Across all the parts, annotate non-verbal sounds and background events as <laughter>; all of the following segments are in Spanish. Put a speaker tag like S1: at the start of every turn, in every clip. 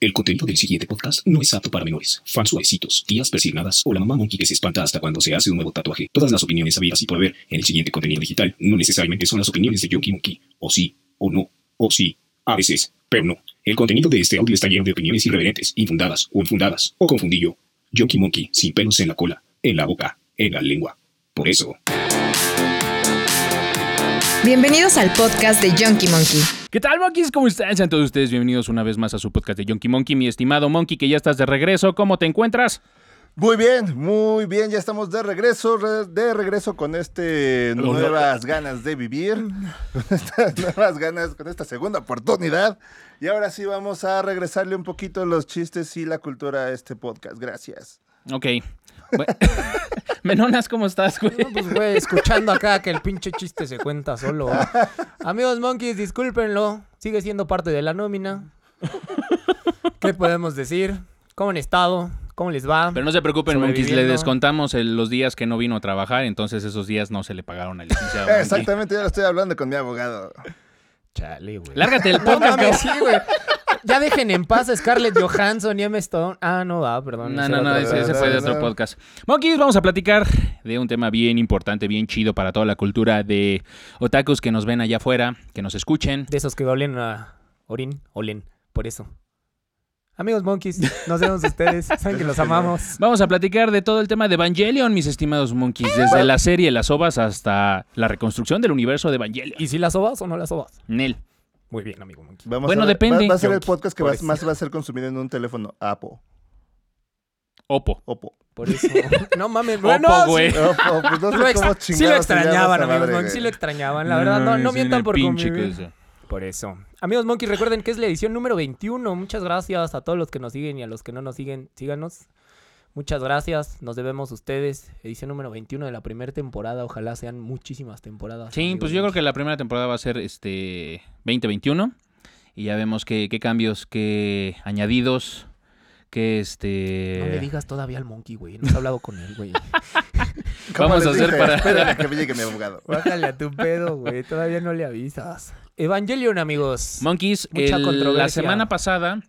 S1: El contenido del siguiente podcast no es apto para menores, fans suavecitos, tías persignadas o la mamá monkey que se espanta hasta cuando se hace un nuevo tatuaje. Todas las opiniones habidas y por haber en el siguiente contenido digital no necesariamente son las opiniones de Yonky Monkey, o sí, o no, o sí, a veces, pero no. El contenido de este audio está lleno de opiniones irreverentes, infundadas o infundadas, o confundillo. Yonky Monkey sin pelos en la cola, en la boca, en la lengua. Por eso.
S2: Bienvenidos al podcast de Junkie Monkey.
S3: ¿Qué tal, monkeys? ¿Cómo están? Sean todos ustedes bienvenidos una vez más a su podcast de Yonky Monkey. Mi estimado Monkey, que ya estás de regreso, ¿cómo te encuentras?
S4: Muy bien, muy bien, ya estamos de regreso, re- de regreso con este
S3: no.
S4: nuevas ganas de vivir, <laughs> con estas nuevas ganas, con esta segunda oportunidad. Y ahora sí vamos a regresarle un poquito los chistes y la cultura a este podcast. Gracias.
S3: Ok. Bu- <laughs> Menonas, ¿cómo estás, güey?
S5: No, pues, güey, escuchando acá que el pinche chiste se cuenta solo. Amigos monkeys, discúlpenlo. Sigue siendo parte de la nómina. ¿Qué podemos decir? ¿Cómo han estado? ¿Cómo les va?
S3: Pero no se preocupen, monkeys, le
S5: Sobreviviendo.
S3: descontamos el- los días que no vino a trabajar, entonces esos días no se le pagaron al licenciado. Monkey.
S4: Exactamente, ya lo estoy hablando con mi abogado.
S5: Chale, güey.
S3: Lárgate el
S5: No
S3: podcast,
S5: mames,
S3: cabrón.
S5: sí, güey. Ya dejen en paz a Scarlett Johansson y Emma Stone. Ah, no, va, perdón.
S3: No,
S5: ese
S3: no,
S5: era
S3: no,
S5: otro.
S3: ese, ese fue de otro
S4: no.
S3: podcast. Monkeys, vamos a platicar de un tema bien importante, bien chido para toda la cultura de otakus que nos ven allá afuera, que nos escuchen.
S5: De esos que hablen a Orin, Olen, por eso. Amigos monkeys, nos vemos ustedes. Saben que los amamos.
S3: <laughs> Vamos a platicar de todo el tema de Evangelion, mis estimados monkeys, desde la serie Las Ovas hasta la reconstrucción del universo de Evangelion.
S5: ¿Y si las sobas o no las sobas?
S3: Nel.
S5: Muy bien, amigo monkey.
S4: Vamos
S3: Bueno,
S4: a ver- va-
S3: depende.
S4: Va, a ser el
S5: Yonki,
S4: podcast que vas-
S5: pobrecito.
S4: más va a ser consumido en un teléfono Apo.
S3: Opo.
S4: Opo.
S5: Por eso. No mames,
S3: Opo,
S5: bueno, sí-
S3: güey.
S4: Opo, pues no
S5: Lo
S4: sé
S5: ex-
S4: cómo
S5: sí
S4: chingados
S5: lo
S4: se llama
S5: extrañaban,
S4: esa
S5: amigos
S4: madre,
S5: Monkey, sí
S4: güey.
S5: lo extrañaban. La verdad, no, no
S3: mames,
S5: mientan
S3: una
S5: por
S3: pinche
S5: convivir.
S3: cosa.
S5: Por eso. Amigos Monkey, recuerden que es la edición número 21. Muchas gracias a todos los que nos siguen y a los que no nos siguen, síganos. Muchas gracias, nos debemos a ustedes. Edición número 21 de la primera temporada. Ojalá sean muchísimas temporadas.
S3: Sí,
S5: amigos
S3: pues yo creo
S5: Monkey.
S3: que la primera temporada va a ser este 2021 y ya vemos qué, qué cambios, qué añadidos, qué este...
S5: No le digas todavía al Monkey, güey. No has hablado con él, güey.
S4: ¿Cómo
S3: Vamos
S4: les
S3: a hacer
S4: dije?
S3: para-
S4: Espérame a que me llegue mi abogado.
S5: <laughs> Bájale a tu pedo, güey. Todavía no le avisas. Evangelion, amigos.
S3: Monkeys,
S5: Mucha
S3: el- la
S5: controversia.
S3: semana pasada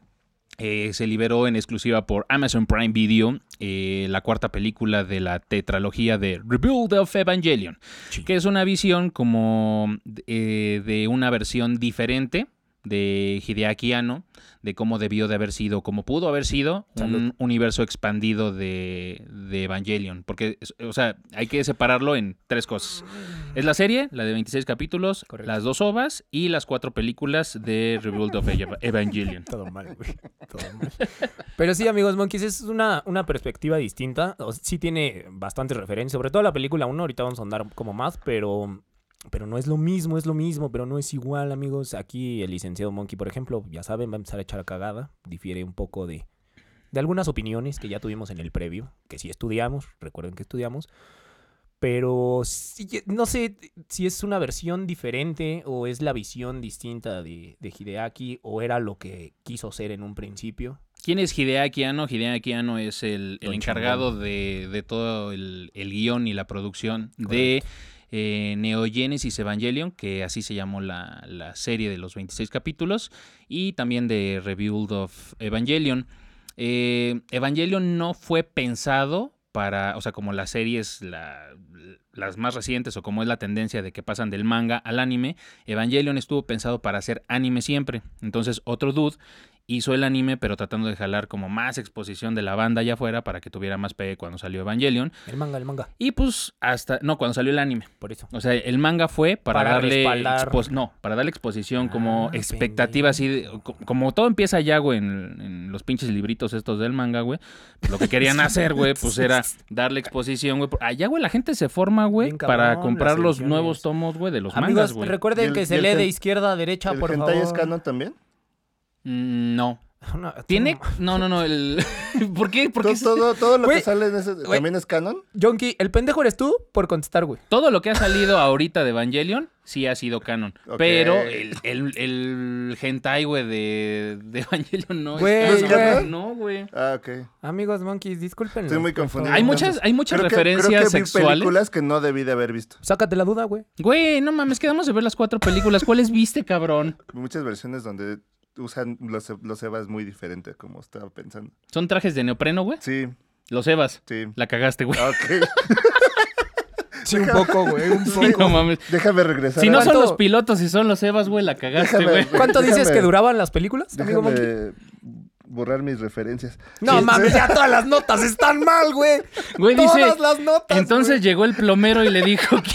S3: eh, se liberó en exclusiva por Amazon Prime Video eh, la cuarta película de la tetralogía de Rebuild of Evangelion,
S5: Sí.
S3: que es una visión como eh, de una versión diferente de Hideaki Anno, de cómo debió de haber sido, cómo pudo haber sido
S5: Salud.
S3: un universo expandido de, de Evangelion. Porque, es- o sea, hay que separarlo en tres cosas. Es la serie, la de 26 capítulos,
S5: Correcto.
S3: las dos ovas y las cuatro películas de Rebuild of Eva- Evangelion.
S5: Todo mal, güey. Todo mal. Pero sí, amigos Monkeys, es una, una perspectiva distinta. O sea, sí tiene bastantes referencias, sobre todo la película 1. Ahorita vamos a andar como más, pero, pero no es lo mismo, es lo mismo, pero no es igual, amigos. Aquí el licenciado Monkey, por ejemplo, ya saben, va a empezar a echar cagada. Difiere un poco de, de algunas opiniones que ya tuvimos en el previo, que sí estudiamos, recuerden que estudiamos. Pero sí que- no sé si es una versión diferente o es la visión distinta de, de Hideaki o era lo que quiso ser en un principio.
S3: ¿Quién es Hideaki Anno? Hideaki Anno es el, el
S5: Don
S3: encargado de, de todo el, el guión y la producción de eh, Neo Genesis Evangelion, que así se llamó la, la serie de los 26 capítulos, y también de Rebuild of Evangelion. Eh, Evangelion no fue pensado para, o sea, como las series, la- las más recientes o como es la tendencia de que pasan del manga al anime, Evangelion estuvo pensado para hacer anime siempre. Entonces otro dude hizo el anime, pero tratando de jalar como más exposición de la banda allá afuera para que tuviera más pegue cuando salió Evangelion.
S5: El manga, el manga,
S3: Y pues hasta, no, cuando salió el anime.
S5: por eso.
S3: O sea, el manga fue para,
S5: Para
S3: darle
S5: respaldar.
S3: expos- no, para darle exposición como
S5: Ah,
S3: expectativa así de- co- como todo empieza ya, güey, en, en los pinches libritos estos del manga, güey. Lo que
S5: <laughs>
S3: querían hacer, güey, pues era darle exposición, güey. Allá, güey, la gente se forma, güey,
S5: Bien
S3: para
S5: cabrón,
S3: comprar
S5: las
S3: los
S5: ediciones.
S3: nuevos tomos, güey, de los mangas,
S5: amigos,
S3: güey.
S4: ¿Y
S5: recuerden
S4: el-
S5: que
S4: y
S5: se
S4: el
S5: lee
S4: gen-
S5: de izquierda a derecha,
S4: ¿El
S5: Ah, por
S4: hentai
S5: favor.
S4: es canon también?
S3: Mm, No.
S5: <laughs> No,
S3: Tiene
S5: no.
S3: no, no, no,
S5: <laughs>
S3: el <laughs> ¿Por qué? ¿Por
S4: Todo,
S3: qué se-
S4: todo, todo lo
S5: Güey,
S4: que sale en ese
S5: güey.
S4: también es canon.
S5: Yonki, el pendejo eres tú por contestar, güey.
S3: Todo lo que ha salido ahorita de Evangelion sí ha sido canon.
S4: Ok.
S3: Pero el, el, el hentai, güey, de, de Evangelion no
S5: Güey,
S3: es canon.
S4: güey.
S3: No, güey.
S4: Ah, ok.
S5: Amigos monkeys, discúlpenlo.
S4: Estoy muy
S5: por favor.
S4: confundido.
S3: Hay
S4: mucha-
S3: muchas, hay muchas
S4: Ah, Creo que-
S3: referencias
S4: creo que vi
S3: sexuales.
S4: películas que no debí de haber visto.
S5: Sácate la duda, güey.
S3: Güey, no mames, quedamos de ver las cuatro películas. ¿Cuáles viste, cabrón?
S4: Muchas versiones donde usan los, los Evas muy diferente, como estaba pensando.
S3: Son trajes de neopreno, güey.
S4: Sí,
S3: Los Evas.
S4: sí. Ah,
S3: La cagaste,
S4: <laughs>
S3: güey.
S4: Ok.
S1: Sí, un poco, güey, un
S3: <laughs> Sí, no
S1: poco.
S3: mames.
S4: Déjame regresar.
S3: Si no
S4: a-
S3: son
S1: ¿Cuánto-
S3: los pilotos y son los Evas, güey, la cagaste,
S4: Déjame-
S3: güey.
S5: ¿Cuánto dices
S4: déjame-
S5: que duraban las películas, amigo Monkey?
S4: Déjame borrar mis referencias.
S5: No
S4: Sí,
S5: mames, ya todas las notas están mal, güey.
S3: Güey,
S5: todas
S3: dice,
S5: las notas.
S3: Entonces
S5: güey.
S3: llegó el plomero y le dijo <laughs> que...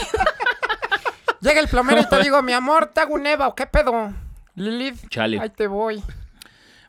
S5: llega el
S3: <laughs>
S5: plomero y te digo, mi amor, te hago un Eva, ¿o qué pedo? Lilith,
S3: Chale.
S5: ahí te voy.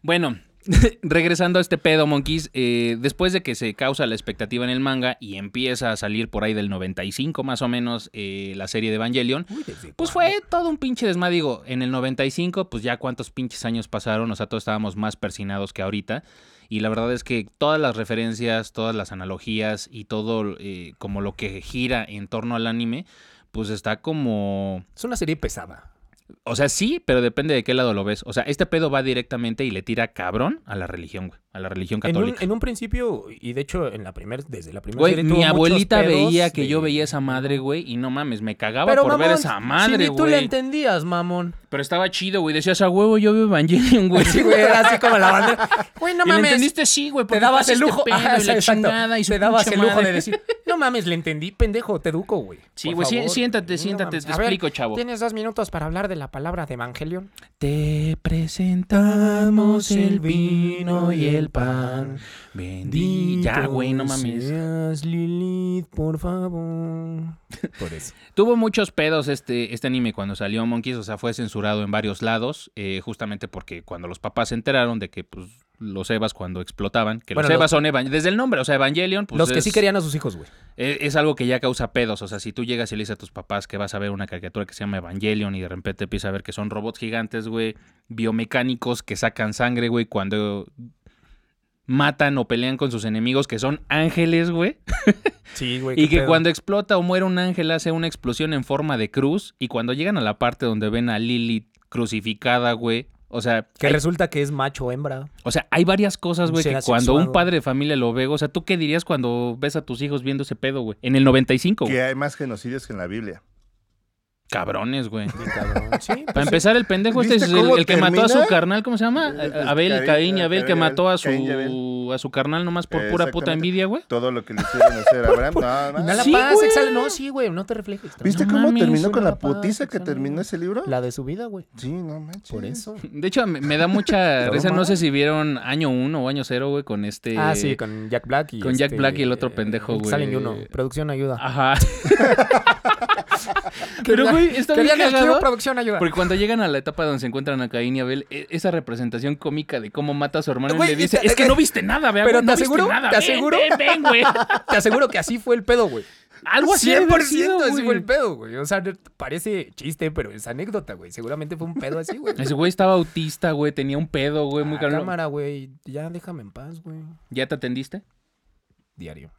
S3: Bueno, <laughs> regresando a este pedo, Monkeys, eh, después de que se causa la expectativa en el manga y empieza a salir por ahí del 95 más o menos eh, la serie de Evangelion, pues fue todo un pinche desmadre. Digo, en el 95, pues ya cuántos pinches años pasaron, o sea, todos estábamos más persinados que ahorita. Y la verdad es que todas las referencias, todas las analogías y todo eh, como lo que gira en torno al anime, pues está como...
S5: Es una serie pesada.
S3: O sea, sí, pero depende de qué lado lo ves. O sea, este pedo va directamente y le tira cabrón a la religión, güey. A la religión
S5: En un,
S3: católica.
S5: en un principio, y de hecho, en la primer, desde la primera
S3: Güey,
S5: serie tuvo
S3: mi
S5: muchos
S3: abuelita
S5: pedos
S3: veía que
S5: de-
S3: yo veía esa madre, güey, y no mames, me cagaba
S5: Pero,
S3: por
S5: mamón,
S3: ver esa madre,
S5: si ni tú la
S3: güey.
S5: entendías, mamón.
S3: pero estaba chido, güey. Decías, a huevo, yo veo Evangelion, <laughs> güey.
S5: Sí, güey, era así como la bandera. Güey, no
S3: ¿Y la
S5: mames.
S3: entendiste? Sí, güey.
S5: te
S3: porque
S5: dabas
S3: pasa
S5: el
S3: este
S5: lujo. <laughs>
S3: pedo
S5: Ajá,
S3: y la
S5: exacto.
S3: chingada y su
S5: te dabas
S3: pinche
S5: el lujo
S3: madre.
S5: de decir, no mames, le entendí, pendejo, te educo, güey.
S3: Sí,
S5: Por
S3: güey, sí,
S5: favor.
S3: siéntate,
S5: No
S3: siéntate,
S5: mames.
S3: te
S5: A ver,
S3: explico, chavo.
S5: Tienes dos minutos para hablar de la palabra de Evangelion.
S3: Te presentamos el vino y el pan. Bendito. Ya, güey, no mames.
S5: Lilith, por favor. Por eso.
S3: Tuvo muchos pedos este, este anime cuando salió Monkeys, o sea, fue censurado en varios lados, eh, justamente porque cuando los papás se enteraron de que pues, los Evas cuando explotaban, que
S5: Bueno,
S3: los
S5: los-
S3: Evas son Evangelion, desde el nombre, o sea, Evangelion, pues
S5: Los que
S3: es-
S5: sí querían a sus hijos, güey.
S3: Es, es algo que ya causa pedos, o sea, si tú llegas y le dices a tus papás que vas a ver una caricatura que se llama Evangelion y de repente empiezas a ver que son robots gigantes, güey, biomecánicos que sacan sangre, güey, cuando matan o pelean con sus enemigos que son ángeles, güey.
S5: Sí, güey.
S3: Y que cuando explota o muere un ángel hace una explosión en forma de cruz. Y cuando llegan a la parte donde ven a Lilith crucificada, güey. O sea,
S5: Que
S3: hay,
S5: resulta que es macho o hembra.
S3: o sea, hay varias cosas, güey,
S5: Ser
S3: que cuando un
S5: asexuado.
S3: padre de familia lo ve, o sea, ¿tú qué dirías cuando ves a tus hijos viendo ese pedo, güey? En el 95, güey.
S4: Que hay más genocidios que en la Biblia.
S3: Cabrones,
S4: <laughs>
S3: güey.
S5: Bien cabrón. Sí, pues,
S3: Para empezar, el pendejo este es
S4: ¿Viste
S3: el,
S4: cómo
S3: el que mató a su
S4: termina?
S3: carnal, ¿cómo se llama?
S4: Eh,
S3: A-
S4: es
S3: Abel,
S4: Caín,
S3: Caín y
S4: ah,
S3: Abel, que
S4: Caín y
S3: mató a
S4: Abel. Caín y
S3: su, a su carnal nomás por
S4: Eh,
S3: pura puta
S4: exactamente.
S3: envidia, güey.
S4: Todo lo que le hicieron hacer a
S3: <laughs>
S4: Abraham. No, no.
S5: No la
S3: Sí,
S5: paz,
S3: güey.
S5: exhala. No, sí, güey, no te reflejes.
S4: ¿Viste
S3: No
S4: cómo
S3: mames,
S4: terminó
S3: güey,
S4: con la
S5: papá,
S4: putiza que
S5: Alexander.
S4: terminó ese libro?
S5: La de su vida, güey.
S4: Sí, no manches.
S5: Por eso.
S3: De hecho, me, me da mucha
S4: <laughs> No
S3: risa. No sé
S4: mames.
S3: si vieron año 1 o año 0, güey, con este.
S5: Ah, sí, con Jack Black y.
S3: con Jack Black y el otro pendejo,
S5: el que
S3: güey. Ah,
S5: Salen de uno. Producción ayuda. <laughs>
S3: Ajá. Pero, güey, está bien
S5: Querían el
S3: cagado.
S5: Q, producción ayuda.
S3: Porque cuando llegan a la etapa donde se encuentran a Caín y Abel, e- esa representación cómica de cómo mata a su hermano
S5: Güey,
S3: y le dice,
S5: te-
S3: es que no viste nada, vea,
S5: Pero
S3: güey,
S5: te
S3: no
S5: aseguro,
S3: viste nada.
S5: te
S3: ven,
S5: aseguro.
S3: Ven, ven,
S5: <laughs>
S3: güey.
S5: Te aseguro que así fue el pedo, güey.
S3: Algo así. ha de haber
S5: 100%
S3: sido,
S5: así
S3: güey.
S5: fue el pedo, güey. O sea, no- parece chiste, pero es anécdota, güey. Seguramente fue un pedo
S3: <laughs>
S5: así, güey.
S3: Ese güey estaba autista, güey, tenía un pedo, güey, muy
S5: Ah,
S3: cabrón.
S5: cámara, güey. Ya déjame en paz, güey.
S3: ¿Ya te atendiste?
S5: Diario.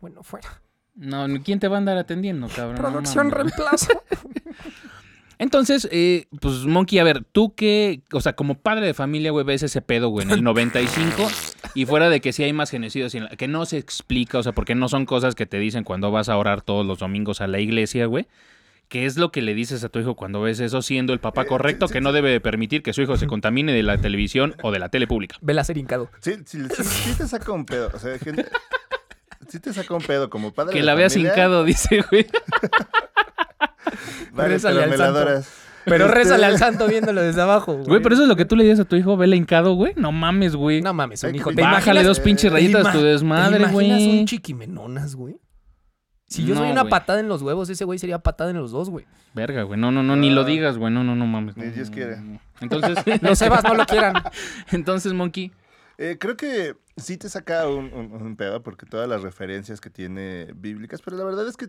S5: Bueno, fuera.
S3: No, ¿quién te va a andar atendiendo, cabrón? No
S5: producción
S3: mames.
S5: reemplazo. <laughs>
S3: Entonces, eh, pues Monkey, a ver, tú que, o sea, como padre de familia, güey, ves ese pedo, güey, en el 95 y fuera de que sí hay más genocidios, y en la- que no se explica, o sea, porque no son cosas que te dicen cuando vas a orar todos los domingos a la iglesia, güey. ¿Qué es lo que le dices a tu hijo cuando ves eso, siendo el
S4: Eh,
S3: papá correcto que no debe permitir que su hijo se contamine de la televisión o de la tele pública?
S5: Vela ser hincado.
S4: Sí, sí, sí, sí te saca un pedo. O sea, gente. Sí te saca un pedo como padre.
S3: Que
S4: de
S3: la veas
S4: familia, Pues
S3: hincado, <laughs> dice, güey.
S4: Vale,
S5: Rézale
S4: pero
S5: al
S4: me la
S5: santo.
S4: adoras.
S5: Pero
S4: Este-
S5: rézale al santo viéndolo desde abajo, güey.
S3: Güey, pero eso es lo que tú le dices a tu hijo, vela hincado, güey. No mames, güey.
S5: No mames, un
S4: Ay,
S5: hijo.
S4: qué
S5: ¿Te
S4: pinche-
S3: Bájale
S5: imaginas
S3: dos pinches
S4: ¿Te
S3: rayitas a tu
S5: ima-
S3: desmadre, güey.
S5: ¿Te imaginas un chiquimenonas, güey? Si yo soy
S3: No,
S5: una
S3: güey.
S5: patada en los huevos, ese güey sería patada en los dos, güey.
S3: Verga, güey. No, no, no, ni lo
S4: Ah.
S3: digas, güey. No, no, no mames.
S4: Ni
S3: No,
S4: Dios
S3: no,
S4: quiera.
S3: no, no. Entonces, <laughs>
S5: Los Evas no lo quieran.
S3: entonces, Monkey,
S4: Eh, creo que sí te saca un, un- un pedo porque todas las referencias que tiene bíblicas, pero la verdad es que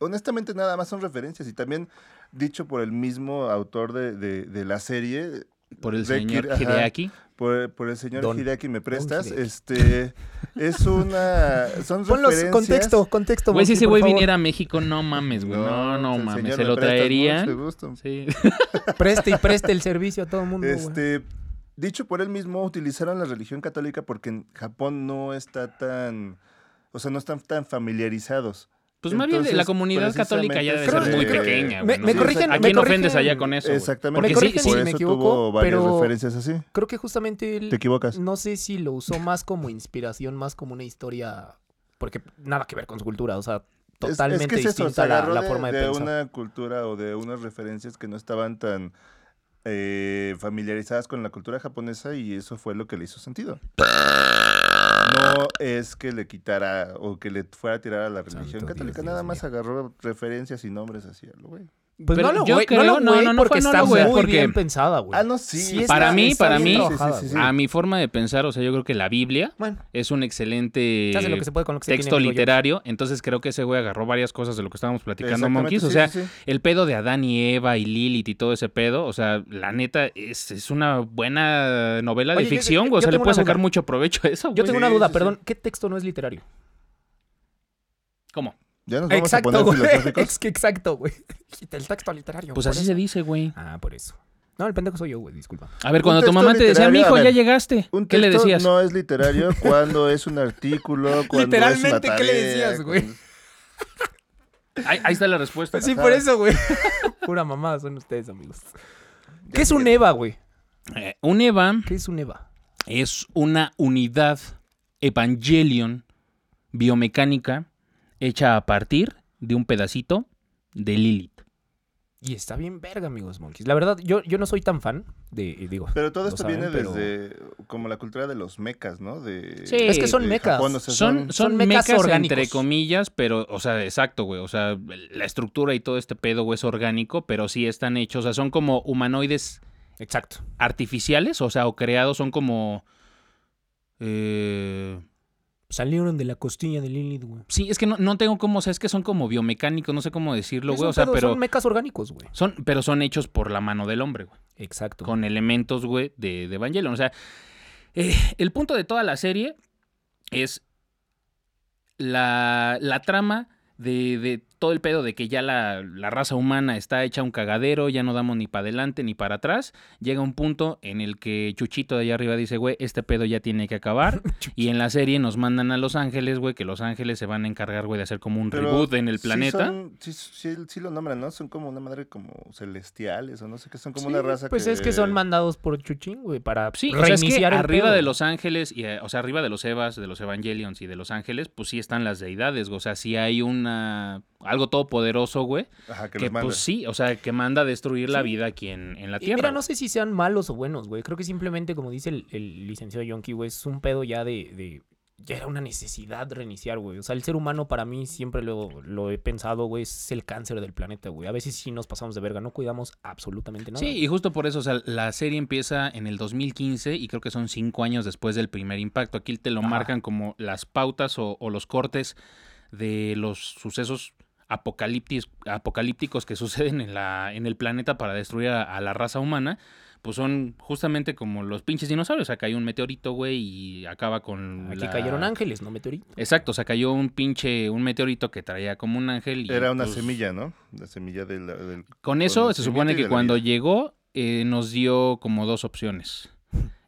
S4: honestamente nada más son referencias y también dicho por el mismo autor de, de- de la serie,
S3: por el
S4: De
S3: señor
S4: Kir- ajá.
S3: Hideaki.
S4: por, por el señor
S5: Don-
S4: Hideaki me prestas,
S5: Hideaki.
S4: este es una...
S3: <laughs>
S4: Son
S5: Ponlos,
S4: referencias...
S5: contexto, contexto.
S3: Güey, si
S5: Monty,
S3: ese
S5: por
S3: güey
S5: favor.
S3: viniera a México, no mames, güey. No, no
S4: pues el
S3: mames.
S4: señor
S3: Se
S4: me
S3: lo
S4: prestas,
S3: traerían.
S4: mucho gusto.
S3: Sí.
S5: Preste y preste el servicio a todo el mundo, güey.
S4: Este, dicho por él mismo, utilizaron la religión católica porque en Japón no está tan, o sea, no están tan familiarizados.
S3: Pues más bien de la
S4: Entonces,
S3: comunidad católica ya debe
S4: precisamente
S3: ser muy
S4: creo-
S3: pequeña.
S5: me-
S3: güey,
S5: me
S3: ¿no?
S5: corrigen-
S3: ¿A
S5: me
S3: quién ofendes
S5: corrigen-
S3: allá con eso? güey?
S4: Exactamente.
S3: Porque sí,
S5: corrigen
S3: sí,
S5: si
S4: Por
S5: me
S4: eso
S5: equivoco,
S4: tuvo varias
S5: pero-
S4: referencias así.
S6: Creo que justamente él.
S4: Te equivocas.
S6: No sé si lo usó más como inspiración, más como una historia.
S5: Porque nada que ver con su cultura, o sea,
S4: Es- es
S5: totalmente
S4: que es eso, se
S5: distinta la,
S4: agarró
S5: la
S4: de-
S5: forma de,
S4: de
S5: pensar.
S4: una cultura o de unas referencias que no estaban tan eh, familiarizadas con la cultura japonesa y eso fue lo que le hizo sentido. No es que le quitara o que le fuera a tirar a la religión
S5: Santo
S4: católica,
S5: Dios,
S4: nada
S5: Dios
S4: más agarró referencias y nombres así a lo güey.
S5: Pues
S3: Pero
S5: no lo
S3: yo
S5: güey,
S3: creo-
S5: no,
S3: no,
S5: no,
S3: no,
S5: no,
S3: no
S5: porque
S3: fue- no lo
S5: está
S3: güey,
S5: muy
S3: porque-
S5: bien pensada, güey.
S4: Ah, no, sí.
S5: está-
S3: Para mí,
S5: está
S3: para
S5: bien
S3: mí- Ah,
S5: trabajada,
S4: Sí, sí, sí,
S5: güey.
S3: A mi forma de pensar, o sea, yo creo que la Biblia
S6: Bueno,
S3: es un excelente
S5: Se hace lo que se puede con lo que se tiene,
S3: Eh, texto
S5: digo yo.
S3: literario. Entonces creo que ese güey agarró varias cosas de lo que estábamos platicando,
S4: Exactamente,
S3: Monkeys. O
S4: sí,
S3: sea,
S4: sí, sí.
S3: el pedo de Adán y Eva y Lilith y todo ese pedo. O sea, la neta, es, es una buena novela
S5: Oye,
S3: de
S5: yo-
S3: ficción,
S5: yo-
S3: güey. O
S5: yo
S3: sea, le
S5: tengo
S3: puedes
S5: una
S3: sacar
S5: duda.
S3: mucho provecho a eso,
S5: Yo
S3: güey.
S5: tengo una
S4: Sí,
S5: duda,
S4: sí, sí.
S5: perdón, ¿qué texto no es literario?
S3: ¿Cómo?
S4: Ya nos vamos a
S6: exacto,
S4: poner
S6: güey.
S4: filosóficos.
S6: Es que exacto,
S5: <laughs>
S6: güey. El texto literario.
S3: Pues
S6: por
S3: así
S6: eso.
S3: se dice, güey.
S5: Ah, por eso. No, el pendejo soy yo, güey, disculpa.
S3: A ver,
S4: Un
S3: cuando tu
S4: texto
S3: mamá te decía, mi
S4: literario,
S3: hijo,
S4: a
S3: ya
S4: ver,
S3: llegaste.
S4: Un
S3: ¿Qué le
S4: texto
S3: decías?
S4: No es literario cuando es un artículo, cuando
S6: Literalmente,
S4: es una
S6: ¿qué le
S4: tarea,
S6: decías, güey?
S4: cuando-
S3: Ahí, ahí está la respuesta.
S6: Sí, por eso, güey.
S5: <laughs> Pura mamada son ustedes, amigos. ¿Qué es un EVA, güey?
S3: Eh, un Eva
S5: ¿Qué es un EVA?
S3: es una unidad Evangelion biomecánica hecha a partir de un pedacito de Lilith.
S5: Y está bien verga, amigos monkeys. La verdad, yo, yo no soy tan fan de, y digo...
S4: Pero todo
S5: lo
S4: esto
S5: saben,
S4: viene
S5: pero-
S4: desde como la cultura de los mecas, ¿no? De,
S3: Sí. Es que
S5: son
S4: de
S5: mecas.
S4: Japón, o sea,
S3: Son,
S5: son
S3: son
S5: mecas
S3: mecas,
S5: orgánicos.
S3: entre comillas, pero, o sea, exacto, güey. O sea, la estructura y todo este pedo güey, es orgánico, pero sí están hechos. O sea, son como humanoides
S5: Exacto.
S3: artificiales, o sea, o creados, son como. eh,
S5: Salieron de la costilla de Lilith, güey.
S3: Sí, es que no, no tengo cómo, o sea, es que son como biomecánicos, no sé cómo decirlo,
S5: Es
S3: güey.
S5: un
S3: O sea,
S5: pedo,
S3: pero
S5: Son mecas orgánicos, güey.
S3: son, pero son hechos por la mano del hombre, güey.
S5: Exacto.
S3: Con elementos, güey, de, de Evangelion. O sea, eh, el punto de toda la serie es la, la trama de, de todo el pedo de que ya la, la raza humana está hecha un cagadero, ya no damos ni para adelante ni para atrás. Llega un punto en el que Chuchito de allá arriba dice, güey, este pedo ya tiene que
S4: <laughs>
S3: acabar. y en la serie nos mandan a Los Ángeles, güey, que Los Ángeles se van a encargar, güey, de hacer como un
S4: Pero
S3: reboot en el
S4: sí
S3: planeta.
S4: son- Sí, sí, sí lo nombran, ¿no? Son como una madre como celestiales o no sé qué, son como
S5: Sí,
S4: una raza
S5: Pues
S4: que...
S5: es que son mandados por Chuchín, güey, para
S3: Sí, o sea,
S5: reiniciar
S3: es que
S5: el
S3: arriba
S5: pedo.
S3: de los ángeles, y, eh, o sea, arriba de los Evas, de los Evangelions y de los ángeles, pues sí están las deidades, o sea, sí hay una algo todopoderoso, güey,
S4: Ajá, que,
S3: que,
S4: los mandan.
S3: pues sí, o sea, que manda a destruir la vida aquí en, en la
S5: Y
S3: Tierra.
S5: mira,
S3: güey.
S5: no sé si sean malos o buenos, güey. Creo que simplemente, como dice el, el licenciado Yonki, güey, es un pedo ya de, de- Ya era una necesidad reiniciar, güey. O sea, el ser humano para mí, siempre lo, lo he pensado, güey, es el cáncer del planeta, güey. A veces sí nos pasamos de verga, no cuidamos absolutamente nada.
S3: Sí, y justo por eso, o sea, la serie empieza en el 2015 y creo que son cinco años después del primer impacto. Aquí te lo
S5: Ajá.
S3: marcan como las pautas o, o los cortes de los sucesos apocalíptis- apocalípticos que <laughs> suceden en, la, en el planeta para destruir a, a la raza humana. Pues son justamente como los pinches dinosaurios. Acá hay un meteorito, güey, y acaba con.
S5: Aquí
S3: la-
S5: cayeron ángeles, no meteoritos.
S3: Exacto, o sea, cayó un pinche, un meteorito que traía como un ángel. y,
S4: Era una
S3: pues,
S4: semilla, ¿no? La semilla de la- del...
S3: con eso
S4: Con
S3: se
S4: el
S3: supone
S4: nacimiento y de
S3: que
S4: Pues la
S3: cuando
S4: vida.
S3: llegó eh, nos dio como dos opciones.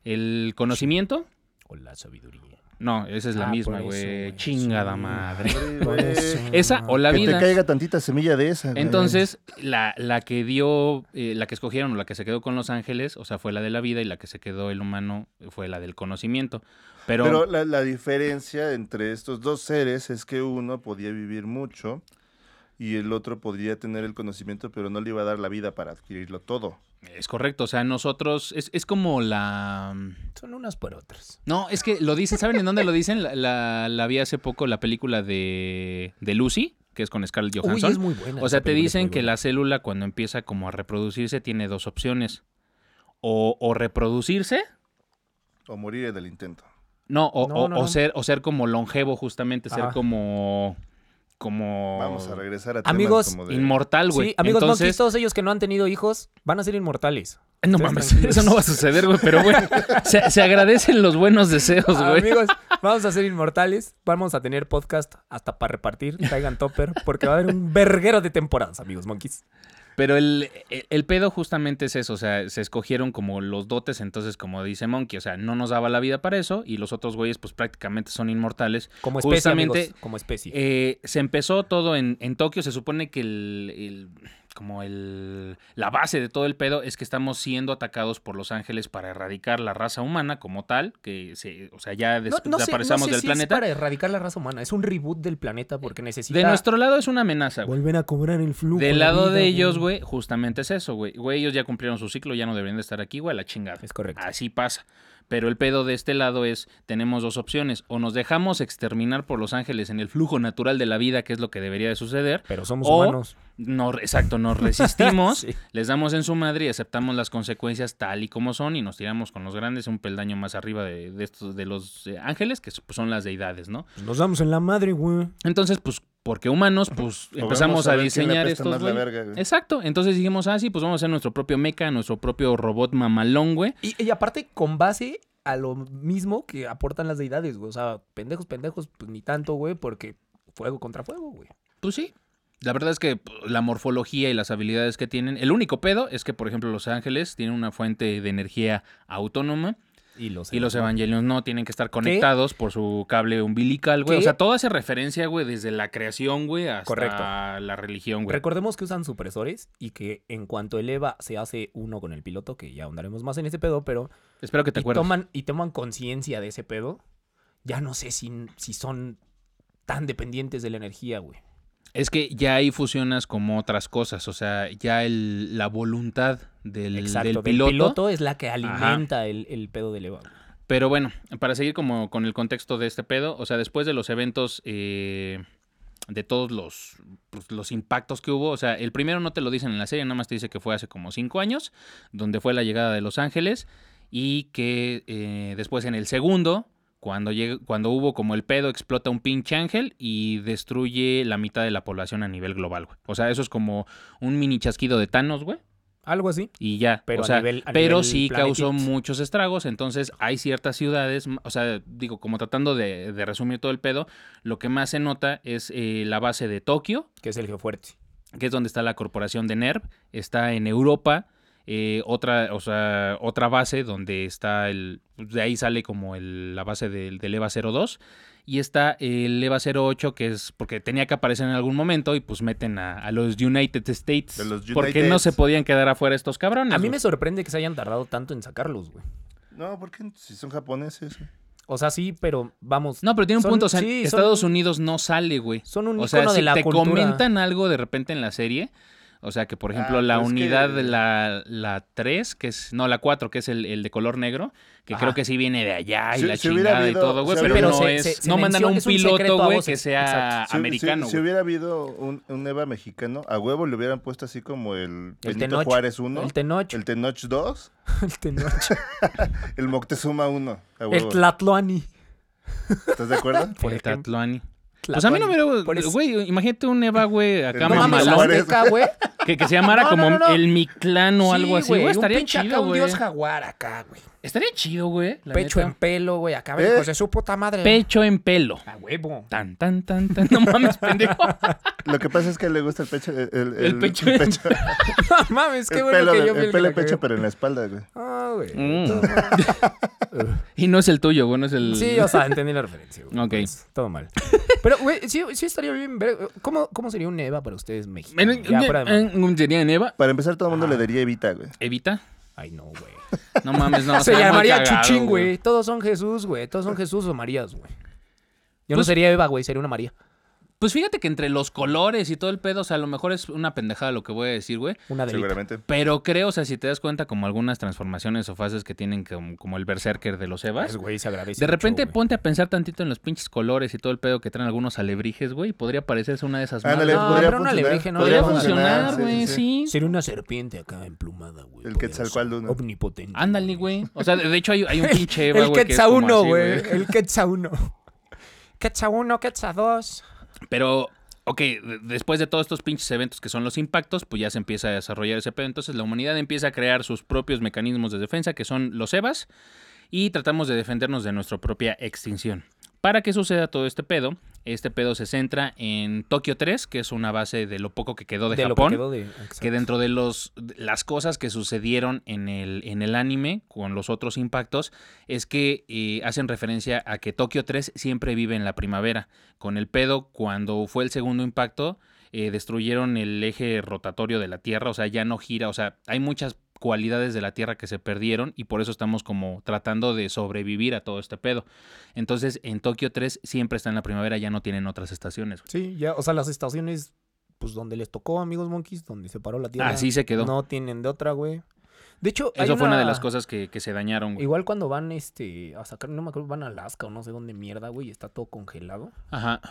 S3: El conocimiento,
S5: O la sabiduría.
S3: no, esa es
S5: Ah,
S3: la
S5: por
S3: misma,
S5: eso,
S3: güey.
S5: güey,
S3: Chingada
S5: sí.
S3: madre.
S4: Madre, güey.
S5: Pues, eh,
S3: Esa o la
S4: que
S3: vida.
S4: te caiga tantita semilla de esa. güey.
S3: Entonces, la, la que dio, eh, la que escogieron o la que se quedó con los ángeles, o sea, fue la de la vida y la que se quedó el humano fue la del conocimiento. Pero,
S4: Pero la, la diferencia entre estos dos seres es que uno podía vivir mucho y el otro podría tener el conocimiento, pero no le iba a dar la vida para adquirirlo todo.
S3: es correcto, o sea, nosotros, es, es como la...
S5: Son unas por otras.
S3: No, es que lo dicen, ¿saben en dónde lo dicen? La, la- la vi hace poco, la película de, de Lucy, que es con Scarlett
S5: Uy,
S3: Johansson.
S5: es muy buena.
S3: O sea,
S5: esa
S3: te
S5: película, es
S3: dicen
S5: muy
S3: que
S5: buena.
S3: la célula cuando empieza como a reproducirse tiene dos opciones. O, o reproducirse,
S4: O morir en el intento.
S3: no, o,
S5: No,
S3: o-
S5: no,
S3: o
S5: no.
S3: ser, o ser como longevo, justamente, ser
S5: Ajá.
S3: como. como.
S4: Vamos a regresar a
S5: Amigos,
S4: temas como de...
S3: Inmortal, güey.
S5: Sí, amigos
S3: Entonces,
S5: monkeys, todos ellos que no han tenido hijos van a ser
S3: <laughs>
S5: inmortales.
S3: No
S5: ustedes
S3: mames,
S5: tranquilos.
S3: eso no va a suceder, güey. Pero
S5: <laughs>
S3: bueno, se, se agradecen los buenos deseos, Pues, güey.
S5: Amigos, vamos a ser inmortales. Vamos a tener podcast hasta para repartir. Traigan topper, porque va a haber un verguero de temporadas, amigos monkeys.
S3: Pero el, el, el pedo justamente es eso, o sea, se escogieron como los dotes, entonces como dice Monkey, o sea, no nos daba la vida para eso y los otros güeyes pues prácticamente son inmortales.
S7: Como especie,
S3: Justamente,
S7: amigos, como especie.
S3: Eh, se empezó todo en, en Tokio, se supone que el, el- como el, la base de todo el pedo es que estamos siendo atacados por Los Ángeles para erradicar la raza humana como tal, que se, o sea, ya des-
S7: No- no sé- no
S3: desaparecemos
S7: sé
S3: del
S7: si es
S3: planeta.
S7: para erradicar la raza humana. Es un reboot del planeta porque necesita...
S3: De nuestro lado es una amenaza, güey.
S7: Vuelven a cobrar el flujo.
S3: Del
S7: de
S3: lado
S7: vida,
S3: de ellos, güey, justamente es eso, güey. Güey, ellos ya cumplieron su ciclo, ya no deberían de estar aquí, güey, a la chingada.
S7: Es correcto.
S3: Así pasa. Pero el pedo de este lado es, tenemos dos opciones, o nos dejamos exterminar por Los Ángeles en el flujo natural de la vida, que es lo que debería de suceder,
S7: Pero somos
S3: O-
S7: humanos.
S3: no, exacto, nos
S5: <laughs>
S7: <laughs>
S3: resistimos,
S7: Sí. pues
S3: les damos en su madre y aceptamos las consecuencias tal y como son y nos tiramos con los grandes un peldaño más arriba de, de estos, de los eh, ángeles, que pues, son las deidades, ¿no?
S7: Pues nos damos en la madre, güey.
S3: Entonces, pues, porque humanos, pues
S4: O
S3: empezamos
S4: vamos
S3: a,
S4: ver quién le
S3: diseñar
S4: apesta
S3: estos.
S4: más la
S3: güey.
S4: verga, güey.
S3: Exacto. Entonces dijimos, ah, sí, pues vamos a hacer nuestro propio mecha, nuestro propio robot mamalón, güey.
S5: Y, y aparte, con base a lo mismo que aportan las deidades, güey. O sea, pendejos, pendejos, pues ni tanto, güey, porque fuego contra fuego, güey.
S3: Pues sí. La verdad es que pues, la morfología y las habilidades que tienen. El único pedo es que, por ejemplo, Los Ángeles tienen una fuente de energía autónoma
S7: Y los,
S3: y los Evangelios no tienen que estar conectados por su cable umbilical, güey. O
S5: ¿Qué?
S3: sea, todo hace referencia, güey, desde la creación, güey, hasta
S7: Correcto.
S3: la religión, güey.
S7: Recordemos que usan supresores y que en cuanto el EVA se hace uno con el piloto, que ya ahondaremos más en ese pedo, pero
S3: Espero que te
S7: y
S3: acuerdes.
S7: toman, y toman conciencia de ese pedo, ya no sé si, si son tan dependientes de la energía, güey.
S3: Es que ya ahí fusionas como otras cosas, o sea, ya el- la voluntad del,
S7: Exacto.
S3: del
S7: del
S3: piloto,
S7: es la que alimenta el, el pedo del EVA. güey.
S3: Pero bueno, para seguir como con el contexto de este pedo, o sea, después de los eventos, eh, de todos los, pues, los impactos que hubo, o sea, el primero no te lo dicen en la serie, nada más te dice que fue hace como cinco años, donde fue la llegada de Los Ángeles, y que eh, después en el segundo, cuando, lleg- cuando hubo como el pedo, explota un pinche ángel y destruye la mitad de la población a nivel global, güey. O sea, eso es como un mini chasquido de Thanos, güey
S7: Algo así.
S3: y ya.
S7: Pero
S3: o
S7: a
S3: sea,
S7: nivel- a
S3: pero
S7: nivel
S3: sí
S7: planetita.
S3: causó muchos estragos. Entonces, hay ciertas ciudades, m- o sea, digo, como tratando de, de resumir todo el pedo, lo que más se nota es eh, la base de Tokio,
S7: Que es el geofuerte.
S3: que es donde está la corporación de NERV, está en Europa. eh, otra, o sea, otra base donde está el. De ahí sale como el- la base del, del EVA 02. Y está el EVA 08, que es porque tenía que aparecer en algún momento. Y pues meten a, a los United States.
S4: De los
S3: porque
S4: United.
S3: no se podían quedar afuera estos cabrones.
S7: A mí
S3: güey.
S7: me sorprende que se hayan tardado tanto en sacarlos, güey.
S4: No, porque si son japoneses. güey.
S7: O sea, sí, pero vamos.
S3: No, pero tiene un
S7: Son-
S3: punto. O sea,
S7: sí, son-
S3: Estados Unidos no sale, güey.
S7: Son un
S3: O sea,
S7: ícono
S3: si
S7: de la
S3: te
S7: cultura.
S3: comentan algo de repente en la serie, o sea, que por ejemplo
S4: Ah,
S3: la
S4: pero es
S3: unidad,
S4: que-
S3: la, la 3, que es. No, la 4, que es el, el de color negro, que
S7: Ajá.
S3: creo que sí viene de allá y
S4: Si-
S3: la
S4: si hubiera
S3: chingada y
S4: habido-
S3: todo, güey.
S4: si
S3: pero
S4: hubiera-
S3: no
S7: Pero se-
S3: es.
S7: se-
S3: no
S7: se
S3: mandan a un
S7: menciona- es un
S3: piloto,
S7: secreto a
S3: güey,
S7: voces.
S3: que sea
S7: Exacto.
S4: Si-
S3: Ah, americano,
S4: si, si
S3: güey.
S4: hubiera habido un, un EVA mexicano, a huevo le hubieran puesto así como el
S7: El
S4: Benito
S7: Tenoch.
S4: Juárez 1,
S7: El Tenoch.
S4: el Tenoch 2,
S7: El Tenoch.
S4: el Moctezuma 1. A
S5: El
S4: huevo.
S5: Tlatloani.
S4: ¿Estás de acuerdo?
S7: Por
S3: El
S7: ejemplo.
S3: Tlatuani. Pues a mí no me lo-
S5: Por eso-
S3: Güey, imagínate un Eva, güey, acá
S4: No
S5: No mames, la
S3: mamalón.
S4: Juárez.
S5: Azteca,
S3: <laughs>
S5: güey.
S3: Que, que se llamara
S5: No, no,
S3: como
S5: no, no.
S3: el Mictlán o algo
S5: Sí,
S3: así, güey.
S5: un
S3: Estaría
S5: pinche acá,
S3: chido,
S5: un
S3: güey.
S5: dios jaguar acá, güey.
S3: Estaría chido, güey. la
S5: Pecho
S3: neta.
S5: en pelo, güey. Acá,
S4: ¿Eh?
S5: hijos de su puta madre.
S7: <laughs>
S3: Pecho en pelo.
S5: A huevo.
S3: Tan, tan, tan, tan. No mames, pendejo.
S4: Lo que pasa es que le gusta el pecho. El, el,
S3: El pecho.
S4: el pecho.
S5: No mames, qué
S4: el
S5: bueno
S4: pelo,
S5: que
S4: de-
S5: yo fui
S4: el
S5: que
S4: pelo
S5: la
S4: de pecho,
S5: cagué.
S4: pero en la espalda, güey.
S5: Ah, güey.
S3: Mm. y no es el tuyo, güey, no es el.
S7: Sí, o sea, entendí la referencia, güey.
S3: Ok.
S7: Pues, todo mal. <laughs> Pero, güey, sí, sí estaría bien ver. ¿Cómo, cómo sería un EVA para ustedes, México?
S3: Men-
S7: Ya, fuera de
S3: eh, eh, ¿Sería en Eva?
S4: Para empezar, todo el mundo le daría Evita, güey.
S3: ¿Evita?
S7: Ay, no, güey.
S3: No mames,
S7: <laughs>
S3: no.
S7: Se
S3: estaría muy
S7: llamaría
S3: cagado,
S7: Chuchín, güey. Todos son Jesús, güey. Todos son Jesús o Marías, güey. Yo no
S3: Pues-
S7: sería Eva, güey, sería una María.
S3: Pues fíjate que entre los colores y todo el pedo, o sea, a lo mejor es una pendejada lo que voy a decir, güey.
S7: Una de
S4: Seguramente.
S3: Pero creo, o sea, si te das cuenta, como algunas transformaciones o fases que tienen como, como el Berserker de los Evas.
S7: Pues, güey, se agradece.
S3: De
S7: mucho,
S3: repente
S7: güey.
S3: ponte a pensar tantito en los pinches colores y todo el pedo que traen algunos alebrijes, güey. y Podría parecerse una de esas
S4: Ándale,
S3: madres.
S7: No,
S4: podría
S7: pero un
S4: funcionar.
S7: alebrije no
S3: Podría
S7: podría
S3: funcionar,
S7: funcionar,
S3: güey, sí.
S7: Sería una serpiente acá emplumada, güey.
S4: El
S7: poderosa,
S4: Quetzalcoatl, ¿no?
S7: Omnipotente.
S3: Ándale, güey. O sea, de de hecho hay, hay un pinche Eva,
S5: <laughs> El
S3: güey. que es
S5: Quetzal
S3: como
S5: 1,
S3: así,
S5: güey. El Quetzal 1. Quetzal 1, Quetzal 2.
S3: Pero, ok, de- después de todos estos pinches eventos que son los impactos, pues ya se empieza a desarrollar ese pedo. Entonces la humanidad empieza a crear sus propios mecanismos de defensa, que son los EVAs, y tratamos de defendernos de nuestra propia extinción. Para que suceda todo este pedo, Este pedo se centra en Tokio 3, que es una base de lo poco que quedó de,
S5: lo
S3: Japón.
S5: que quedó de-
S3: que
S5: exacto.
S3: dentro de los de las cosas que sucedieron en el, en el anime con los otros impactos es que eh, hacen referencia a que Tokio 3 siempre vive en la primavera. Con el pedo, cuando fue el segundo impacto, eh, destruyeron el eje rotatorio de la Tierra, o sea, ya no gira, o sea, hay muchas cualidades de la Tierra que se perdieron y por eso estamos como tratando de sobrevivir a todo este pedo. Entonces, en Tokio 3 siempre está en la primavera, ya no tienen otras estaciones. güey.
S7: Sí, ya, o sea, las estaciones, pues donde les tocó, amigos monkeys, donde se paró la tierra.
S3: Así se quedó.
S7: No tienen de otra, güey. De hecho, hay
S3: Eso fue una de las cosas que, que se dañaron. güey.
S7: Igual cuando van este a sacar, no me acuerdo, van a Alaska o no sé dónde mierda, güey, y está todo congelado.
S3: Ajá.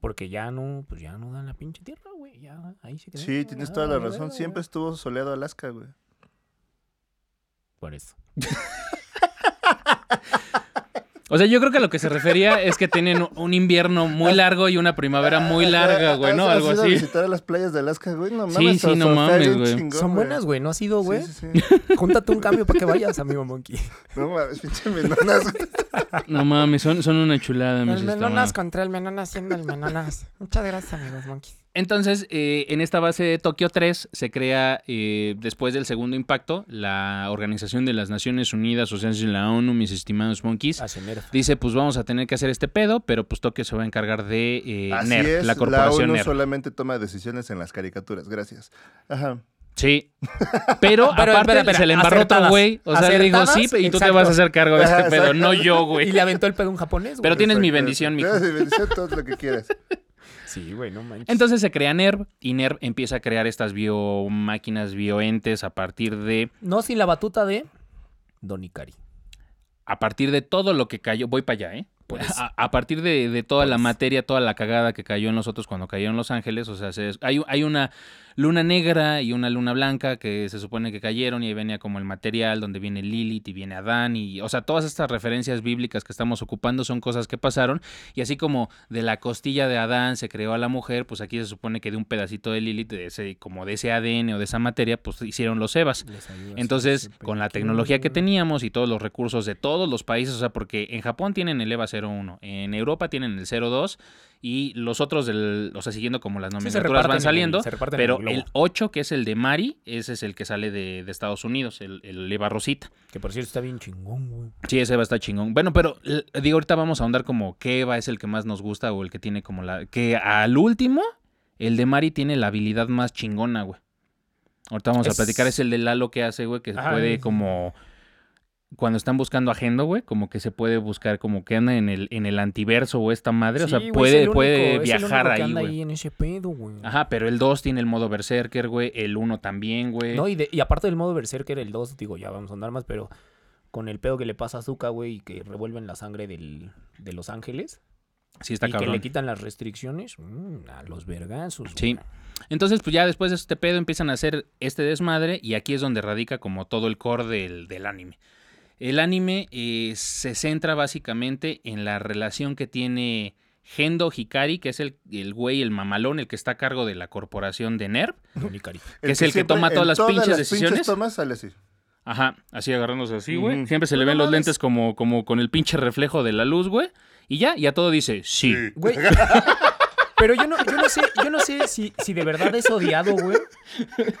S7: Porque ya no, pues ya no dan la pinche tierra, güey. Ya ahí se quedó.
S4: Sí, tienes
S7: Ah,
S4: toda la
S7: güey,
S4: razón.
S7: güey.
S4: Siempre estuvo soleado Alaska, güey.
S7: Por eso.
S3: O sea, yo creo que lo que se refería es que <laughs> tienen un invierno muy largo y una primavera muy larga, güey, ¿no?
S4: Ah, ¿Has- has
S3: Algo
S4: ido a
S3: así.
S4: visitar a las playas de Alaska, güey? No
S3: Sí,
S4: mames.
S3: sí,
S4: so-
S3: no
S4: surfear
S3: mames,
S4: bien
S3: güey.
S4: chingón,
S7: Son buenas, güey. ¿No has ido, güey?
S4: Sí, sí, <laughs> sí.
S7: Júntate un cambio para que vayas, amigo
S3: <laughs>
S7: monkey.
S4: No mames, pinche menonas. güey.
S3: No mames, son, son una chulada, mis
S8: El menonas
S3: estamonas.
S8: contra el menonas siendo el menonas. Muchas gracias, amigos monkeys.
S3: Entonces, eh, en esta base de Tokio 3 se crea, eh, después del segundo impacto, la Organización de las Naciones Unidas, o sea, es la ONU, mis estimados monkeys.
S7: A Cener.
S3: Dice, pues vamos a tener que hacer este pedo, pero pues Tokio se va a encargar de eh,
S4: Así
S3: NER,
S4: es,
S3: la corporación
S4: ONU
S3: NER.
S4: solamente toma decisiones en las caricaturas, gracias. Ajá.
S3: <laughs> Sí. Pero, aparte
S5: Pero, espera, espera,
S3: se le embarrota,
S5: acertadas.
S3: güey. O sea, le digo, sí,
S5: Acertadas,
S3: y tú te
S5: exacto.
S3: vas a hacer cargo de este
S4: Ajá,
S3: pedo,
S4: exacto.
S3: no yo,
S5: Y
S3: güey.
S5: le aventó el pedo a un japonés, güey.
S3: Pero tienes mi
S4: Exacto.
S3: bendición, mijo.
S4: Tienes mi bendición, todo lo que
S3: <laughs>
S4: quieras.
S7: Sí, güey, no manches.
S3: Entonces se crea NERV y NERV empieza a crear estas biomáquinas, bioentes a partir de
S5: No sin la batuta de Don Ikari.
S3: a partir de todo lo que cayó, voy para allá, ¿eh? <laughs> A, a partir de, de toda la materia, toda la cagada que cayó en nosotros cuando cayeron los ángeles, o sea, se- hay, hay una luna negra y una luna blanca que se supone que cayeron y ahí venía como el material donde viene Lilith y viene Adán y, o sea, todas estas referencias bíblicas que estamos ocupando son cosas que pasaron y así como de la costilla de Adán se creó a la mujer, pues aquí se supone que de un pedacito de Lilith, de ese, como de ese ADN o de esa materia, pues hicieron los Evas.
S7: Les ayudas,
S3: Entonces,
S7: siempre
S3: con la
S7: que-
S3: tecnología que teníamos y todos los recursos de todos los países, o sea, porque en Japón tienen el E EVA 01, en Europa tienen el 02 y los otros, del, o sea, siguiendo como las
S5: Sí, se
S3: nomenclaturas
S5: reparten en
S3: van
S5: el-
S3: saliendo,
S5: se reparten en
S3: pero
S5: globo.
S3: el 8, que es el de Mari, ese es el que sale de, de Estados Unidos, el, el EVA rosita.
S7: Que por cierto está bien chingón, güey.
S3: Sí, ese EVA está chingón. Bueno, pero l- digo, ahorita vamos a ahondar como qué EVA es el que más nos gusta o el que tiene como la... Que al último, el de Mari tiene la habilidad más chingona, güey. Ahorita vamos a
S5: Es-
S3: platicar, es el de Lalo que hace, güey, que
S5: Ah,
S3: puede
S5: es-
S3: como... Cuando están buscando agenda, güey, como que se puede buscar, como que anda en el, en el antiverso o esta madre. o sea,
S7: Sí, güey,
S3: puede,
S7: es el
S3: puede
S7: único- es el
S3: viajar
S7: único que
S3: ahí,
S7: anda
S3: güey.
S7: en ese pedo, güey.
S3: Ajá, pero el 2 tiene el modo berserker, güey. El 1 también, güey.
S7: No, y, de- y aparte del modo Berserker, el 2, digo, ya vamos a andar más, pero con el pedo que le pasa a Zuka, güey, y que revuelven la sangre del, de Los Ángeles
S3: sí, está
S7: y
S3: cabrón.
S7: que le quitan las restricciones mm, a los vergazos.
S5: Pues
S3: Sí.
S7: güey.
S3: Entonces, pues ya después de este pedo empiezan a hacer este desmadre y aquí es donde radica como todo el core del, del anime. El anime eh, se centra básicamente en la relación que tiene Gendo Hikari, que es el, el güey, el mamalón, el que está a cargo de la corporación de NERV.
S7: Don Ikari.
S3: es el que
S4: siempre
S3: toma
S4: en
S3: todas las pinches decisiones.
S4: tomas sale así.
S3: Ajá, así agarrándose así, güey.
S4: Ujú.
S3: Siempre se
S5: Pues
S3: le ven los lentes como, como con el pinche reflejo de la luz, güey. Y ya, ya todo dice, sí.
S5: Güey. Pero yo no, yo no sé, yo no sé si, si de verdad es odiado, güey.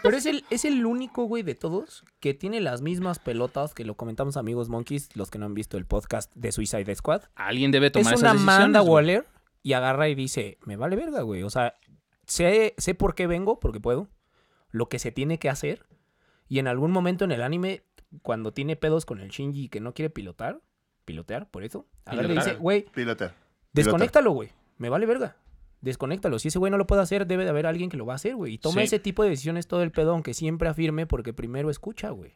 S5: Pero es el, es el único, güey, de todos que tiene las mismas pelotas que lo comentamos amigos monkeys, los que no han visto el podcast de Suicide Squad.
S3: Alguien debe
S5: Es
S3: tomar
S5: una
S3: esas decisiones.
S5: manda
S3: güey.
S5: Waller y agarra y dice, me vale verga, güey. O sea, sé, sé por qué vengo, porque puedo, lo que se tiene que hacer. Y en algún momento en el anime, cuando tiene pedos con el Shinji que no quiere pilotar, pilotear, por eso, agarra y
S3: Pilotar.
S5: dice, güey,
S4: Pilota.
S5: Desconéctalo, güey. Me vale verga. Desconéctalo. Si ese güey no lo puede hacer, debe de haber alguien que lo va a hacer, güey. Y toma
S3: Sí.
S5: ese tipo de decisiones todo el pedo, aunque siempre afirme, porque primero escucha, güey.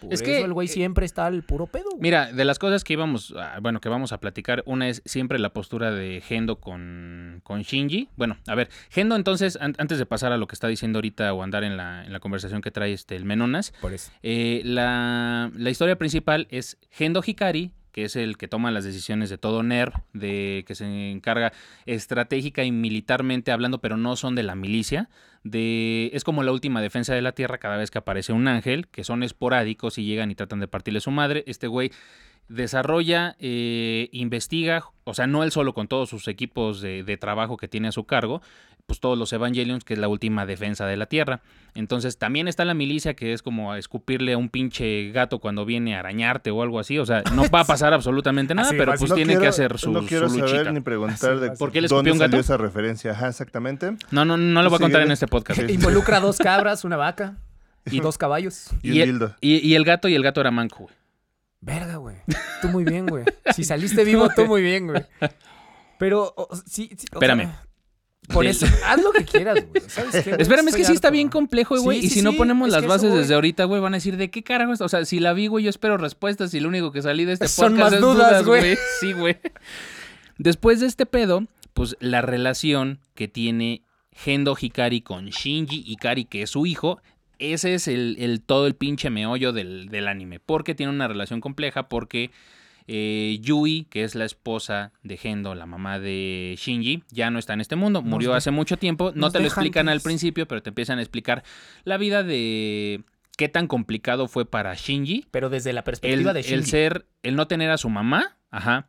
S5: Por
S3: Es
S5: es
S3: que,
S5: que el güey
S3: eh,
S5: siempre está al puro pedo, güey.
S3: Mira, de las cosas que íbamos, a- bueno, que vamos a platicar, una es siempre la postura de Gendo con, con Shinji. Bueno, a ver, Gendo entonces, an- antes de pasar a lo que está diciendo ahorita o andar en la, en la conversación que trae este, el Menonas,
S7: Por eso.
S3: eh, la, la historia principal es Gendo Hikari, que es el que toma las decisiones de todo NERV, de, que se encarga estratégica y militarmente hablando, pero no son de la milicia. De, es como la última defensa de la Tierra cada vez que aparece un ángel, que son esporádicos y llegan y tratan de partirle su madre. Este güey desarrolla, eh, investiga, o sea, no él solo con todos sus equipos de, de trabajo que tiene a su cargo, pues todos los Evangelions, que es la última defensa de la Tierra. Entonces también está la milicia, que es como escupirle a un pinche gato cuando viene a arañarte o algo así. O sea, no
S4: <laughs>
S3: va a pasar absolutamente nada,
S7: Así
S3: pero
S7: es.
S3: pues
S4: No
S3: tiene
S4: quiero-
S3: que hacer su,
S4: No
S3: su
S4: quiero
S3: luchita.
S4: saber ni preguntar de
S3: ¿Por qué le
S4: dónde
S3: escupió un
S4: salió
S3: gato?
S4: esa referencia. Ajá, exactamente.
S3: No, no, no lo voy a contar
S4: Síguele.
S3: en este podcast.
S4: Sí.
S5: <laughs> Involucra dos cabras, una vaca y dos caballos.
S4: <laughs> Y un
S3: el-
S4: dildo.
S3: y- e- y el gato y el gato era manco, güey.
S5: Verga, güey. Tú muy bien, güey.
S3: <laughs>
S5: Si saliste vivo, tú muy bien, güey. Pero, o- sí, sí, o
S3: Espérame.
S5: sea, por
S3: Del-
S5: eso, haz lo que quieras, güey.
S3: <laughs>
S5: ¿Sabes qué, güey?
S3: Espérame, es que
S5: Estoy
S3: sí está
S5: harto.
S3: bien complejo, güey.
S5: Sí,
S3: y
S5: sí,
S3: si no
S5: sí,
S3: ponemos
S5: es
S3: las
S5: que a eso
S3: bases
S5: voy.
S3: desde ahorita, güey, van a decir, ¿de qué carajo está? O sea, si la vi, güey, yo espero respuestas y lo único que salí de este
S5: Son
S3: podcast
S5: más
S3: es
S5: dudas, güey.
S3: Sí, güey. <laughs> Después de este pedo, pues la relación que tiene Gendo Hikari con Shinji Hikari, que es su hijo, ese es el, el- todo el pinche meollo del, del anime. Porque tiene una relación compleja, porque eh, Yui, que es la esposa de Gendo, la mamá de Shinji, ya no está en este mundo, murió
S8: de-
S3: hace mucho tiempo. No
S8: nos
S3: te lo
S8: deja
S3: explican al
S5: pues.
S8: antes.
S3: principio, pero te empiezan a explicar la vida de qué tan complicado fue para Shinji.
S5: Pero desde la
S3: El,
S5: perspectiva de
S3: el
S5: Shinji.
S3: ser, el no tener a su mamá, ajá.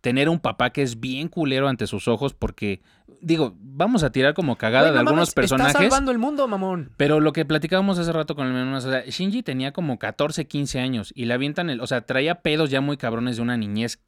S3: Tener un papá que es bien culero ante sus ojos porque, digo, vamos a tirar como cagada
S5: Güey,
S3: de
S5: no mames,
S3: algunos
S5: Está
S3: personajes.
S5: salvando el mundo, mamón.
S3: Pero lo que platicábamos hace rato con el menú, o sea, Shinji tenía como 14, 15 años y le avientan el, o sea, traía pedos ya muy cabrones de una niñez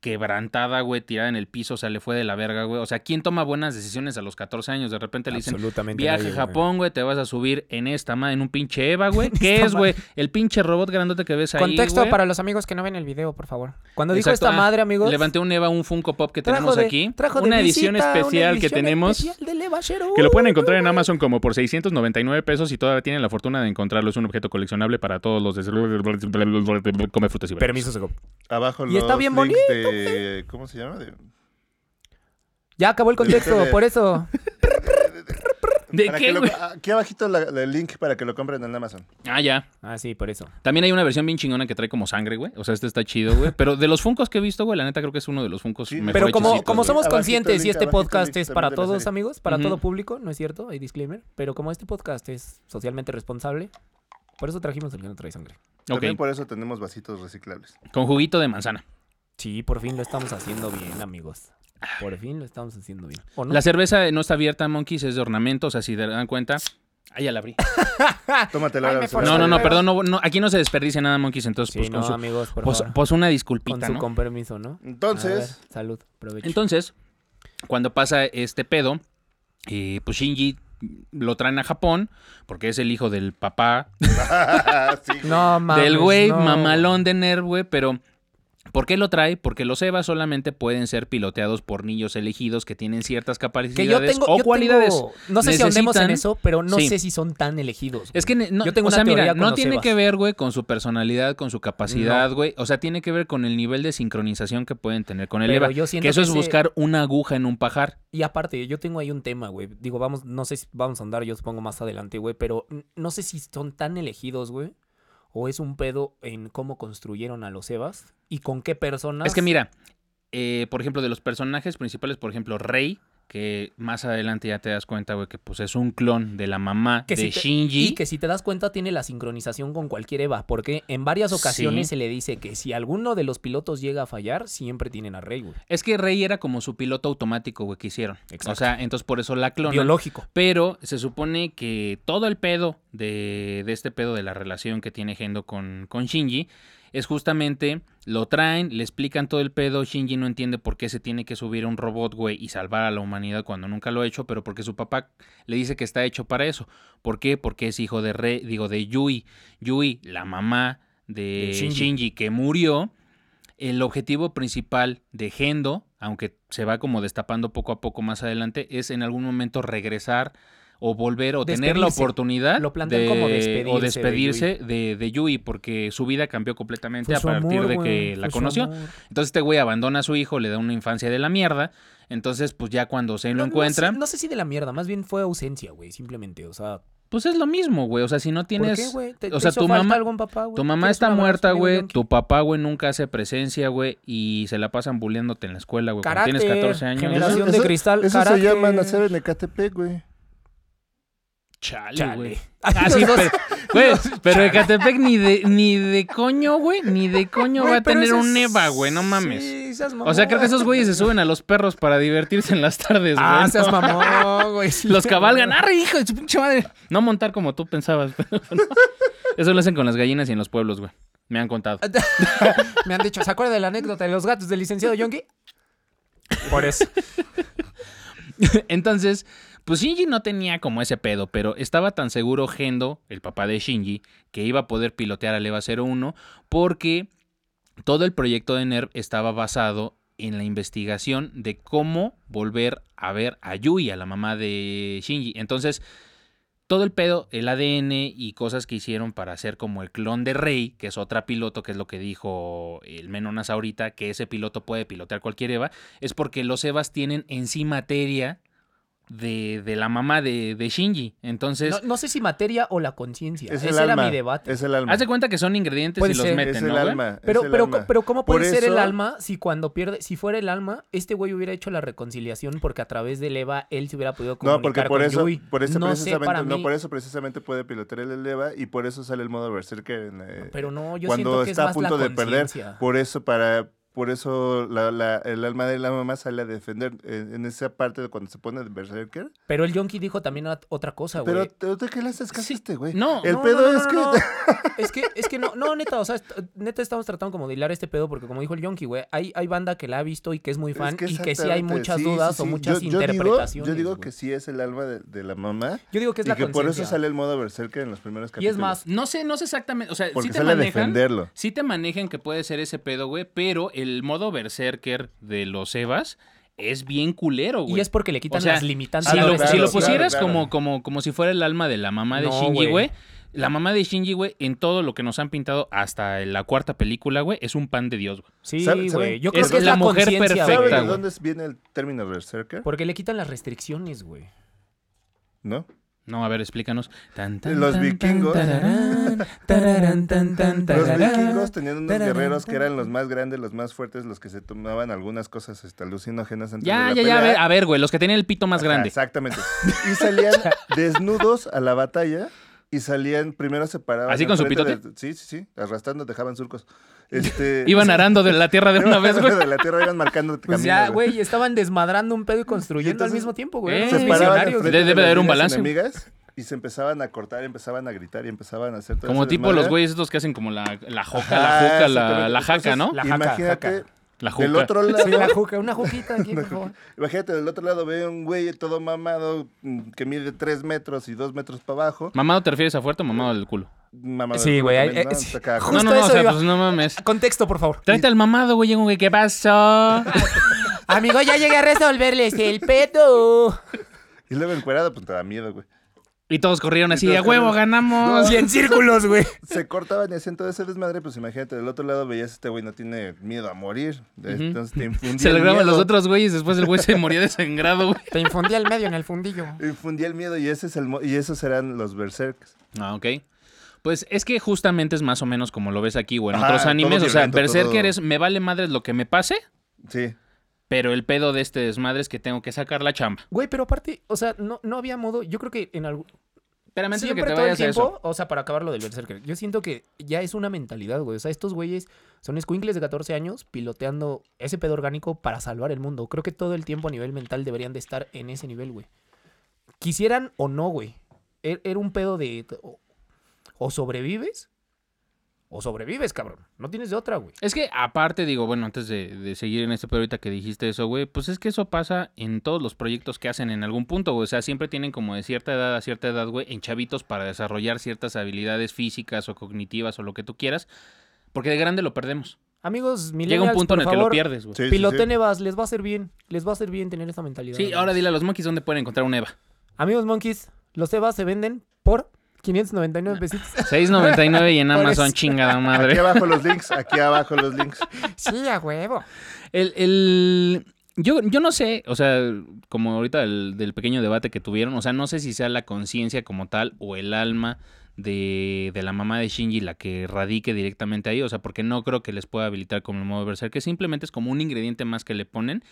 S3: quebrantada, güey, tirada en el piso, o sea, le fue de la verga, güey. O sea, ¿quién toma buenas decisiones a los 14 años? De repente le dicen,
S7: Absolutamente.
S3: viaje
S7: nadie,
S3: a
S7: güey.
S3: Japón, güey, te vas a subir en esta madre, en un pinche Eva,
S5: <laughs>
S3: güey. ¿Qué es, güey? El pinche robot grandote que ves ahí,
S8: Contexto
S3: güey.
S8: para los amigos que no ven el video, por favor.
S5: Cuando dijo
S3: Exacto,
S5: esta
S3: ah,
S5: madre, amigos.
S3: Levanté un Eva, un Funko Pop que
S5: trajo
S3: tenemos
S5: de-
S3: aquí.
S5: trajo de
S3: una edición
S5: visita una
S3: especial que
S5: edición
S3: tenemos.
S5: especial de Leva Shero.
S3: Que lo pueden encontrar en Amazon como por 699 pesos y todavía tienen la fortuna de encontrarlo. Es un objeto coleccionable para todos los de... Come frutas y
S5: Uh.
S3: verduras.
S7: Permiso, Segov.
S4: Abajo
S5: Y está
S4: los
S5: bien
S4: links de- ¿Cómo se llama? De-
S5: Ya acabó el contexto,
S4: Ustedes.
S5: por eso.
S3: ¿De
S4: para
S3: qué,
S4: que lo- ah,
S3: güey?
S4: aquí abajito la- la- el link para que lo compren en Amazon.
S3: Ah, ya.
S7: Ah, sí, por eso.
S3: También hay una versión bien chingona que trae como sangre, güey. O sea, este está chido, güey. Pero de los funcos que he visto, güey, la neta creo que es uno de los funcos
S4: Sí,
S3: mejor
S5: Pero como,
S3: hechecitos,
S5: como
S3: güey.
S5: somos
S4: Abajito el
S5: conscientes y
S4: link,
S5: este
S4: abajito el
S5: podcast
S4: link
S5: es
S4: también
S5: para
S4: de la
S5: todos,
S4: serie.
S5: amigos, para
S3: Ujú.
S5: todo público, ¿no es cierto? Hay disclaimer. Pero como este podcast es socialmente responsable, por eso trajimos el que no trae sangre.
S3: Ok,
S4: También por eso tenemos vasitos reciclables.
S3: con juguito de manzana.
S5: Sí, por fin lo estamos haciendo bien, amigos. Por fin lo estamos haciendo bien. ¿O no?
S3: La cerveza no está abierta, monkeys, es de ornamento. O sea, si te dan cuenta... Ah, ya la abrí.
S5: Ah,
S4: Tómatela
S8: Ay,
S4: ahora.
S8: me
S4: Sara.
S3: No, no, no,
S8: Pero-
S3: perdón. No, no, aquí no se desperdicia nada, monkeys. Entonces,
S5: Sí,
S3: pues,
S5: no,
S3: con, su,
S5: amigos, por
S3: pues,
S5: favor.
S3: pues una
S5: con
S3: disculpita,
S5: su
S3: ¿no?
S5: con permiso, ¿no?
S4: Entonces,
S5: A ver, salud, provecho.
S3: Entonces, cuando pasa este pedo, eh, pues Shinji lo traen a Japón, porque es el hijo del papá,
S4: <laughs> sí, güey.
S8: No mames.
S3: del güey
S8: no.
S3: mamalón de Nerv, güey, pero... ¿Por qué lo trae? Porque los EVA solamente pueden ser piloteados por niños elegidos que tienen ciertas
S5: que yo
S3: capacidades
S5: tengo,
S3: o
S5: yo
S3: cualidades.
S5: tengo- no sé si andemos en
S3: Necesitan-
S5: eso, pero no
S3: Sí.
S5: sé si son tan elegidos.
S3: Es que
S5: güey.
S3: ne- no,
S5: Yo tengo
S3: o
S5: una
S3: sea, mira,
S5: teoría con
S3: no
S5: los
S3: tiene
S5: Evas.
S3: que ver, güey, con su personalidad, con su capacidad, güey. O sea, tiene que ver con el nivel de sincronización que pueden tener con el
S5: Pero
S3: EVA.
S5: yo siento
S3: Que eso
S5: que
S3: es
S5: ese-
S3: buscar una aguja en un pajar.
S5: Y aparte, yo tengo ahí un tema, güey. Digo, vamos, no sé si vamos a andar, yo supongo, más adelante, güey. Pero n- no sé si son tan elegidos, güey. O es un pedo en cómo construyeron a los Evas y con qué personas.
S3: Es que mira, eh, por ejemplo, de los personajes principales, por ejemplo, Rey, que más adelante ya te das cuenta, güey, que pues es un clon de la mamá
S5: Que
S3: de
S5: si te-
S3: Shinji.
S5: Y que si te das cuenta tiene la sincronización con cualquier Eva, porque en varias ocasiones
S3: Sí.
S5: se le dice que si alguno de los pilotos llega a fallar, siempre tienen a Rey, güey.
S3: Es que Rey era como su piloto automático, güey, que hicieron. O sea, entonces por eso la clonan.
S5: Biológico.
S3: Pero se supone que todo el pedo de, de este pedo de la relación que tiene Gendo con, con Shinji es justamente lo traen, le explican todo el pedo. Shinji no entiende por qué se tiene que subir a un robot, güey, y salvar a la humanidad cuando nunca lo ha hecho, pero porque su papá le dice que está hecho para eso. ¿Por qué? Porque es hijo de Re, digo, de Yui. Yui, la mamá de
S5: De Shinji.
S3: Shinji que murió, el objetivo principal de Gendo, aunque se va como destapando poco a poco más adelante, es en algún momento regresar o volver o tener la
S5: Despedirse.
S3: oportunidad
S5: Lo plantean
S3: de-
S5: como
S3: o
S5: despedirse de
S3: despedirse de, de Yui porque su vida cambió completamente
S5: Fue
S3: a
S5: su
S3: partir
S5: amor,
S3: de que
S5: güey,
S3: la
S5: fue su
S3: conoció.
S5: amor.
S3: Entonces este güey abandona a su hijo, le da una infancia de la mierda. Entonces pues ya cuando se lo
S5: No, no
S3: encuentra,
S5: sé- No sé, si de la mierda, más bien fue ausencia, güey, simplemente. O sea,
S3: pues es lo mismo, güey. O sea, si no
S5: ¿por
S3: tienes...
S5: qué, güey? ¿Te-
S3: o
S5: te
S3: sea,
S5: hizo
S3: tu
S5: falta
S3: mamá-
S5: algo en papá, güey?
S3: Tu mamá
S5: ¿Quieres
S3: está
S5: una mamá
S3: muerta,
S5: sostenible,
S3: güey.
S5: Yonki?
S3: Tu papá, güey, nunca hace presencia, güey. Y se la pasan bulleándote en la escuela, güey. Cuando tienes
S8: Carácter,
S3: 14 años.
S4: Eso-
S5: Generación
S4: eso-
S5: de cristal.
S4: Eso se
S5: carácter.
S4: llama nacer en Ecatepec, güey.
S3: Chale,
S5: Chale. <laughs>
S3: güey. Ah, sí, pero, <laughs> Güey, pero Ecatepec ni de, ni de coño, güey, ni de coño va a tener un Eva, güey, no mames.
S5: Sí, seas mamón.
S3: O sea, creo que esos güeyes se suben a los perros para divertirse en las tardes, güey.
S5: <laughs> Ah,
S3: ¿no?
S5: seas mamón, güey. sí.
S3: Los
S5: <laughs>
S3: cabalgan, ¡arre, hijo de su pinche madre! No montar como tú pensabas. <laughs> pero no. Eso lo hacen con las gallinas y en los pueblos, güey. Me han contado.
S5: Me han dicho, ¿se acuerda de la anécdota de los gatos del licenciado Yonki?
S7: Por eso.
S3: <laughs> Entonces, pues Shinji no tenía como ese pedo, pero estaba tan seguro Gendo, el papá de Shinji, que iba a poder pilotear al EVA 01 porque todo el proyecto de NERV estaba basado en la investigación de cómo volver a ver a Yui, a la mamá de Shinji. Entonces, todo el pedo, el ADN y cosas que hicieron para hacer como el clon de Rey, que es otra piloto, que es lo que dijo el Menonas ahorita, que ese piloto puede pilotear cualquier EVA, es porque los EVAs tienen en sí materia de, de la mamá de, de Shinji. Entonces,
S5: No, no sé si materia o la conciencia.
S4: Es
S5: Ese
S4: el
S5: era
S4: alma.
S5: mi debate.
S4: Es el alma.
S3: haz de cuenta que son ingredientes
S5: Puede
S3: y los
S5: ser.
S3: meten,
S4: es
S3: ¿no,
S4: el
S3: güey?
S4: alma. es
S5: Pero,
S4: el
S5: pero,
S4: alma.
S5: pero ¿cómo
S4: Por
S5: puede ser el
S4: eso-
S5: alma si cuando pierde, si fuera el alma, este güey hubiera hecho la reconciliación porque a través del Eva él se hubiera podido comunicar
S4: No, porque por
S5: con
S4: eso,
S5: Yui?
S4: por eso
S5: no sé,
S4: precisamente,
S5: para mí,
S4: no, por eso precisamente puede pilotear el eleva y por eso sale el modo berserker en, eh,
S5: pero no, yo
S4: cuando
S5: siento que
S4: está
S5: es
S4: a
S5: más
S4: punto
S5: la
S4: de perder.
S5: conciencia.
S4: Por eso para por eso la- la- el alma de la mamá sale a defender eh, en, esa parte de cuando se pone de berserker.
S5: Pero el Yonki dijo también a- otra cosa, Ah, güey.
S4: Pero ¿de de qué le haces caso a
S3: Sí.
S4: este güey?
S3: No,
S4: el
S5: No,
S4: pedo
S5: no, no,
S4: es
S5: no,
S4: que <laughs>
S5: no. Es que, es que no, no, neta, o sea, est- neta estamos tratando como de hilar este pedo porque como dijo el Yonki, güey, hay, hay banda que la ha visto y que es muy fan
S4: Es que
S5: y que sí hay
S4: exactamente,
S5: muchas
S4: sí,
S5: dudas
S4: sí,
S5: o
S4: sí.
S5: muchas
S4: Yo- yo digo-
S5: interpretaciones.
S4: Yo digo
S5: güey.
S4: que sí es el alma de, de la mamá.
S5: yo digo que es
S4: y
S5: la
S4: que por eso
S5: conciencia.
S4: sale el modo berserker en los primeros
S5: Y
S4: capítulos.
S5: es más,
S3: No sé, no sé exactamente. O sea,
S4: porque
S3: sí te
S4: sale a
S3: manejan.
S4: defenderlo.
S3: Sí te manejan que puede ser ese pedo, güey. Pero el modo berserker de los Evas es bien culero, güey.
S5: Y es porque le quitan
S3: O sea,
S5: las limitantes.
S3: Si,
S4: Ah,
S5: a
S3: lo,
S5: veces
S4: claro,
S3: si lo
S5: los-
S4: claro,
S3: pusieras
S4: claro.
S3: Como, como, como si fuera el alma de la mamá de
S5: No,
S3: Shinji,
S5: güey.
S3: güey. La mamá de Shinji, güey, en todo lo que nos han pintado hasta en la cuarta película, güey, es un pan de Dios, güey.
S5: Sí,
S4: ¿Sabe- sabe?
S5: güey. Yo creo
S3: Es
S5: que es
S3: la
S5: la,
S3: mujer
S5: conciencia,
S3: perfecta,
S4: ¿Saben
S5: güey.
S4: de
S3: güey.
S4: dónde es- viene el término berserker?
S5: Porque le quitan las restricciones, güey.
S4: ¿No?
S3: No, a ver, explícanos. Tan, tan,
S4: Los
S3: tan, tan,
S4: vikingos.
S3: tararán.
S5: Tararán, tan,
S4: Los
S5: tan, tararán.
S4: vikingos tenían unos
S5: tararán,
S4: guerreros que
S5: tararán.
S4: eran los más grandes, los más fuertes, los que se tomaban algunas cosas hasta alucinógenas antes de
S3: Ya,
S4: la
S3: ya, ya, a
S4: pelea.
S3: ver, a ver, güey, los que tienen el pito más
S4: Ajá,
S3: grande.
S4: Exactamente.
S3: <laughs>
S4: Y salían desnudos a la batalla y salían primero separados.
S3: ¿Así con su
S4: enfrente de- sí, sí, sí. Arrastrando, dejaban surcos. Este,
S3: <laughs> Iban arando de la tierra de una
S4: <laughs>
S3: vez, güey.
S4: De la tierra iban marcando
S5: Pues
S4: caminos,
S5: ya, güey, estaban desmadrando un pedo y construyendo
S4: entonces-
S5: al mismo tiempo,
S3: Eh,
S5: güey.
S3: se
S5: Eran
S4: Se
S5: unos
S3: paraban
S4: paraban
S3: de
S5: visionarios.
S4: enfrente
S3: Debe
S4: de
S3: de haber
S4: las
S3: un
S4: niñas
S3: balance.
S4: enemigas y se empezaban a cortar, empezaban a gritar y empezaban a hacer todo
S3: Como
S4: ese
S3: tipo los
S4: desmadre.
S3: güeyes estos que hacen como la, la joca, la joca,
S4: Ajá,
S3: la,
S4: exactamente.
S3: la jaca,
S4: Entonces,
S3: ¿no?
S5: La jaca,
S4: Imagínate,
S5: jaca.
S3: La joca.
S4: del otro lado,
S5: Sí, la juca, una juquita
S4: <laughs>
S5: aquí, por favor.
S4: imagínate del otro lado ve un güey todo mamado mm, que mide 3 metros y 2 metros para abajo.
S3: ¿Mamado te refieres a fuerte o mamado del culo?
S4: Mamado,
S5: Sí, güey,
S4: también,
S5: eh,
S4: ¿no?
S5: eh, sí.
S4: Está
S3: no,
S4: cagado.
S5: Justo
S3: no, no, o
S5: eso
S3: sea,
S5: iba.
S3: pues no
S4: <laughs>
S3: mames.
S5: Contexto, por favor.
S3: Tráete al mamado, güey, un güey, ¿qué pasó?
S5: Amigo, ya llegué a resolverles
S4: <laughs>
S5: el pedo.
S4: Y luego encuerado, pues te da miedo, güey.
S3: Y todos corrieron así,
S4: todos
S3: a huevo,
S4: corrieron.
S3: ganamos.
S4: <laughs>
S5: Y en círculos, güey.
S4: Se cortaban y hacían todo ese desmadre, pues imagínate, del otro lado veías este güey no tiene miedo a morir. De-
S3: Ujú. <laughs>
S4: Entonces te infundía
S3: Se
S4: el
S3: lo graban
S4: miedo.
S3: los otros güeyes, después el
S4: <laughs>
S3: güey se moría desangrado, güey.
S8: Te infundí el medio en el fundillo.
S4: Infundía el miedo y ese es el mo- y esos eran los berserks.
S3: Ah, ok. Pues es que justamente es más o menos como lo ves aquí o en
S4: Ajá,
S3: otros
S4: todo
S3: animes. O sea,
S4: violento,
S3: Berserker
S4: todo-
S3: es me vale madres lo que me pase, <laughs>
S4: Sí.
S3: pero el pedo de este desmadre es que tengo que sacar la chamba.
S5: Güey, pero aparte, o sea, no, no había modo. Yo creo que en algún.
S3: Espérame antes de
S5: Siempre
S3: que te
S5: todo el
S3: vayas a
S5: tiempo,
S3: eso.
S5: o sea, para acabar lo del Berserker, yo siento que ya es una mentalidad, güey. O sea, estos güeyes son escuincles de 14 años piloteando ese pedo orgánico para salvar el mundo. Creo que todo el tiempo a nivel mental deberían de estar en ese nivel, güey. Quisieran o no, güey. Er- Era un pedo de... O, o sobrevives, o sobrevives, cabrón. No tienes de otra, güey.
S3: Es que aparte, digo, bueno, antes de, de seguir en este pero ahorita que dijiste eso, güey, pues es que eso pasa en todos los proyectos que hacen en algún punto, güey. O sea, siempre tienen como de cierta edad a cierta edad, güey, en chavitos para desarrollar ciertas habilidades físicas o cognitivas o lo que tú quieras. Porque de grande lo perdemos.
S5: Amigos,
S3: Llega un
S5: millennials,
S3: punto en
S5: por
S3: el que lo
S5: favor,
S3: pierdes, güey.
S4: Sí, sí, sí.
S5: piloten Evas, les va a hacer bien. Les va a hacer bien tener esa mentalidad.
S3: Sí,
S5: amigos.
S3: ahora dile a los monkeys dónde pueden encontrar un
S5: <laughs>
S3: Eva.
S5: Amigos monkeys, los Evas se venden por 599 pesitos.
S3: <laughs> 6.99 y en
S5: Por
S3: Amazon,
S5: eso.
S3: chingada
S4: Aquí
S3: madre.
S4: abajo los links, aquí abajo los links.
S8: Sí, a huevo.
S3: El, el- Yo, yo no sé, o sea, como ahorita el- del pequeño debate que tuvieron, o sea, no sé si sea la conciencia como tal o el alma de, de la mamá de Shinji la que radique directamente ahí, o sea, porque no creo que les pueda habilitar como el modo berserk, que simplemente es como un ingrediente más que le ponen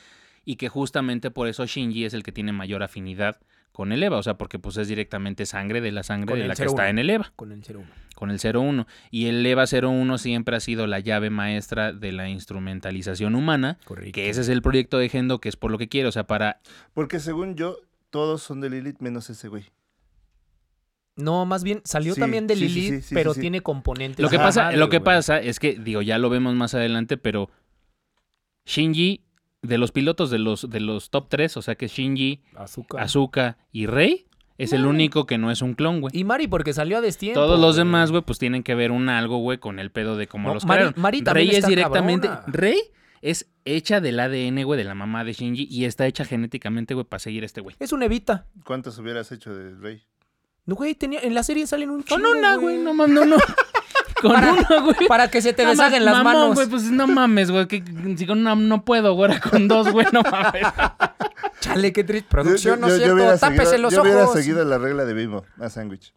S3: y que justamente por eso Shinji es el que tiene mayor afinidad con el EVA, o sea, porque pues es directamente sangre de la sangre
S5: Con
S3: de
S5: el
S3: la que
S5: 01.
S3: está en el EVA,
S5: con el 01.
S3: con el 01. Y el E EVA 01 siempre ha sido la llave maestra de la instrumentalización humana,
S5: Correcto.
S3: que ese es el proyecto de Gendo, que es por lo que quiere, o sea, para...
S4: Porque según yo, todos son de Lilith menos ese güey.
S5: No, más bien salió
S4: Sí,
S5: también de
S4: sí, sí,
S5: Lilith,
S4: sí, sí,
S5: pero
S4: sí.
S5: tiene componentes.
S3: Lo que,
S5: de
S3: pasa,
S5: madre,
S3: lo que
S5: güey.
S3: pasa es que, digo, ya lo vemos más adelante, pero Shinji, de los pilotos de los, de los top 3, o sea que Shinji,
S5: Azúcar.
S3: Azuka y Rey, es
S5: Mm.
S3: el único que no es un clon, güey.
S5: Y Mari, porque salió a destiempo.
S3: Todos los
S5: güey.
S3: demás, güey, pues tienen que ver un algo, güey, con el pedo de cómo
S5: No,
S3: los
S5: Mari-
S3: crearon.
S5: Mari también
S3: Rey es
S5: está
S3: directamente.
S5: cabrona.
S3: Rey es hecha del ADN, güey, de la mamá de Shinji y está hecha genéticamente, güey, para seguir a este güey.
S5: Es un Evita.
S4: ¿Cuántos hubieras hecho de Rey?
S5: No, güey, tenía, en la serie salen un
S3: Con
S5: chingo,
S3: una, güey, no mames, no,
S5: <laughs>
S3: no. Con una, güey.
S5: Para que se te
S3: No mames,
S5: deshagan las
S3: mamón,
S5: manos.
S3: güey, pues no mames, güey. que- Si con una no puedo, güey, ahora con dos, güey, no mames. <laughs>
S5: Chale, qué triste.
S8: Producción, ¿no es cierto?
S4: hubiera
S8: Tápese
S4: seguido-
S8: los
S4: yo hubiera
S8: ojos.
S4: seguido la regla de Bimbo, a sándwich.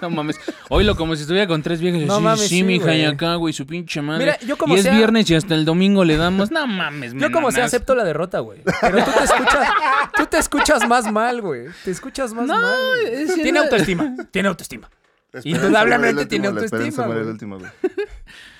S3: No mames. Oílo, como si estuviera con tres viejas.
S5: No
S3: así,
S5: mames,
S3: sí,
S5: sí,
S3: mija, y
S5: güey.
S3: acá, güey, su pinche madre.
S5: Mira, yo como
S3: y es
S5: sea-
S3: viernes y hasta el domingo le damos. No mames,
S5: Yo como
S3: se
S5: sea
S3: acepta
S5: acepto la derrota, güey. Pero tú te escuchas, tú te escuchas más mal, güey. Te escuchas más
S3: No,
S5: mal. güey.
S3: es-
S5: Tiene autoestima, tiene autoestima. Indudablemente tiene autoestima,
S4: el
S5: güey.
S4: último, güey.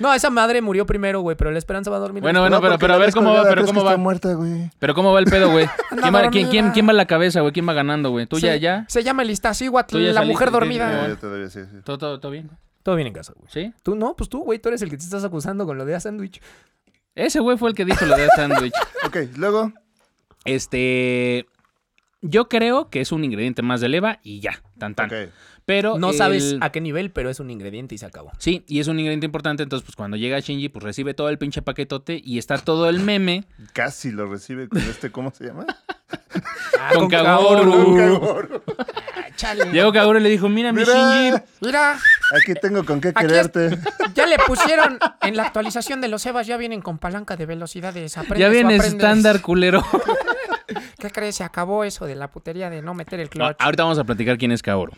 S5: No, esa madre murió primero, güey, pero la esperanza va a dormir.
S3: Bueno, bueno,
S4: No,
S3: pero,
S4: porque
S3: pero a
S4: la
S3: ver
S4: ves
S3: cómo va,
S4: colgada,
S3: pero
S4: crees que
S3: cómo
S4: está
S3: va.
S4: muerda, güey.
S3: Pero cómo va el pedo,
S5: <laughs>
S3: güey. ¿Quién, va- quién-
S8: dormida.
S3: quién- quién va a la cabeza, güey? ¿Quién va ganando, güey? ¿Tú ya,
S8: Se-
S3: ya?
S8: Se llama el Iztaccíhuatl,
S3: Tú ya
S8: la
S3: saliste,
S8: mujer
S3: sí,
S4: No,
S5: Ah.
S8: dormida.
S4: yo todavía sí, sí.
S3: ¿Todo, todo, todo bien?
S5: Todo bien en casa, güey.
S3: ¿Sí?
S5: Tú no, pues tú, güey, tú eres el que te estás acusando con lo de a sándwich.
S3: Ese güey fue el que dijo lo de
S5: <laughs>
S3: sándwich.
S4: Ok, luego.
S3: Este... Yo creo que es un ingrediente más de leva y ya, tan tan.
S4: Ok.
S3: Pero
S5: No sabes
S3: el-
S5: a qué nivel, pero es un ingrediente y se acabó.
S3: Sí, y es un ingrediente importante, entonces pues cuando llega Shinji pues recibe todo el pinche paquetote y está todo el meme
S4: Casi lo recibe con este, ¿cómo se
S3: <laughs>
S4: llama?
S3: <laughs> con,
S5: con
S3: Kaoru.
S4: Con Kaoru.
S5: Ah,
S3: Llegó Kaoru y le dijo, mira, mi Shinji,
S4: Mira,
S8: Mira,
S4: aquí tengo con qué
S8: Aquí es-
S4: quererte.
S8: ya le pusieron en la actualización de los Evas, ya vienen con palanca de velocidades. Aprendes
S3: ya
S8: o
S3: vienes
S8: aprendes.
S3: estándar culero.
S8: ¿Qué crees? Se acabó eso de la putería de no meter el
S3: No,
S8: clutch.
S3: ahorita vamos a platicar quién es Kaoru.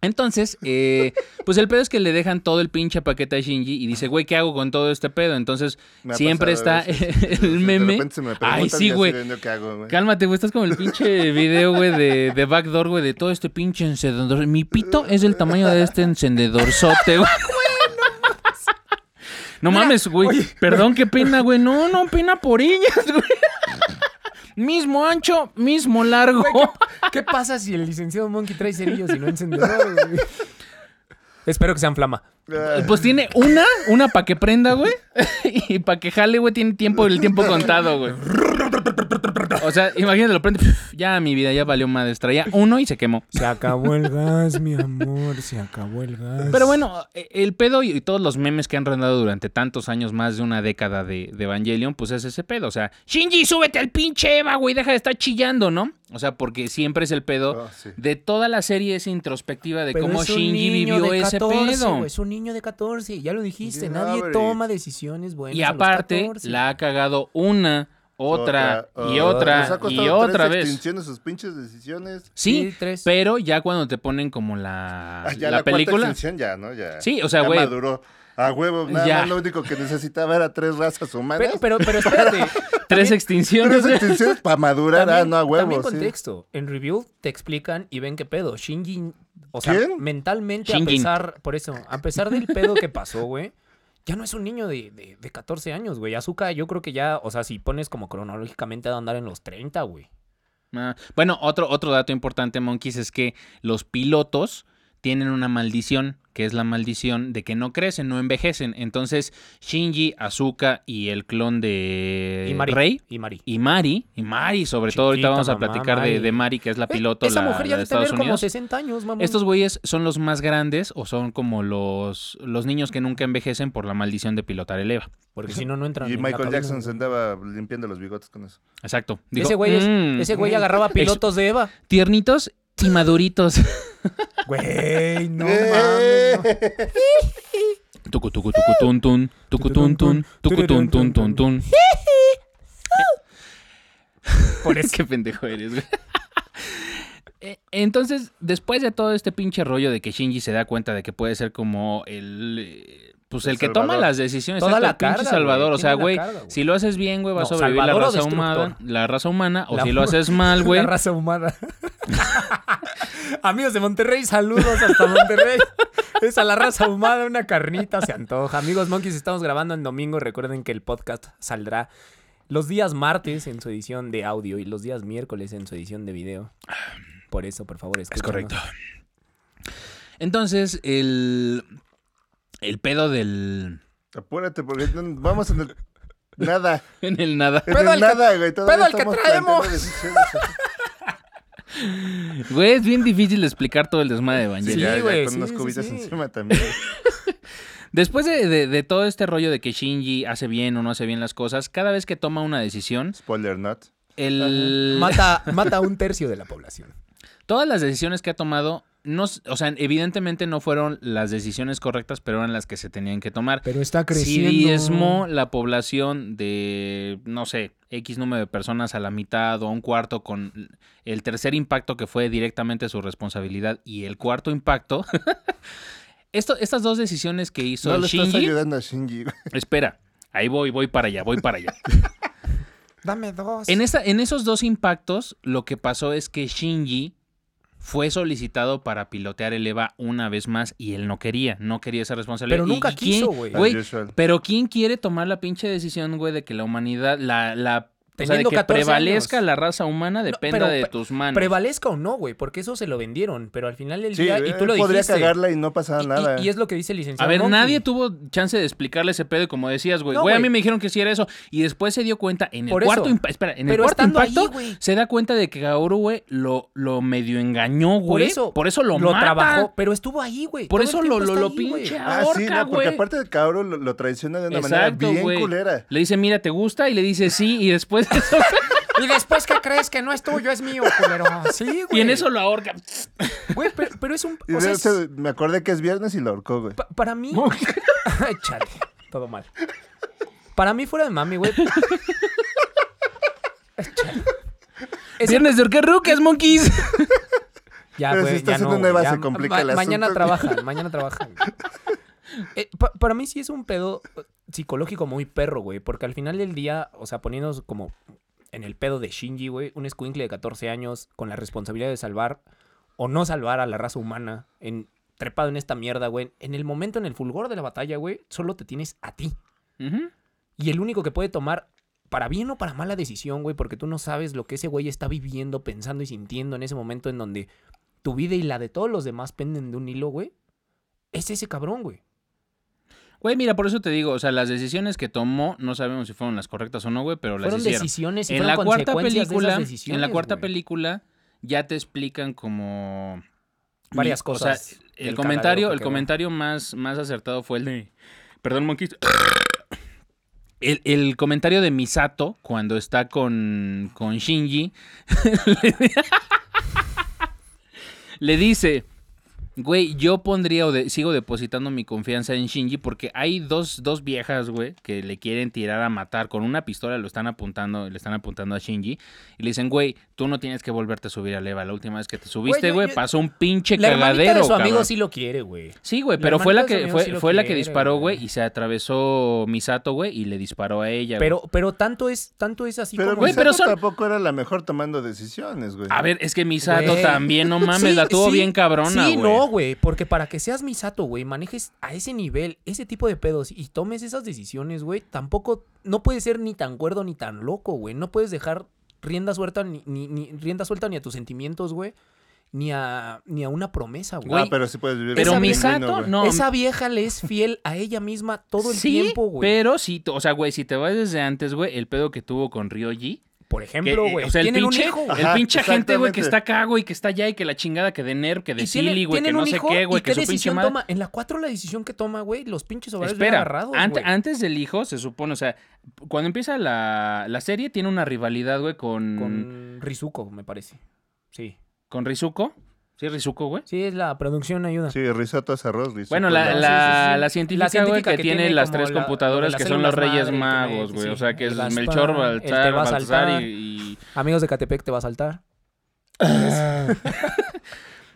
S3: Entonces, eh, pues el pedo es que le dejan todo el pinche paquete a Shinji y dice, güey, ¿qué hago con todo este pedo? Entonces,
S4: Me ha
S3: siempre
S4: pasado
S3: está
S4: a
S3: <laughs>
S4: veces.
S3: el
S4: De
S3: meme.
S4: repente se me
S3: Ay,
S4: preguntan
S3: sí,
S4: y así
S3: güey.
S4: de, ¿no? ¿Qué hago, güey?
S3: Cálmate, güey, estás como el
S4: <laughs>
S3: pinche video, güey, de, de backdoor, güey, de todo este pinche encendedor. Mi pito es del tamaño de este encendedorzote, güey. No mames, güey. Perdón, qué pena, güey. No, no, pena por ellas, güey. Mismo ancho, mismo largo.
S5: ¿Qué pasa si el licenciado Monkey trae cerillos y no encendedor,
S3: <laughs>
S5: güey? Espero que sean flama.
S4: Ah,
S3: Pues tiene una, una para que prenda, güey. <laughs> Y para que jale, güey, tiene tiempo, el tiempo contado, güey. O sea, imagínate, lo prende. <laughs> Ya mi vida, ya valió madre. Traía uno y se quemó.
S5: Se acabó el gas, mi amor, se acabó el gas.
S3: Pero bueno, eh, el pedo y y todos los memes que han rondado durante tantos años, más de una década de, de Evangelion, pues es ese pedo. O sea, Shinji, súbete al pinche Eva, güey, deja de estar chillando, ¿no? O sea, porque siempre es el pedo
S4: Ah, sí.
S3: de toda la serie es introspectiva de
S5: Pero
S3: cómo
S5: es un
S3: Shinji
S5: niño
S3: vivió
S5: de
S3: ese
S5: 14,
S3: pedo.
S5: güey, es un niño de 14, ya lo dijiste,
S4: Bien,
S5: nadie
S4: Average.
S5: toma decisiones buenas.
S3: y
S5: a los
S3: aparte,
S5: 14.
S3: la ha cagado una,
S4: <laughs>
S3: otra, y
S4: oh. Nos ha
S3: otra,
S4: costado
S3: y
S4: tres
S3: otra vez.
S4: extinciones sus pinches decisiones.
S3: Sí,
S5: Sí, tres.
S3: pero ya cuando te ponen como la,
S4: <laughs> Ah, ya
S3: la
S4: la, cuarta
S3: película.
S4: extinción ya, ¿no? Ya,
S3: Sí, o sea,
S4: ya
S3: güey.
S4: maduró. A huevo, nada
S3: Ya.
S4: más lo único que necesitaba era tres razas humanas.
S5: Pero, pero,
S4: <laughs>
S5: pero espérate.
S3: Tres extinciones.
S4: tres extinciones para madurar, ah, no a huevo.
S5: también
S4: sí.
S5: contexto. En review te explican y ven qué pedo. Shinji, o sea,
S4: ¿Quién?
S5: mentalmente a
S3: Shinjin.
S5: pesar, por eso, a pesar del pedo que pasó, güey, ya no es un niño de, de, de 14 años, güey. Azuka, yo creo que ya, o sea, si pones como cronológicamente a andar en los 30, güey.
S3: <laughs> Ah, bueno, otro, otro dato importante, Monkeys, es que los pilotos tienen una maldición, que es la maldición de que no crecen, no envejecen. Entonces, Shinji, Azuka y el clon de
S5: Y Mari.
S3: Eh, Rey
S5: Y Mari.
S3: y Mari, y Mari, sobre todo, ahorita
S5: Chiquita,
S3: vamos a
S5: mamá,
S3: platicar de,
S5: Mari.
S3: de Mari, que es la
S5: Eh,
S3: piloto
S5: Esa
S3: la- la
S5: mujer ya
S3: de
S5: debe
S3: Estados
S5: tener como
S3: Unidos.
S5: 60 años, mamón.
S3: Estos güeyes son los más grandes o son como los, los niños que nunca envejecen por la maldición de pilotar el E EVA.
S5: Porque si no, no entran.
S4: Y
S5: en la
S4: Michael
S5: cabina,
S4: Jackson
S5: güey.
S4: se andaba limpiando los bigotes con eso.
S3: Exacto.
S5: ese
S3: Dijo,
S5: güey, es-
S3: "Mm,
S5: ese güey agarraba pilotos de Eva.
S3: Tiernitos y maduritos.
S5: Güey, no
S4: <laughs> ¡Eh!
S3: Tucu, tucu, tucu, tun, tun, tucu, tun, tun, tucu, tun, tun, tun, tun. <laughs> Por eso. Qué pendejo eres, güey. <laughs> Eh, Entonces, después de todo este pinche rollo de que Shinji se da cuenta de que puede ser como el. eh, Pues
S4: El
S3: el, que
S4: salvador.
S3: toma las decisiones.
S5: Toda
S3: exacto,
S5: la
S3: el pinche
S5: carga,
S3: Salvador.
S5: güey,
S3: O sea,
S5: tiene la
S3: güey,
S5: carga, güey.
S3: si lo haces bien, güey, va a
S5: No,
S3: sobrevivir la
S5: salvador o
S3: raza,
S5: destructor.
S3: humana, la raza humana. O
S5: La
S3: si lo
S5: fu-
S3: haces mal, güey.
S5: <laughs> La raza humana. Amigos de Monterrey, saludos hasta Monterrey. Es a la raza humana, una carnita se antoja. Amigos Monkeys, estamos grabando en domingo. Recuerden que el podcast saldrá los días martes en su edición de audio y los días miércoles en su edición de video. Por eso, por favor,
S3: Es
S5: escúchenos.
S3: correcto. Entonces, el. El pedo del.
S4: Apúrate, porque no- vamos en el. Nada.
S3: En el nada.
S4: En
S8: Pedo
S4: el
S8: al que-
S4: nada, güey. todavía
S8: pedo al que
S4: estamos
S8: traemos.
S4: planteando decisiones.
S5: <laughs>
S3: Güey, es bien difícil explicar todo el desmadre de Evangelion.
S4: Sí, ya, ya
S5: güey,
S4: Con
S5: sí,
S4: unos
S5: sí,
S4: cubitas
S5: sí.
S4: encima también.
S3: Después de, de- de todo este rollo de que Shinji hace bien o no hace bien las cosas, cada vez que toma una decisión,
S4: Spoiler not.
S3: el...
S5: Mata, mata a un tercio de la población.
S3: todas las decisiones que ha tomado, no, s- o sea, evidentemente no fueron las decisiones correctas, pero eran las que se tenían que tomar.
S5: Pero está
S3: Si
S5: creciendo.
S3: diezmó la población de, no sé, X número de personas a la mitad o a un cuarto con el tercer impacto que fue directamente su responsabilidad y el cuarto impacto. <laughs> Esto, estas dos decisiones que hizo
S4: No le estás
S3: Shinji,
S4: ayudando a Shinji, güey.
S3: espera, ahí voy, voy para allá, voy para allá.
S8: Dame dos.
S3: En, esa- en esos dos impactos, lo que pasó es que Shinji fue solicitado para pilotear el EVA una vez más y él no quería, no quería esa responsabilidad.
S5: Pero
S3: ¿Y
S5: nunca
S3: quién-
S5: quiso, güey.
S3: Güey,
S4: As usual.
S3: pero ¿quién quiere tomar la pinche decisión, güey, de que la humanidad, la, la o sea, de
S5: Teniendo
S3: que
S5: 14
S3: prevalezca
S5: años.
S3: la raza humana dependa
S5: pero
S3: de
S5: pre-
S3: tus manos?
S5: Prevalezca o no, güey, porque eso se lo vendieron, pero al final del
S4: Sí,
S5: día, y tú lo
S4: él podría
S5: dijiste,
S4: cagarla y no pasaba
S5: y- y-
S4: nada.
S5: Y, es lo que dice el
S3: a
S5: licenciado.
S3: ver,
S5: Monkey.
S3: nadie tuvo chance de explicarle ese pedo, y como decías, güey.
S5: No,
S3: güey, a mí
S5: güey.
S3: me dijeron que sí era eso. Y después se dio cuenta en el
S5: Por
S3: cuarto
S5: eso.
S3: impacto. Espera, en el
S5: Pero
S3: cuarto
S5: estando ahí,
S3: impacto
S5: güey.
S3: se da cuenta de que Gaoru, güey, lo, lo medio engañó, güey. Por eso, lo, mata.
S5: trabajó, pero estuvo ahí, güey.
S3: Por
S5: todo el
S3: eso
S5: tiempo
S3: lo, lo,
S5: está
S3: lo
S5: ahí, güey.
S3: pinche
S4: Ah, sí,
S3: ahorca,
S4: no, porque
S3: güey.
S4: aparte el cabrón lo, lo traiciona de una
S3: Exacto,
S4: manera bien
S3: güey.
S4: culera.
S3: Le dice, mira, ¿te gusta? Y le dice, sí. Y después de
S5: <laughs>
S3: eso-
S8: Y después que crees que no es tuyo, es mío,
S4: <laughs>
S8: culero.
S5: Sí, güey.
S3: y en eso lo ahorca.
S5: Güey, pero, pero es un.
S4: Y
S5: o sea,
S4: de-
S5: es-
S4: se- me acordé que es viernes y lo ahorcó, güey.
S5: pa- para mí. <laughs> Ay, chale, todo mal. Para mí, fuera de mami, güey. Ay, chale. Es-
S3: Viernes de Orquerrucas, monkeys.
S5: Ya,
S4: Pero si
S5: güey,
S4: estás
S5: ya
S4: en
S5: no,
S4: una
S5: güey,
S4: EVA
S5: ya
S4: se complica el
S5: Mañana
S4: asunto.
S5: trabajan,
S4: <laughs>
S5: mañana trabajan. Eh, pa- para mí sí es un pedo eh, psicológico muy perro, güey, porque al final del día, o sea, poniéndonos como en el pedo de Shinji, güey, un escuincle de 14 años con la responsabilidad de salvar o no salvar a la raza humana, en, trepado en esta mierda, güey, en el momento, en el fulgor de la batalla, güey, solo te tienes a ti.
S3: Ujú.
S5: Y el único que puede tomar para bien o para mala decisión, güey, porque tú no sabes lo que ese güey está viviendo, pensando y sintiendo en ese momento en donde tu vida y la de todos los demás penden de un hilo, güey. Es ese cabrón, güey.
S3: Güey, mira, por eso te digo, o sea, las decisiones que tomó, no sabemos si fueron las correctas o no, güey, pero las
S5: Fueron
S3: hicieron.
S5: decisiones y
S3: en la
S5: fueron
S3: cuarta
S5: consecuencias de
S3: película,
S5: esas decisiones,
S3: en la cuarta
S5: güey.
S3: película ya te explican como
S5: Varias
S3: o sea,
S5: cosas
S3: el
S5: del
S3: comentario,
S5: cagadero que
S3: el
S5: quedó.
S3: comentario más, más acertado fue el de Perdón, Monquis. <coughs> El, el comentario de Misato cuando está con, con Shinji le dice, güey, yo pondría o de- sigo depositando mi confianza en Shinji porque hay dos, dos viejas, güey, que le quieren tirar a matar con una pistola, lo están apuntando, le están apuntando a Shinji y le dicen, güey, tú no tienes que volverte a subir a Leva. La última vez que te subiste,
S5: Güey, yo-
S3: güey,
S5: yo-
S3: pasó un pinche
S5: La hermanita
S3: cagadero.
S5: de su amigo
S3: cabrón".
S5: sí lo quiere, güey.
S3: Sí, güey,
S5: La
S3: pero fue la
S5: hermanita de
S3: que
S5: su amigo
S3: fue,
S5: sí lo
S3: fue la que
S5: quiere,
S3: disparó, güey,
S5: güey.
S3: y se atravesó Misato, güey, y le disparó a ella. güey.
S5: Pero, pero tanto es, tanto es así
S4: Pero
S5: como.
S3: Güey,
S4: Misato
S3: pero son-
S4: tampoco era la mejor tomando decisiones, güey.
S3: a ver, es que Misato
S5: Güey.
S3: también, no mames,
S5: Sí,
S3: la tuvo
S5: sí,
S3: bien cabrona, güey.
S5: Sí, no, güey, porque para que seas Misato, güey, manejes a ese nivel ese tipo de pedos y tomes esas decisiones, güey, tampoco, no puedes ser ni tan cuerdo ni tan loco, güey, no puedes dejar rienda suelta ni, ni- ni- rienda suelta ni a tus sentimientos, güey, ni a, ni a una promesa, güey.
S4: ah, pero sí puedes vivir.
S3: Pero
S4: con
S3: Misato,
S4: ninguno, güey.
S3: no.
S5: Esa vieja le es fiel a ella misma todo el
S3: sí,
S5: tiempo, güey.
S3: Pero sí, o sea, güey, si te vas desde antes, güey, el pedo que tuvo con Ryoji.
S5: Por
S3: que,
S5: ejemplo,
S3: eh,
S5: güey,
S3: o sea, el
S5: tienen
S3: pinche,
S5: un hijo, güey.
S3: el
S4: Ajá,
S3: pinche gente, güey, que
S4: exactamente.
S3: está acá, güey, que está allá y que la chingada que de Nerf, que de
S5: Y tienen-
S3: Silly, güey, que
S5: tienen
S3: no
S5: un
S3: sé
S5: hijo,
S3: qué,
S5: ¿y
S3: güey, que
S5: qué
S3: su pinche
S5: decisión
S3: madre.
S5: toma? En la 4 la decisión que toma, güey, los pinches ovarios bien
S3: Espera,
S5: agarrados,
S3: ante-
S5: güey.
S3: antes del hijo se supone, o sea, cuando empieza la, la serie tiene una rivalidad, güey, con, con,
S4: Mm.
S5: Con Rizuko, me parece. Sí.
S3: Rizuko. Sí, Rizuko, güey.
S5: Sí, es la producción ayuda.
S4: Sí, risotto es arroz, risotto
S3: Bueno, la,
S4: es-
S3: la,
S5: sí, sí.
S3: la científica,
S5: La científica
S3: güey, que,
S5: que
S3: tiene,
S5: tiene
S3: las
S5: como
S3: tres
S5: la- lo de
S3: computadoras
S5: las
S3: que son los
S5: células
S3: Reyes
S5: madre,
S3: Magos,
S5: que-
S3: güey.
S5: sí,
S3: o sea, que
S5: el
S3: es
S5: Gaspar,
S3: Melchor,
S5: el que
S3: Baltar,
S5: va a
S3: Baltasar
S5: saltar.
S3: y, y-
S5: Amigos de Catepec, te va a saltar.
S4: Ah.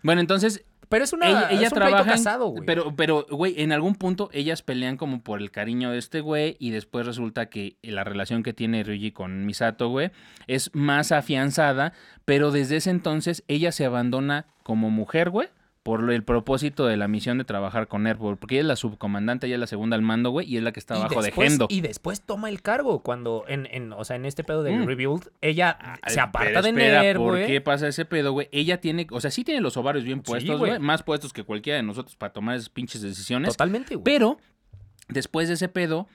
S3: Bueno, entonces
S5: Pero es una.
S3: ella, ella
S5: es un pleito
S3: trabaja. en-
S5: casado, güey.
S3: pero, pero, güey, en algún punto ellas pelean como por el cariño de este güey. Y después resulta que la relación que tiene Ryuji con Misato, güey, es más afianzada. Pero desde ese entonces ella se abandona como mujer, güey. Por lo- el propósito de la misión de trabajar con Airborne. Porque ella es la subcomandante, ella es la segunda al mando, güey. Y es la que está
S5: Y
S3: abajo
S5: después-
S3: de Gendo.
S5: Y después toma el cargo cuando, en, en- o sea, en este pedo del
S3: Mm.
S5: Rebuild, ella
S3: Ay,
S5: se aparta
S3: pero
S5: de
S3: espera,
S5: Ner,
S3: ¿Por qué
S5: güey.
S3: pasa ese pedo, güey? Ella tiene, o sea, sí tiene los ovarios bien puestos,
S5: güey.
S3: güey. más puestos que cualquiera de nosotros para tomar esas pinches decisiones.
S5: Totalmente, güey.
S3: Pero después de ese pedo,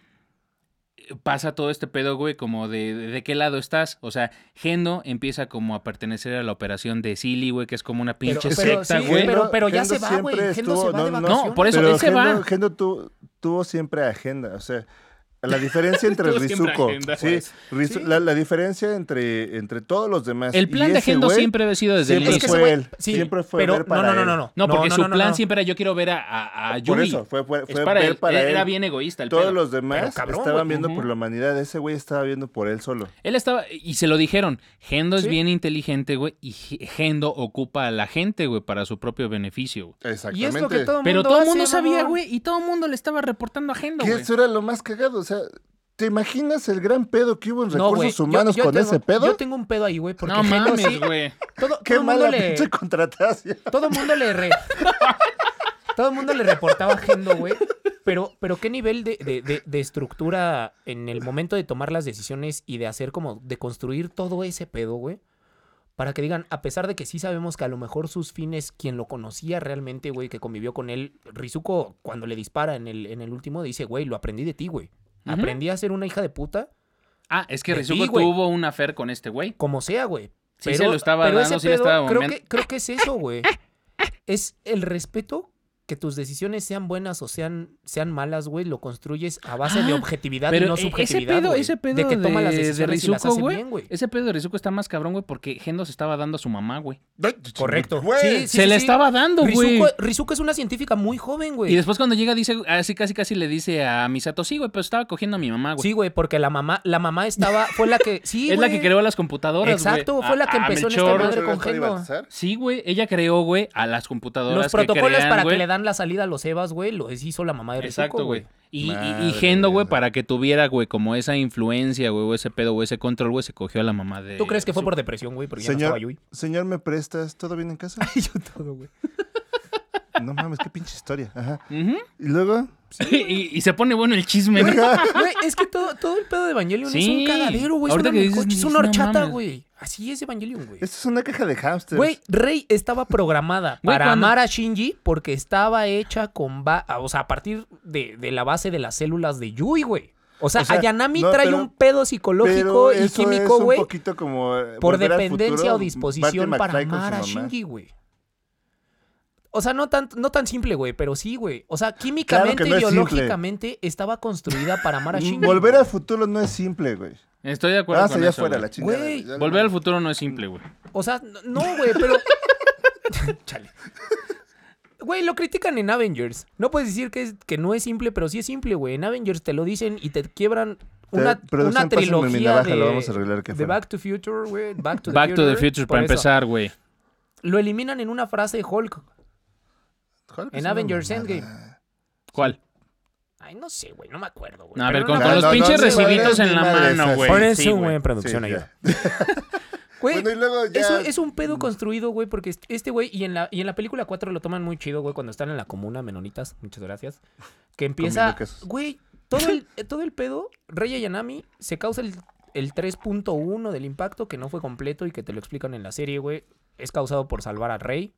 S3: eh, pasa todo este pedo, güey, como de, de, de qué lado estás. O sea, Gendo empieza como a pertenecer a la operación de Silly, güey, que es como una pinche
S5: pero
S3: secta,
S5: sí,
S3: güey.
S5: pero- pero ya
S4: Gendo
S5: se va, güey.
S4: siempre
S5: Gendo se
S4: estuvo-
S5: va de
S3: No, por eso,
S4: Pero
S3: él se
S4: Gendo-
S3: va.
S4: Gendo tu- tuvo siempre agenda, o sea, la
S3: <laughs>
S4: diferencia entre
S3: Tuvo siempre
S4: Rizuko,
S3: agenda,
S4: sí,
S3: pues.
S4: Rizu- La, la diferencia entre, entre todos los demás.
S3: El plan
S4: y
S3: de
S4: ese
S3: Gendo
S4: güey pues,
S3: siempre ha sido desde el
S4: siempre
S3: inicio.
S4: fue
S5: güey-
S4: él,
S5: sí,
S4: siempre fue
S5: pero
S4: ver para
S5: no, no,
S4: él.
S5: no, no, no.
S3: No, porque su plan
S5: no.
S3: siempre era yo quiero ver a, a, a
S4: Por
S3: Yuri".
S4: eso, fue, fue,
S3: Es
S4: fue
S3: para
S4: ver
S3: él,
S4: para él.
S3: era bien egoísta el
S4: Todos
S3: pedo.
S4: los demás
S5: Pero cabrón,
S4: estaban
S5: güey.
S4: viendo
S3: Ujú.
S4: por la humanidad. Ese güey estaba viendo por él solo.
S3: Él estaba, y se lo dijeron, Gendo es bien inteligente, güey, y G- Gendo ocupa a la gente, güey, para su propio beneficio. güey.
S4: Exactamente.
S8: Y es lo que todo
S3: Pero
S8: mundo
S3: todo el
S8: hace,
S3: mundo sabía,
S8: mamón.
S3: güey, y todo el mundo le estaba reportando a Gendo,
S4: Que
S3: güey.
S4: eso era lo más cagado. O sea, ¿te imaginas el gran pedo que hubo en
S5: No, güey,
S4: Pues, recursos
S5: yo-
S4: humanos
S5: yo
S4: con
S5: tengo-
S4: ese pedo?
S5: Yo tengo un pedo ahí, güey, porque
S3: No
S5: Gendo
S3: mames,
S5: sí-
S3: güey.
S5: todo,
S4: Qué
S5: todo el mundo
S4: mala
S5: le,
S4: pinche
S5: <laughs>
S4: contratación.
S5: todo el mundo le re- todo el mundo le reportaba a Gendo, güey. Pero, pero qué nivel de, de- de- de estructura en el momento de tomar las decisiones y de hacer como, de construir todo ese pedo, güey. Para que digan, a pesar de que sí sabemos que a lo mejor sus fines, quien lo conocía realmente, güey, que convivió con él, Rizuko, cuando le dispara en el, en el último, dice, güey, lo aprendí de ti, güey.
S3: Ujú.
S5: Aprendí a ser una hija de puta,
S3: Ah, es que
S5: De
S3: Rizuko
S5: ti, güey.
S3: tuvo una affair con este güey.
S5: como sea, güey.
S3: Sí se lo estaba dando,
S5: ese
S3: sí le estaba
S5: creo
S3: bombeando.
S5: que, creo que es eso, güey. Es el respeto que tus decisiones sean buenas o sean, sean malas, güey, lo construyes a base de
S3: Ah,
S5: objetividad y
S3: Pero
S5: no
S3: eh,
S5: subjetividad,
S3: ese pedo,
S5: güey,
S3: ese pedo
S5: de que toma las
S3: de
S5: decisiones y las
S3: Rizuko,
S5: hace
S3: güey,
S5: bien, güey.
S3: Ese pedo de Rizuko está más cabrón, güey, porque Gendo se estaba dando a su mamá, güey.
S5: Correcto.
S4: Güey,
S3: se le estaba dando, güey.
S5: Rizuko, Rizuko es una científica muy joven,
S3: Y
S5: güey.
S3: después cuando llega dice, así casi casi le dice a Misato, sí, güey, pero estaba cogiendo a mi mamá, güey.
S5: Sí, güey, porque la mamá, la mamá estaba, fue la que, sí,
S3: <laughs> es la
S5: güey.
S3: que creó las computadoras, güey.
S5: Exacto, fue la que
S3: A- a
S5: empezó en esta
S3: Melchor,
S5: madre
S4: ¿No se
S5: con
S4: iba a
S5: Gendo.
S4: privatizar?
S3: Sí, güey, ella creó, güey, a las computadoras
S5: Los protocolos
S3: que crean,
S5: para
S3: güey.
S5: que le dan la salida a los Evas, güey, lo hizo la mamá de Rizuko,
S3: Exacto, güey. Y, y- y
S4: Madre
S3: Gendo, güey,
S4: mía.
S3: para que tuviera, güey, como esa influencia, güey, o ese pedo, güey, ese control, güey, se cogió a la mamá de...
S5: ¿Tú crees que fue
S3: su-
S5: por depresión, güey? Porque ya no
S4: Señor,
S3: <laughs>
S5: estaba Yui.
S4: señor, ¿me prestas? ¿Todo bien en casa?
S5: Yo todo, güey.
S4: No mames, qué pinche historia. Ajá.
S3: Ujú.
S4: Y luego,
S3: y, y se pone bueno el chisme, ¿no?
S4: <laughs>
S5: Güey, es que todo, todo el pedo de Evangelion es
S3: Sí.
S5: un cagadero, güey. Es
S3: Ahorita
S5: una,
S3: que dices,
S5: melcocha, es
S3: dices,
S5: una
S3: no
S5: horchata,
S3: mames.
S5: güey. Así es Evangelion, güey.
S4: esto es una caja de hamsters.
S5: Güey, Rey estaba programada
S3: Güey,
S5: para
S3: cuando-
S5: amar a Shinji porque estaba hecha con... ba- O sea, a partir de, de la base de las células de Yui, güey. O sea,
S4: O sea,
S5: Ayanami
S4: no,
S5: trae
S4: pero-
S5: un pedo
S4: Pero
S5: psicológico y
S4: eso
S5: químico,
S4: es un
S5: güey,
S4: poquito como eh,
S5: por
S4: volver al
S5: dependencia
S4: futuro,
S5: o disposición
S4: Marty
S5: para
S4: McFly con
S5: amar
S4: su
S5: a
S4: mamá.
S5: Shinji, güey. O sea, no tan, no tan simple, güey, pero sí, güey. O sea,
S4: Claro
S5: químicamente
S4: que
S5: y
S4: no es simple.
S5: biológicamente estaba construida
S4: <laughs>
S5: para amar a Shinji.
S4: Mm, Volver
S5: güey.
S4: al futuro no es simple, güey.
S3: Estoy de acuerdo
S4: Ah,
S3: con
S4: ya
S3: eso,
S4: fuera
S3: güey.
S4: la chingada.
S5: Güey,
S4: Ya no
S3: Volver al
S4: mames.
S3: futuro no es simple, güey.
S5: O sea, n- no, güey, pero. <laughs> Chale. Güey, lo critican en Avengers. No puedes decir que, es- que no es simple, pero sí es simple, güey. En Avengers te lo dicen y te quiebran una,
S4: Te- producción,
S5: una
S4: pásame mi
S5: trilogía
S4: navaja,
S5: de,
S4: lo vamos a arreglar que
S5: de
S4: fuera.
S5: Back to Future, güey. Back to the
S3: Back
S5: Future.
S3: to the Future para
S5: por eso.
S3: empezar, güey.
S5: Lo eliminan en una frase de Hulk
S4: Joder, que es
S5: en
S4: una
S5: Avengers
S4: mamada.
S5: Endgame.
S3: ¿Cuál?
S5: Ay, no sé, güey. No me acuerdo, güey.
S3: A
S5: Pero
S3: ver,
S5: no
S3: con,
S5: me
S3: con
S5: acuerdo.
S3: los
S4: no, no,
S3: pinches
S4: no,
S3: recibitos
S4: no,
S3: en la
S4: madre,
S3: mano,
S4: esas.
S3: güey.
S7: Por
S3: Sí,
S7: eso, güey,
S3: güey.
S7: en producción
S4: Sí,
S7: ayuda.
S5: <laughs> Güey,
S4: Bueno, y luego ya.
S5: Eso es un pedo construido, güey, porque est- este güey, y en la, y en la película 4 lo toman muy chido, güey, cuando están en la comuna, menonitas, muchas gracias. Que empieza.
S4: Comiendo quesos.
S5: Güey, todo
S4: <laughs>
S5: el, eh, todo el pedo, Rey Ayanami, se causa el, el 3.1 del impacto que no fue completo y que te lo explican en la serie, güey. Es causado por salvar a Rey.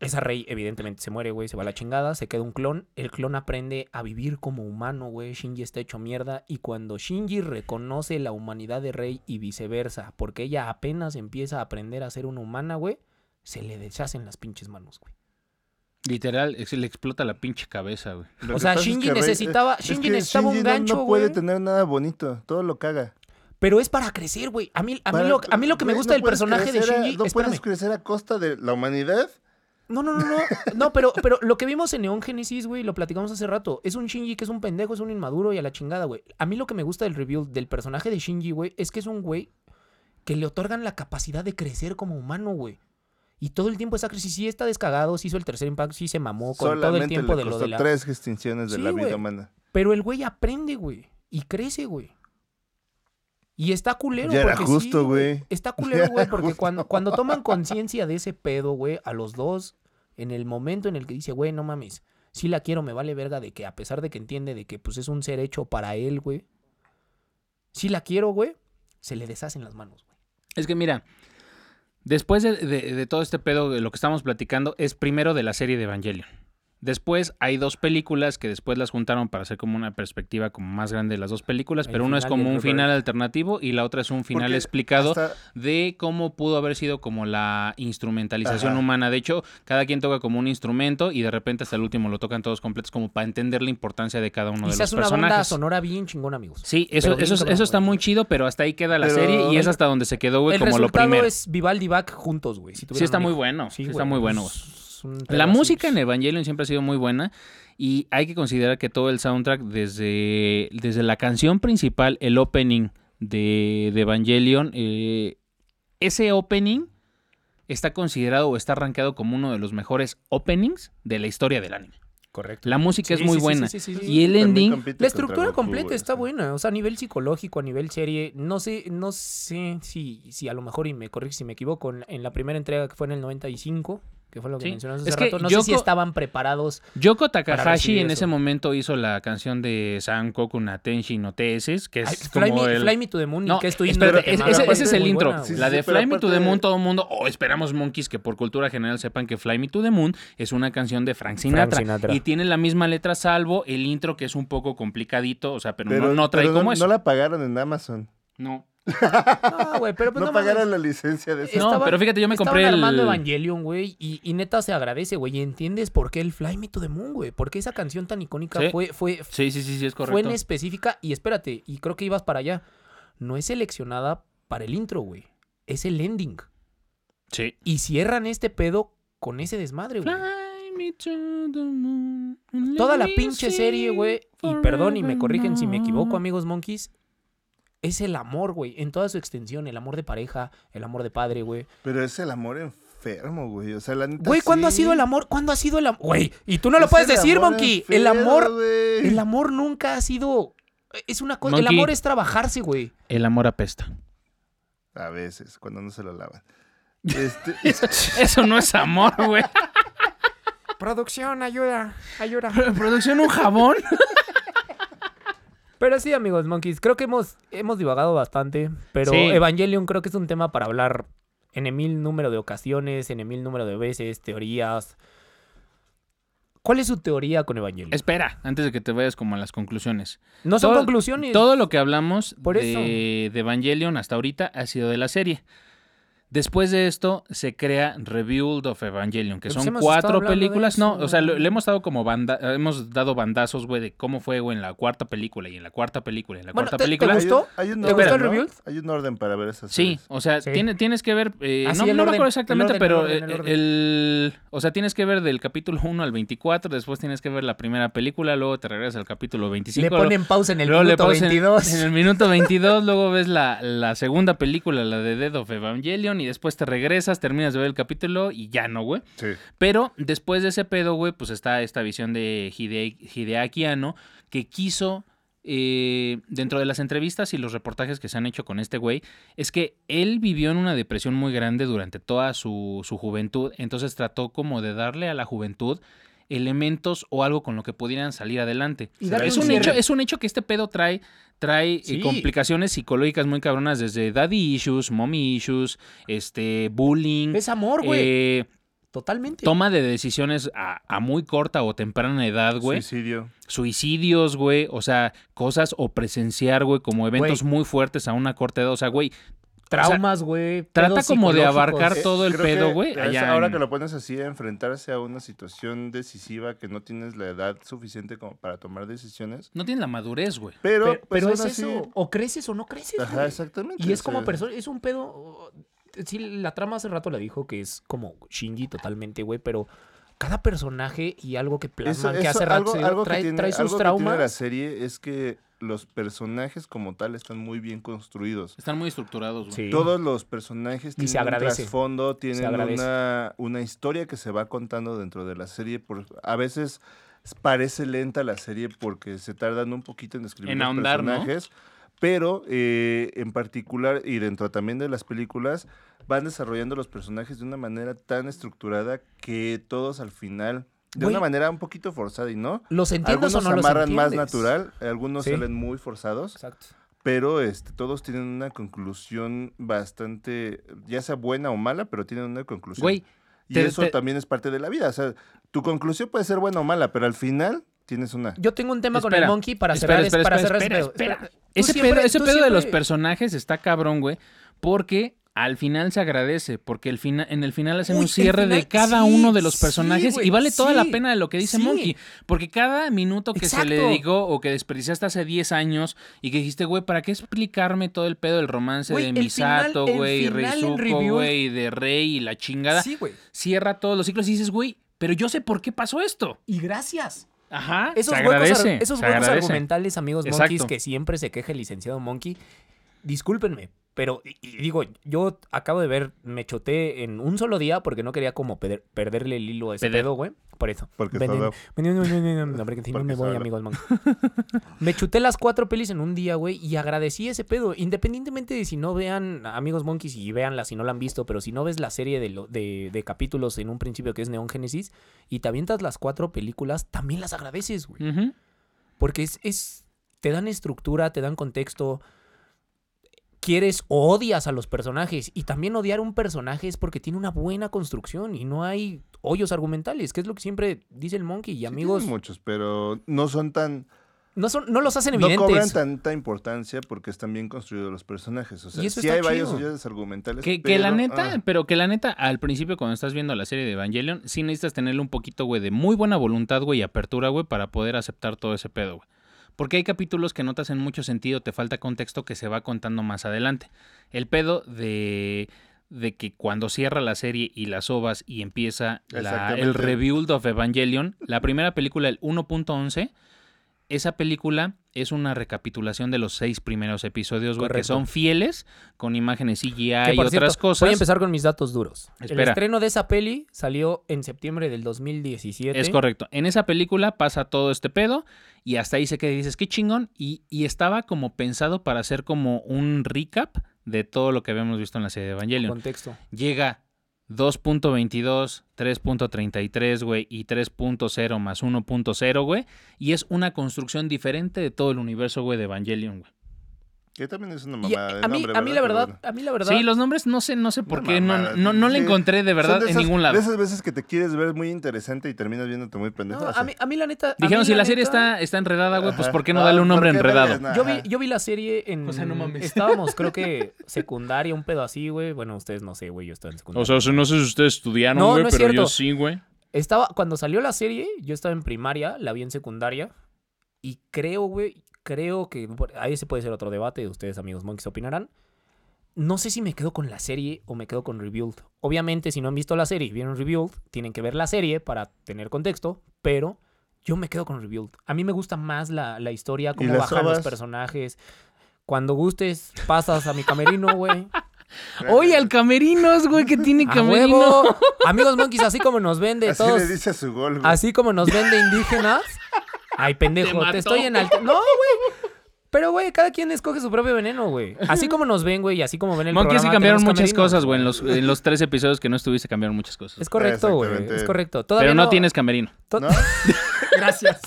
S5: Esa Rey, evidentemente, se muere, güey, se va a la chingada, se queda un clon. El clon aprende a vivir como humano, güey. Shinji está hecho mierda. Y cuando Shinji reconoce la humanidad de Rey y viceversa, porque ella apenas empieza a aprender a ser una humana, güey, se le deshacen las pinches manos, güey.
S3: Literal, es- le explota la pinche cabeza, güey.
S4: Lo
S5: o
S4: que
S5: sea,
S4: pasa es
S5: Shinji
S4: que Rey-
S5: necesitaba-
S4: es
S5: Shinji
S4: que
S5: necesitaba un
S4: Shinji no-
S5: gancho,
S4: No puede
S5: güey.
S4: tener nada bonito. Todo lo caga.
S5: Pero es para crecer, güey. A mí, a mí,
S4: Para-
S5: lo, a mí lo que me
S4: güey,
S5: gusta
S4: no
S5: del
S4: puedes
S5: personaje de
S4: crecer a-
S5: Shinji.
S4: No
S5: espérame.
S4: puedes crecer a costa de la humanidad.
S5: No, no,
S4: <laughs>
S5: no, no. No, pero, pero lo que vimos en Neon Genesis, güey, lo platicamos hace rato. Es un Shinji que es un pendejo, es un inmaduro y a la chingada, güey. A mí lo que me gusta del reveal del personaje de Shinji, güey, es que es un güey que le otorgan la capacidad de crecer como humano, güey. Y todo el tiempo esa crisis sí está descagado, sí hizo el tercer impacto, sí se mamó con todo el
S4: Solamente
S5: tiempo
S4: le
S5: de lo
S4: costó
S5: de la...
S4: tres distinciones de
S5: Sí,
S4: la vida
S5: güey.
S4: humana.
S5: Pero el güey aprende, güey. Y crece, güey. Y está culero,
S4: Ya era
S5: porque sí,
S4: justo, güey.
S5: Está
S4: Ya
S5: culero,
S4: era
S5: güey, porque
S4: justo.
S5: cuando, cuando toman conciencia de ese pedo, güey, a los dos, en el momento en el que dice, güey, no mames, sí la quiero, me vale verga de que a pesar de que entiende de que pues es un ser hecho para él, güey, sí la quiero, güey, se le deshacen las manos, güey.
S3: Es que mira, después de, de- de todo este pedo de lo que estamos platicando, es primero de la serie de Evangelion. Después hay dos películas que después las juntaron para hacer como una perspectiva como más grande de las dos películas,
S5: El
S3: pero uno es
S5: final y
S3: como
S5: el
S3: un final
S5: reverse.
S3: alternativo y la otra es un final
S4: Porque
S3: explicado
S4: hasta-
S3: de cómo pudo haber sido como la instrumentalización
S4: Ajá.
S3: humana. De hecho, cada quien toca como un instrumento y de repente hasta el último lo tocan todos completos como para entender la importancia de cada uno de los
S5: Quizás una banda
S3: personajes.
S5: sonora bien chingón, amigos.
S3: Sí, eso,
S5: Pero bien
S3: eso, es-
S5: cabrón,
S3: eso está
S5: güey.
S3: muy chido, pero hasta ahí queda la
S4: Pero-
S3: serie y es hasta donde se quedó, güey,
S5: el
S3: como lo
S5: resultado
S3: primero.
S5: es Vivaldi Back juntos, güey. si
S3: Sí,
S5: tuvieran
S3: está
S5: un
S3: muy
S5: hijo.
S3: bueno. sí, está
S5: güey,
S3: muy
S5: pues,
S3: bueno, güey.
S5: es un pedo
S3: La
S5: así,
S3: música
S5: pues.
S3: en Evangelion siempre ha sido muy buena y hay que considerar que todo el soundtrack, desde, desde la canción principal, el opening de, de Evangelion, eh, ese opening está considerado o está rankeado como uno de los mejores openings de la historia del anime.
S7: Correcto.
S3: La música es
S5: Sí,
S3: muy
S5: sí, sí,
S3: buena.
S5: sí, sí, sí.
S3: Y el
S4: también
S3: ending,
S4: compite
S5: La
S4: contra
S5: estructura
S4: Goku,
S5: completa
S4: güey.
S5: está buena, o sea, a nivel psicológico, a nivel serie, no sé, no sé si, si a lo mejor, y me corrige si me equivoco, en, en la primera entrega que fue en el 95, que fue lo que
S3: Sí.
S5: mencionaste
S3: Es
S5: hace
S3: que
S5: rato, no
S3: yo
S5: sé si
S3: co-
S5: estaban preparados.
S3: Yoko
S5: recibir
S3: Takahashi en
S5: eso.
S3: ese momento hizo la canción de Sankoku Natenshi no Teses, que es
S5: Ay,
S3: como
S5: Fly, me,
S3: el...
S5: Fly Me to the Moon,
S3: No,
S5: que es tu
S3: espérate,
S5: intro,
S3: es-
S5: que
S3: ese,
S5: aparte
S3: ese es el
S5: muy
S3: intro.
S5: buena, güey.
S3: la
S4: Sí,
S3: de
S4: sí, pero
S3: Fly Me to the
S4: aparte-
S3: Moon, todo el mundo, oh, esperamos Monkeys, que por cultura general sepan que Fly Me to the Moon es una canción de Frank Sinatra.
S7: Frank Sinatra.
S3: Y tiene la misma letra, salvo el intro que es un poco complicadito, o sea, pero, no, no trae
S4: pero
S3: como
S4: no,
S3: eso.
S4: la pagaron en Amazon.
S3: No.
S5: No, güey, pero pues
S4: No,
S5: no mames. Eh,
S4: pagaron la licencia de eso.
S3: No, pero fíjate, yo me
S5: estaban
S3: compré el-
S5: armando Evangelion, güey, y, y neta se agradece, güey, y entiendes por qué el Fly Me to the Moon, güey, porque esa canción tan icónica
S3: Sí.
S5: fue, fue,
S3: Sí, sí, sí, sí, es
S5: fue
S3: correcto.
S5: en específica, y espérate, y creo que ibas para allá, no es seleccionada para el intro, güey, es el ending.
S3: Sí.
S5: Y cierran este pedo con ese desmadre, güey.
S3: Fly me to the moon, let
S5: Toda la
S3: me
S5: pinche
S3: sing
S5: serie, güey, y
S3: forevermore.
S5: perdón y me corrigen si me equivoco, amigos monkeys, es el amor, güey, en toda su extensión, el amor de pareja, el amor de padre, güey.
S4: Pero es el amor enfermo, güey. O sea, la neta,
S5: Güey, ¿cuándo ha
S4: Pues sí.
S5: sido el amor? ¿Cuándo ha sido el amor? Güey, y tú no lo
S4: Es
S5: puedes
S4: el
S5: decir,
S4: amor
S5: monkey. el
S4: enfermo,
S5: amor,
S4: güey.
S5: el amor nunca ha sido es una cosa, el
S3: Monkey.
S5: amor es trabajarse, güey.
S3: El amor apesta.
S4: A veces, cuando no se lo lavan. Este,
S5: <laughs>
S3: Eso no es amor, güey.
S8: Producción, ayuda, ayuda.
S3: Producción un jabón.
S5: Pero sí, amigos monkeys, creo que hemos hemos divagado bastante, pero
S3: Sí.
S5: Evangelion creo que es un tema para hablar en mil número de ocasiones, en mil número de veces, teorías. ¿Cuál es su teoría con Evangelion?
S3: Espera, antes de que te vayas como a las conclusiones.
S5: No son
S3: Todo-
S5: conclusiones.
S3: Todo lo que hablamos
S5: Por eso.
S3: de, de Evangelion hasta ahorita ha sido de la serie. Después de esto se crea Rebuild of Evangelion, que
S5: Pues
S3: son
S5: hemos estado
S3: cuatro
S5: hablando de
S3: películas. No,
S5: eso.
S3: o sea, lo- le hemos dado como banda, hemos dado bandazos, güey, de cómo fue güey, en la cuarta película y en la cuarta película y en la
S5: Bueno,
S3: cuarta
S5: te- te
S3: película.
S5: gusta- gustó?
S4: Hay un,
S5: ¿Te
S4: hay un orden,
S5: gustó el
S4: ¿no?
S5: rebuild?
S4: Hay un orden para ver esas
S3: Sí,
S4: series.
S3: o sea,
S5: Sí.
S3: tiene- tienes que ver. eh,
S5: Ah,
S3: no
S5: sí, el
S3: no me
S5: orden,
S3: acuerdo exactamente,
S5: el
S3: pero
S5: orden, el orden, el
S3: eh,
S5: orden.
S3: el- o sea, tienes que ver del capítulo 1 al 24, después tienes que ver la primera película, luego te regresas al capítulo 25.
S5: Le ponen pausa en el
S3: Luego le
S5: minuto
S3: pones en-
S5: 22.
S3: En, el minuto 22, luego ves la, la segunda película, la de Dead of Evangelion, y después te regresas, terminas de ver el capítulo y ya no, güey.
S4: Sí.
S3: Pero después de ese pedo, güey, pues está esta visión de Hide- Hideaki Anno que quiso, eh, dentro de las entrevistas y los reportajes que se han hecho con este güey, es que él vivió en una depresión muy grande durante toda su, su juventud, entonces trató como de darle a la juventud elementos o algo con lo que pudieran salir adelante.
S5: <laughs> Y darle
S3: Es
S5: un
S3: un,
S5: cierre.
S3: hecho, es un hecho que este pedo trae, trae eh,
S7: Sí.
S3: complicaciones psicológicas muy cabronas desde daddy issues, mommy issues, este, bullying.
S5: Es amor, güey.
S3: eh,
S5: Totalmente.
S3: Toma de decisiones a, a muy corta o temprana edad, güey.
S4: Suicidio.
S3: Suicidios, güey. O sea, cosas o presenciar, güey, como eventos muy fuertes a una corta edad. O sea, güey.
S5: Traumas, güey.
S3: trata
S5: pedos
S3: como de
S5: psicológicos.
S3: abarcar todo el
S4: Eh, creo
S3: pedo,
S4: que
S3: güey,
S4: es
S3: allá
S4: Ahora
S3: en-
S4: que lo pones así, enfrentarse a una situación decisiva que no tienes la edad suficiente como para tomar decisiones.
S3: No tiene la madurez, güey.
S4: Pero,
S5: Pero,
S4: pues,
S5: pero
S4: aún
S5: es
S4: así-
S5: eso. O creces o no creces.
S4: Ajá,
S5: güey.
S4: exactamente.
S5: Y es
S4: o
S5: como
S4: sea,
S5: persona. Es un oh, pedo. Sí, la trama hace rato la dijo que es como Shinji totalmente, güey. Pero cada personaje y algo que
S4: Eso-
S5: plasman que
S4: eso,
S5: hace
S4: algo,
S5: Ratchet
S4: algo que
S5: trae,
S4: tiene-
S5: trae sus
S4: algo que tiene
S5: traumas.
S4: la serie es que los personajes como tal están muy bien construidos.
S3: Están muy estructurados, güey.
S5: Sí.
S4: Todos los personajes
S5: Y se
S4: tienen un
S5: agradece.
S4: trasfondo, tienen
S5: agradece.
S4: una, una historia que se va contando dentro de la serie. por- a veces parece lenta la serie porque se tardan un poquito en escribir
S3: En
S4: los
S3: ahondar, ¿no?
S4: personajes. Pero eh, en particular, y dentro también de las películas, van desarrollando los personajes de una manera tan estructurada que todos al final, de
S5: Güey.
S4: una manera un poquito forzada y no,
S5: ¿Los entiendes
S4: algunos
S5: o no los
S4: amarran
S5: entiendes?
S4: más natural, algunos
S5: Sí.
S4: salen muy forzados,
S5: Exacto.
S4: pero este, todos tienen una conclusión bastante, ya sea buena o mala, pero tienen una conclusión.
S3: Güey,
S4: y
S3: te-
S4: eso
S3: te-
S4: también es parte de la vida. O sea, tu conclusión puede ser buena o mala, pero al final tienes una.
S5: Yo tengo un tema con
S3: Espera,
S5: el Monkey para
S3: espera,
S5: cerrar.
S3: espera,
S5: para
S3: espera,
S5: cerrar ese
S3: espera,
S5: pedo. Tú
S3: Ese
S5: siempre-
S3: pedo, ese
S5: tú
S3: pedo de los
S5: siempre-
S3: personajes está cabrón, güey. Porque al final se agradece. Porque el fina- en el final hacen
S5: Uy,
S3: un
S5: el
S3: cierre de
S5: final-
S3: cada
S5: sí,
S3: uno de los
S5: sí,
S3: personajes.
S5: güey,
S3: y vale toda la
S5: sí,
S3: pena de lo que dice
S5: sí.
S3: Monkey. Porque cada minuto que se le
S5: Exacto.
S3: dedicó o que desperdiciaste hace 10 años y que dijiste, güey, ¿para qué explicarme todo el pedo del romance
S5: Güey,
S3: de
S5: el final-
S3: Misato,
S5: el
S3: güey, y
S5: final
S3: Reizuko,
S5: en Rebuild-
S3: güey, y de Rey y la chingada?
S5: Sí, güey.
S3: Cierra todos los ciclos y dices, güey, pero yo sé por qué pasó esto.
S5: Y gracias.
S3: Ajá.
S5: Esos
S3: se
S5: huecos, ar-
S3: agradece,
S5: esos
S3: se
S5: huecos
S3: agradece.
S5: argumentales, amigos
S3: Exacto.
S5: monkeys, que siempre se queja el licenciado Monkey. Discúlpenme, pero y- y digo, yo acabo de ver, me choté en un solo día porque no quería como peder- perderle el hilo a ese
S3: Peder.
S5: pedo, güey. Por eso.
S4: Porque
S5: Ven-
S4: solo-
S5: ven- ven- ven- ven- ven- ven- no, porque si no
S4: Porque
S5: me voy,
S4: solo.
S5: amigos monkeys. <laughs> Me chuté las cuatro pelis en un día, güey, y agradecí ese pedo. Independientemente de si no vean, amigos monkeys, y veanla si no la han visto, pero si no ves la serie de, lo- de, de capítulos en un principio que es Neon Genesis, y te avientas las cuatro películas, también las agradeces, güey.
S3: Ujú.
S5: Porque es, es- te dan estructura, te dan contexto. Quieres o odias a los personajes. Y también odiar a un personaje es porque tiene una buena construcción y no hay hoyos argumentales, que es lo que siempre dice el Monkey. Y
S4: Sí
S5: amigos,
S4: tienen muchos, pero no son tan.
S5: no, son, no los
S4: No
S5: hacen
S4: cobran
S5: evidentes.
S4: tanta importancia porque están bien construidos los personajes. O sea,
S5: Y eso
S4: sí
S5: está
S4: hay varios
S5: chido.
S4: hoyos argumentales.
S3: Que, que la
S4: pero-
S3: neta,
S4: ah.
S3: pero que la neta, al principio cuando estás viendo la serie de Evangelion, sí necesitas tenerle un poquito, güey, de muy buena voluntad, güey, y apertura, güey, para poder aceptar todo ese pedo, güey. Porque hay capítulos que notas en mucho sentido, te falta contexto que se va contando más adelante. El pedo de, de que cuando cierra la serie y las ovas y empieza la- el
S4: Exactamente.
S3: rebuild of Evangelion, la primera película, el 1.11, esa película es una recapitulación de los seis primeros episodios, güey, que
S5: Correcto.
S3: son fieles con imágenes CGI
S5: Que,
S3: Ah, y
S5: por
S3: otras
S5: cierto,
S3: cosas.
S5: Voy a empezar con mis datos duros. El
S3: Espera.
S5: estreno de esa peli salió en septiembre del 2017.
S3: Es correcto. En esa película pasa todo este pedo y hasta ahí se queda y dices, qué chingón. Y, y estaba como pensado para hacer como un recap de todo lo que habíamos visto en la serie de Evangelion.
S5: Contexto.
S3: Llega 2.22, 3.33, güey, y 3.0 más 1.0, güey. Y es una construcción diferente de todo el universo, güey, de Evangelion, güey.
S4: Que también es una
S5: Y
S4: mamada. de
S5: a, mí,
S4: nombre,
S5: a mí la
S4: Pero
S5: verdad,
S4: bueno.
S5: a mí la verdad.
S3: Sí, los nombres no sé, no sé por
S4: Una
S3: qué. No,
S4: mamada.
S3: no, no le
S4: Sí.
S3: encontré de verdad
S4: Son
S3: en
S4: de esas-
S3: ningún lado.
S4: De esas veces que te quieres ver muy interesante y terminas viéndote muy pendejo.
S5: No,
S4: así.
S5: a, mí, a mí la neta. a mí
S3: Dijeron, si la serie
S5: neta-
S3: está, está enredada, güey, pues
S4: Ajá.
S3: ¿por qué no
S4: Ah,
S3: darle un
S4: ¿por
S3: nombre
S4: qué
S3: enredado?
S4: vergas?
S5: Yo
S4: Ajá.
S5: vi, yo vi la serie en.
S3: O sea, no mames.
S5: Estábamos, creo que secundaria, un pedo así, güey. Bueno, ustedes no sé, güey. Yo estaba en
S4: pues,
S5: secundaria.
S3: no sé si ustedes estudiaron,
S5: No, güey, no es pero yo cierto.
S3: sí, güey.
S5: estaba, cuando salió la serie, yo estaba en primaria, la vi en secundaria. Y creo, güey, creo que. por- Ahí se puede ser otro debate. Ustedes, amigos monkeys, opinarán. No sé si me quedo con la serie o me quedo con Rebuild. Obviamente, si no han visto la serie y vieron Rebuild, tienen que ver la serie para tener contexto, pero yo me quedo con Rebuild. A mí me gusta más la, la historia, cómo
S4: las
S5: bajan los
S4: ovas?
S5: personajes. Cuando gustes, pasas a mi camerino, güey.
S3: Oye, al camerinos, güey, que tiene
S5: ¡A
S3: camerino.
S5: huevo! Amigos monkeys, así como nos vende
S4: Así
S5: todos
S4: le dice a su gol. güey.
S5: Así como nos vende indígenas. Ay, pendejo, te,
S3: mató.
S5: estoy en alto. No, güey. Pero, güey, cada quien escoge su propio veneno, güey. Así como nos ven, güey, y así como ven el
S3: Monkey, sí
S5: programa.
S3: cambiaron
S5: tenemos
S3: muchas
S5: camerinos,
S3: cosas, güey. En los, en los tres episodios que no estuviste cambiaron muchas cosas.
S5: Es correcto, güey.
S4: Exactamente.
S5: Es correcto. Todavía
S3: Pero no tienes camerino.
S5: to-
S4: ¿No?
S5: <laughs> Gracias.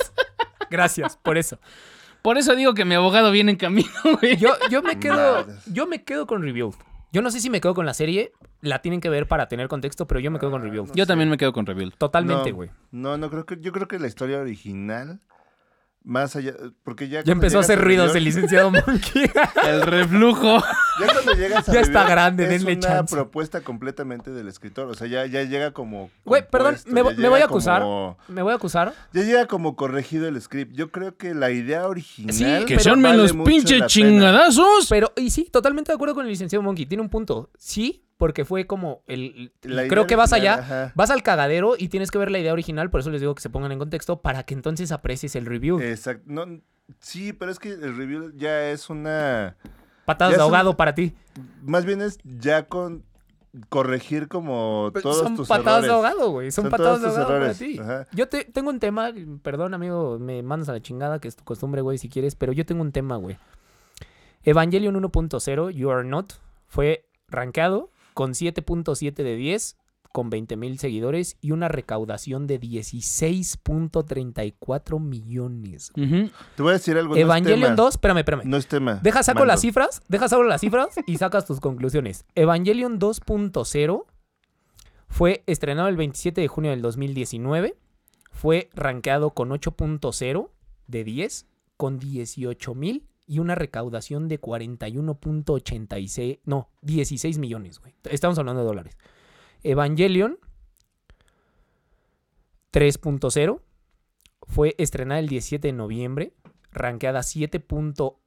S5: Gracias, por eso.
S3: Por eso digo que mi abogado viene en camino, <laughs> güey.
S5: Yo, yo me quedo.
S4: Madres.
S5: Yo me quedo con Rebuild. Yo no sé si me quedo con la serie. La tienen que ver para tener contexto, pero yo me quedo con Rebuild.
S3: Yo también me quedo con Rebuild.
S5: Totalmente,
S4: Ah, No,
S5: güey.
S4: No, no, creo que, yo creo que la historia original, más allá, porque ya...
S5: Ya
S4: cuando
S5: empezó a
S4: llegas
S5: hacer ruidos el
S4: Rebuild-
S5: licenciado
S4: <laughs>
S5: Monkey.
S3: El reflujo.
S4: Ya cuando
S5: <laughs>
S4: llegas a
S5: Ya está
S4: Rebuild,
S5: grande,
S4: es
S5: denle
S4: una
S5: chance.
S4: propuesta completamente del escritor, o sea, ya, ya llega como...
S5: Güey, perdón,
S4: compuesto,
S5: me,
S4: ya
S5: vo- me
S4: llega
S5: voy a acusar.
S4: como-
S5: Me voy a acusar.
S4: ya llega como corregido el script. Yo creo que la idea original...
S5: Sí, Que
S4: pero
S3: sean
S4: vale mucho la pena.
S3: chingadazos.
S5: <laughs> Pero, y sí, totalmente de acuerdo con el licenciado Monkey. Tiene un punto. Sí, porque fue como el...
S4: La idea
S5: creo que vas
S4: original,
S5: allá,
S4: ajá.
S5: vas al cagadero y tienes que ver la idea original, por eso les digo que se pongan en contexto, para que entonces aprecies el review.
S4: Exacto. No, sí, pero es que el review ya es una...
S5: Patadas
S4: ya
S5: de
S4: es
S5: ahogado
S4: un-
S5: para ti.
S4: Más bien es ya con corregir como
S5: Pues
S4: todos
S5: son
S4: tus
S5: patadas
S4: errores.
S5: de ahogado, güey. Son,
S4: Son
S5: patadas
S4: todos
S5: de
S4: tus
S5: ahogado para
S4: errores,
S5: ti.
S4: ajá.
S5: Yo te, tengo un tema, perdón, amigo, me mandas a la chingada, que es tu costumbre, güey, si quieres, pero yo tengo un tema, güey. Evangelion 1.0, You Are Not, fue rankeado con 7.7 de 10, con 20 mil seguidores y una recaudación de 16.34 millones.
S3: Ujú.
S4: Te voy a decir algo. Pues no es tema.
S5: Evangelion 2, espérame, espérame.
S4: No es tema.
S5: Deja saco
S4: Mando.
S5: las cifras, deja solo las cifras y sacas tus conclusiones. Evangelion 2.0 fue estrenado el 27 de junio del 2019, fue rankeado con 8.0 de 10, con 18 mil y una recaudación de 41.86, no, 16 millones, güey. Estamos hablando de dólares. Evangelion 3.0 fue estrenada el 17 de noviembre, rankeada 7.0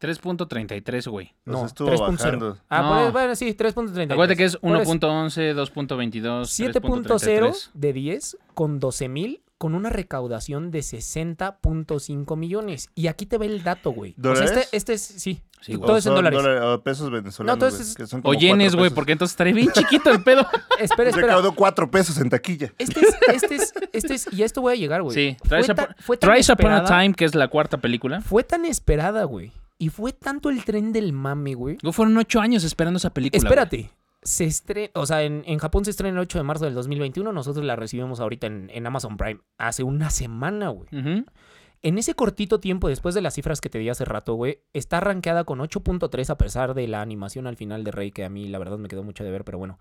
S3: 3.33, güey.
S4: O sea,
S5: no,
S4: estuvo
S5: 3.0.
S4: bajando.
S5: Ah,
S3: No.
S5: por eso, bueno, sí, 3.33.
S3: Acuérdate que es
S5: Por eso,
S3: 1.11, 2.22,
S5: 7.0 de 10 con 12.000 con una recaudación de 60.5 millones. Y aquí te ve el dato, güey. O sea,
S4: ¿Dólares?
S5: este, este es, sí,
S3: Sí, güey.
S5: todo es en
S4: son
S5: dólares.
S4: o pesos venezolanos.
S5: No, todo
S4: güey,
S5: es-
S4: que son como
S3: O yenes,
S4: cuatro
S3: güey,
S4: pesos.
S3: porque entonces estaría bien chiquito el pedo.
S5: Espera, espera.
S4: Recaudó cuatro pesos en taquilla.
S5: Este es, este es, este es, y a esto voy a llegar, güey.
S3: Sí,
S5: fue,
S3: Thrice
S5: tan-
S3: Upon-
S5: fue tan
S3: Thrice Upon a
S5: esperada-
S3: Time, que es la cuarta película.
S5: Fue tan esperada, güey. Y fue tanto el tren del mame, güey.
S3: Luego fueron ocho años esperando esa película. güey.
S5: Espérate. Se estrena, o sea, en, en Japón se estrena el 8 de marzo del 2021. Nosotros la recibimos ahorita en, en Amazon Prime hace una semana, güey.
S3: Ujú.
S5: En ese cortito tiempo, después de las cifras que te di hace rato, güey, está rankeada con 8.3 a pesar de la animación al final de Rey, que a mí la verdad me quedó mucho de ver, pero bueno.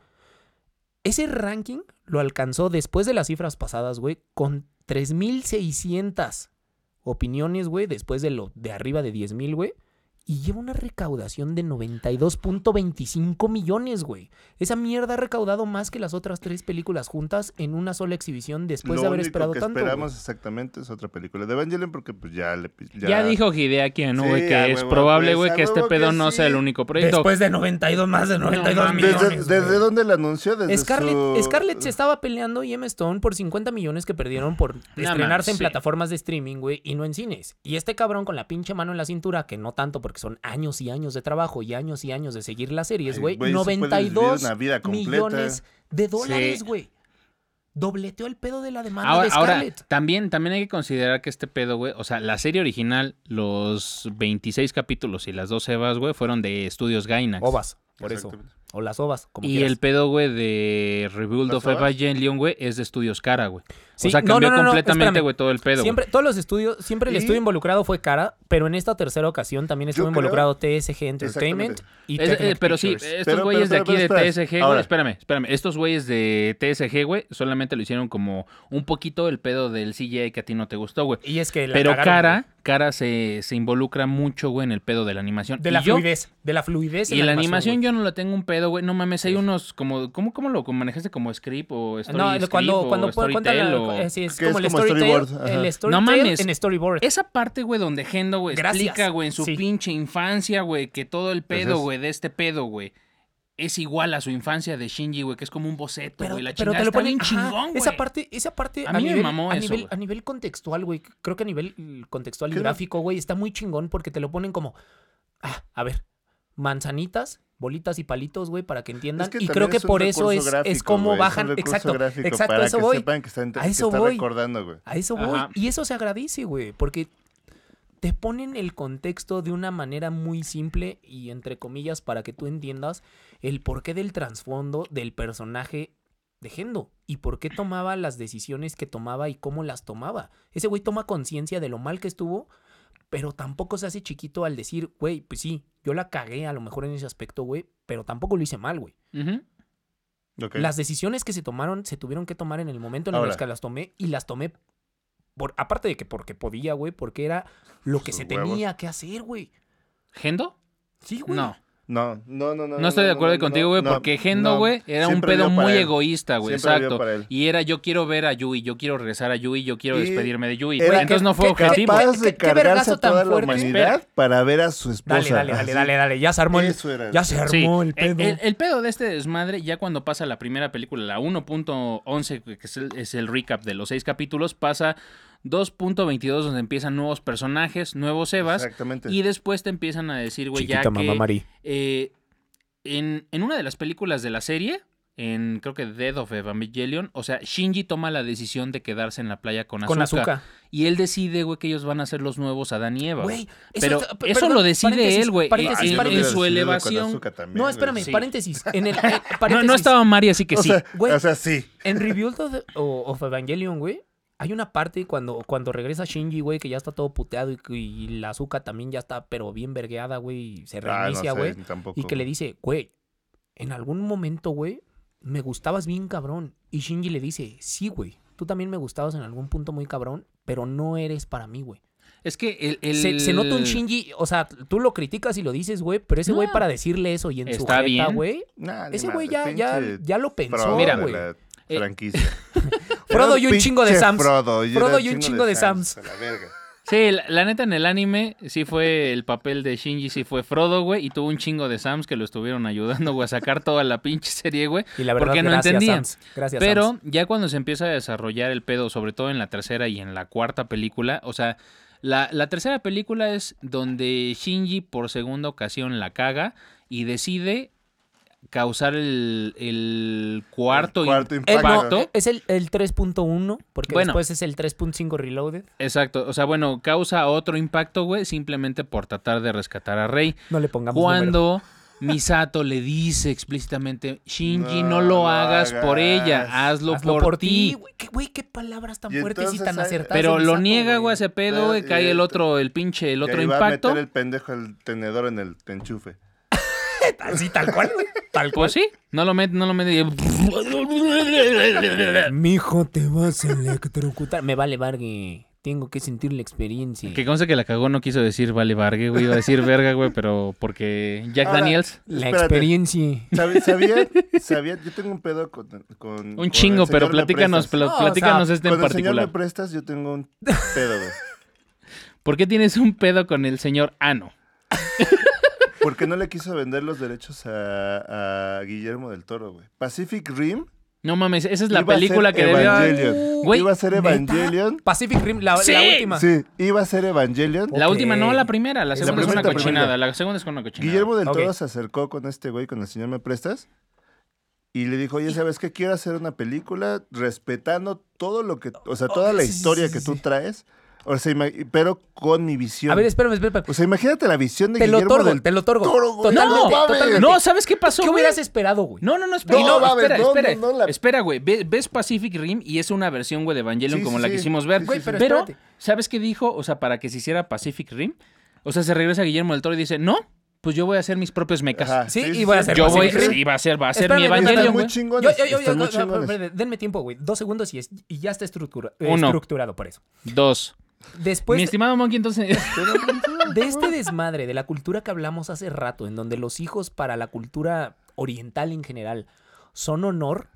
S5: Ese ranking lo alcanzó después de las cifras pasadas, güey, con 3.600 opiniones, güey, después de lo de arriba de 10.000, güey. Y lleva una recaudación de 92.25 millones, güey. Esa mierda ha recaudado más que las otras tres películas juntas en una sola exhibición después
S4: Lo
S5: de haber
S4: único
S5: esperado
S4: que
S5: tanto. güey.
S4: esperamos exactamente es otra película de Evangelion porque pues ya le... pi-
S3: Ya, dijo Hideaki Anno,
S4: Sí,
S3: güey, que
S4: a
S3: es
S4: huevo,
S3: probable,
S4: pues,
S3: güey,
S4: a
S3: que este
S4: huevo
S3: pedo
S4: que
S3: no sea
S4: sí.
S3: el único proyecto.
S5: Después de 92, más de 92
S3: mames.
S5: millones.
S4: ¿Desde,
S5: güey.
S4: desde dónde la anunció? Desde
S5: Scarlett,
S4: su-
S5: Scarlett se estaba peleando y Emma Stone por 50 millones que perdieron por estrenarse en
S3: sí.
S5: plataformas de streaming, güey, y no en cines. Y este cabrón con la pinche mano en la cintura, que no tanto porque son años y años de trabajo y años y años de seguir las series,
S4: Ay,
S5: güey,
S4: güey, se puede vivir
S5: 92
S4: una vida completa.
S5: millones de dólares,
S3: Sí.
S5: güey. Dobleteó el pedo de la demanda
S3: Ahora,
S5: de
S3: ahora
S5: Scarlett.
S3: también, también hay que considerar que este pedo, güey, o sea, la serie original, los 26 capítulos y las dos evas, güey, fueron de estudios Gainax.
S5: Ovas, por eso.
S4: Exactamente.
S5: O las ovas, como
S3: y
S5: quieras.
S3: el pedo, güey, de Rebuild
S4: ¿Las
S3: of
S4: ovas?
S3: Evangelion, güey, es de estudios Cara, güey.
S5: Sí,
S3: o sea,
S5: no,
S3: cambió
S5: no, no, no,
S3: completamente,
S5: espérame.
S3: güey, todo el pedo. güey.
S5: Siempre, todos los estudios, siempre el
S4: Y-
S5: estudio involucrado fue Cara, pero en esta tercera ocasión también estuvo
S4: creo-
S5: involucrado TSG Entertainment
S4: Exactamente.
S5: y
S3: Es- eh,
S5: Technic
S3: pero sí,
S5: Pictures.
S3: estos
S4: Pero-
S3: güeyes
S4: pero- pero-
S3: de aquí
S4: pero
S3: de
S4: espera.
S3: TSG, güey,
S4: Ahora.
S3: espérame, espérame. Estos güeyes de TSG, güey, solamente lo hicieron como un poquito el pedo del CGI que a ti no te gustó, güey.
S5: Y es que la
S3: Pero
S5: cagaron,
S3: cara,
S5: güey.
S3: cara se, se involucra mucho, güey, en el pedo de la animación.
S5: de la
S3: y yo-
S5: fluidez, de la fluidez en
S3: Y la animación
S5: güey.
S3: yo no la tengo un pedo, güey. No mames, hay unos como... ¿Cómo, cómo lo manejaste? ¿Como script o story
S5: no,
S3: script
S5: cuando
S3: o
S5: cuando pon- cuenta
S3: storytell
S5: la-
S3: o-
S5: eh, sí, es
S4: Que es
S5: como el
S4: como
S5: storyboard,
S4: storyboard, ajá.
S5: el
S4: No
S5: storytell
S3: mames.
S5: en storyboard.
S3: <laughs> Esa parte, güey, donde Gendo, güey,
S5: Gracias.
S3: explica, güey, en su
S5: Sí.
S3: pinche infancia, güey, que todo el pedo,
S4: Gracias.
S3: güey, de este pedo, güey, es igual a su infancia de Shinji, güey, que es como un boceto,
S5: pero,
S3: güey. La
S5: pero
S3: chingada
S5: te lo
S3: está
S5: ponen
S3: bien
S5: ajá,
S3: chingón, güey.
S5: Esa parte, esa parte
S3: A
S5: a,
S3: mí me
S5: nivel,
S3: mamó
S5: a
S3: eso,
S5: nivel,
S3: güey.
S5: a nivel contextual, güey. Creo que a nivel mm, contextual y
S4: Creo-
S5: gráfico, güey, está muy chingón porque te lo ponen como, ah, a ver, manzanitas, bolitas y palitos, güey, para que entiendan.
S4: Es que
S5: y
S4: también
S5: creo que
S4: un
S5: por eso es,
S4: recurso
S5: es
S4: gráfico,
S5: como
S4: güey, es un
S5: bajan,
S4: recurso
S5: exacto,
S4: gráfico
S5: exacto,
S4: para
S5: a eso
S4: que
S5: voy.
S4: sepan que están,
S5: A
S4: que
S5: eso
S4: están
S5: voy.
S4: recordando, güey.
S5: A eso voy.
S3: Ajá.
S5: Y eso se agradece, güey, porque te ponen el contexto de una manera muy simple y entre comillas para que tú entiendas el porqué del trasfondo del personaje de Gendo y por qué tomaba las decisiones que tomaba y cómo las tomaba. Ese güey toma conciencia de lo mal que estuvo, pero tampoco se hace chiquito al decir, güey, pues sí, yo la cagué a lo mejor en ese aspecto, güey, pero tampoco lo hice mal, güey.
S3: Ujú.
S4: Ok.
S5: Las decisiones que se tomaron se tuvieron que tomar en el momento en
S4: Ahora.
S5: el que las tomé y las tomé por aparte de que porque podía, güey, porque era lo que
S4: Sus
S5: se
S4: huevos.
S5: tenía que hacer, güey.
S3: ¿Gendo?
S5: Sí, güey.
S3: No.
S4: No, no, no, no.
S3: No estoy de acuerdo
S4: no,
S3: contigo, güey,
S4: no,
S3: porque
S4: no.
S3: Gendo, güey, era un
S4: Siempre
S3: pedo
S4: vio para
S3: muy
S4: él.
S3: egoísta, güey.
S4: Siempre vio
S3: Exacto.
S4: para él.
S3: Y era yo quiero ver a Yui, yo quiero regresar a Yui, yo quiero
S4: Y
S3: despedirme de Yui.
S4: Era
S3: Güey, Entonces no fue
S4: capaz
S3: objetivo.
S4: de
S8: ¿Qué- qué
S4: cargarse
S8: vergazo
S4: a
S8: tan
S4: toda la
S8: fuerte?
S4: humanidad para ver a su esposa.
S5: Dale, dale, dale,
S4: Así.
S5: dale, dale. Ya se armó el,
S4: Eso era.
S5: ya se armó
S3: Sí, eh,
S5: el
S3: el,
S5: pedo.
S3: el- el pedo de este desmadre, ya cuando pasa la primera película, la 1.11, que es el, es el recap de los seis capítulos, pasa 2.22, donde empiezan nuevos personajes, nuevos Evas,
S4: Exactamente.
S3: y después te empiezan a decir, güey, ya
S5: Chiquita
S3: que...
S5: mamá Marí.
S3: eh, en, en una de las películas de la serie, en creo que Dead of Evangelion, o sea, Shinji toma la decisión de quedarse en la playa con Azuka.
S5: Con azúcar.
S3: Y él decide, güey, que ellos van a ser los nuevos Adán y Eva. güey.
S5: Güey,
S3: Pero
S5: está-
S3: eso
S5: perdón,
S3: lo decide
S5: paréntesis,
S3: él, güey.
S4: Ah,
S5: Paréntesis,
S4: yo
S3: en-
S4: lo
S3: en
S4: hubiera
S5: paréntesis.
S3: su
S4: decidido
S3: elevación-
S4: con azúcar también,
S5: No,
S4: güey.
S5: espérame,
S3: Sí.
S5: paréntesis. En el, eh,
S3: <laughs> No,
S5: paréntesis.
S3: no estaba Mari, así que
S4: O
S3: sí.
S4: sea,
S5: Güey.
S4: o sea, sí.
S5: En Review of, the- o- of Evangelion, güey, hay una parte cuando, cuando regresa Shinji, güey, que ya está todo puteado y, que- y la azúcar también ya está, pero bien vergueada, güey, y se
S4: Ah, no
S5: reinicia,
S4: sé,
S5: güey.
S4: tampoco.
S5: y que le dice, güey, en algún momento, güey, me gustabas bien cabrón. Y Shinji le dice, sí, güey, tú también me gustabas en algún punto muy cabrón, pero no eres para mí, güey.
S3: Es que el, el-
S5: Se, se nota un Shinji, o sea, tú lo criticas y lo dices, güey, pero ese güey
S3: No.
S5: para decirle eso y en su
S3: Está
S5: jeta,
S3: bien.
S5: güey,
S4: Nah, ni
S5: ese güey ya,
S4: madre,
S5: ya,
S4: pinche
S5: ya lo pensó,
S4: Frodo
S3: Mira,
S4: de
S5: güey.
S4: la
S3: Eh,
S5: <laughs>
S4: franquicia.
S5: Frodo y un
S4: Pinche
S5: chingo de Sams.
S4: Frodo y, era
S5: Frodo y un chingo de
S4: A la verga.
S3: Sí, la, la neta en el anime sí fue el papel de Shinji, sí fue Frodo, güey, y tuvo un chingo de Sams que lo estuvieron ayudando, güey, a sacar toda la pinche serie, güey.
S5: Y la verdad,
S3: Porque no
S5: gracias,
S3: entendían.
S5: Sans. Gracias, Sans.
S3: Pero ya cuando se empieza a desarrollar el pedo, sobre todo en la tercera y en la cuarta película, o sea, la, la tercera película es donde Shinji por segunda ocasión la caga y decide causar el, el cuarto,
S4: El cuarto
S3: im-
S5: Eh, no,
S4: impacto.
S3: impacto.
S5: es el, el 3.1, porque
S3: Bueno.
S5: después es el 3.5 Reloaded.
S3: Exacto, o sea, bueno, causa otro impacto, güey, simplemente por tratar de rescatar a Rey.
S5: No le pongamos número.
S3: Cuando Misato le dice explícitamente, Shinji, no,
S4: No
S3: lo
S4: lo
S3: hagas por
S4: hagas.
S3: ella, hazlo,
S5: Hazlo
S3: por, ti.
S5: güey. Qué- Güey, qué palabras tan
S4: Y
S5: fuertes y
S4: entonces
S5: tan
S4: hay-
S5: acertadas.
S3: Pero
S5: de
S3: lo
S5: Misato,
S3: niega, güey, ese pedo, güey,
S4: Pero,
S3: cae
S4: y
S3: el
S4: el-
S3: otro, el pinche, el
S4: Y
S3: otro
S4: ahí va a meter
S3: impacto.
S4: el pendejo el tenedor en el enchufe.
S5: <laughs> Así, tal cual,
S3: <laughs>
S5: güey. Tal cual.
S3: Pues sí, no lo mete, no lo
S4: <laughs>
S3: mete.
S5: Mijo, te vas a electrocutar. Me vale vargue. Tengo que sentir la experiencia.
S3: Que conste que la cagó, no quiso decir vale vargue, güey, iba a decir verga, güey, pero porque Jack
S4: Ahora,
S3: Daniels.
S5: La
S4: Espérate.
S5: experiencia.
S4: ¿Sabe-
S5: <laughs>
S4: ¿Sabía, sabía, yo tengo un pedo con, con- con
S3: Un
S4: el
S3: chingo,
S4: señor
S3: pero
S4: me
S3: platícanos,
S4: prestas.
S3: pl-
S5: No, o sea,
S3: platícanos este en
S4: Con el señor me
S3: particular.
S4: prestas, yo tengo un pedo, güey.
S3: ¿Por qué tienes un pedo con el señor Ano?
S4: Porque no le quiso vender los derechos a, a Guillermo del Toro, güey. Pacific Rim.
S3: No mames, esa es la
S4: iba a ser
S3: película que debió.
S4: Evangelion.
S3: Güey,
S4: Iba a ser Evangelion.
S5: Pacific Rim, la, la
S3: Sí.
S5: última.
S4: Sí, iba a ser Evangelion.
S3: La
S5: Ok.
S3: última, no, la primera, la
S5: La
S3: segunda es una
S4: primera, la primera.
S3: cochinada, la segunda es una cochinada.
S4: Guillermo del
S5: Ok.
S4: Toro se acercó con este güey, con el señor Me Prestas, y le dijo, oye, ¿sabes qué? Quiero hacer una película respetando todo lo que, o sea, toda la
S5: sí, sí,
S4: historia
S5: sí,
S4: que
S5: sí,
S4: tú
S5: sí.
S4: traes, o sea, ima- pero con mi visión.
S5: A ver, espérame, espérame.
S4: o sea, imagínate la visión de
S5: Te lo
S4: Guillermo
S5: otorgo,
S4: del
S5: te lo otorgo.
S4: Toro, güey.
S5: Totalmente,
S4: No, mames.
S5: totalmente.
S3: No, ¿sabes qué pasó,
S5: ¿Qué
S3: güey?
S5: hubieras esperado, güey?
S3: No, no, no, espera,
S4: No,
S3: no,
S4: mames,
S3: espera,
S4: no,
S3: espera,
S4: no, no, la-
S3: espera, güey. Ve- Ves Pacific Rim y es una versión, güey, de Evangelion
S4: Sí,
S3: como
S4: sí,
S3: la
S4: sí.
S3: quisimos ver.
S4: Sí, Güey, sí,
S3: pero,
S4: pero
S5: espérate.
S3: ¿sabes qué dijo? O sea, para que se hiciera Pacific Rim, o sea, se regresa Guillermo del Toro y dice, no, pues yo voy a hacer mis propios mecas.
S4: Ajá,
S5: Sí, y voy a hacer
S3: Yo voy,
S5: Pacific Rim.
S3: sí, va a ser, va a ser mi
S5: Espérame, espérame,
S4: Están
S3: Evangelion,
S4: muy
S3: güey.
S5: Yo,
S4: chingones.
S5: yo, yo, yo,
S4: están muy
S5: no, no,
S4: chingones.
S5: espérate, denme tiempo, güey. Dos segundos y, es- y ya está estructura- eh,
S3: Uno.
S5: estructurado por eso.
S3: Dos.
S5: Después
S4: Pues
S3: mi
S5: de,
S3: estimado Monkey, entonces... <laughs>
S5: <laughs> de este desmadre de la cultura que hablamos hace rato, en donde los hijos para la cultura oriental en general son honor,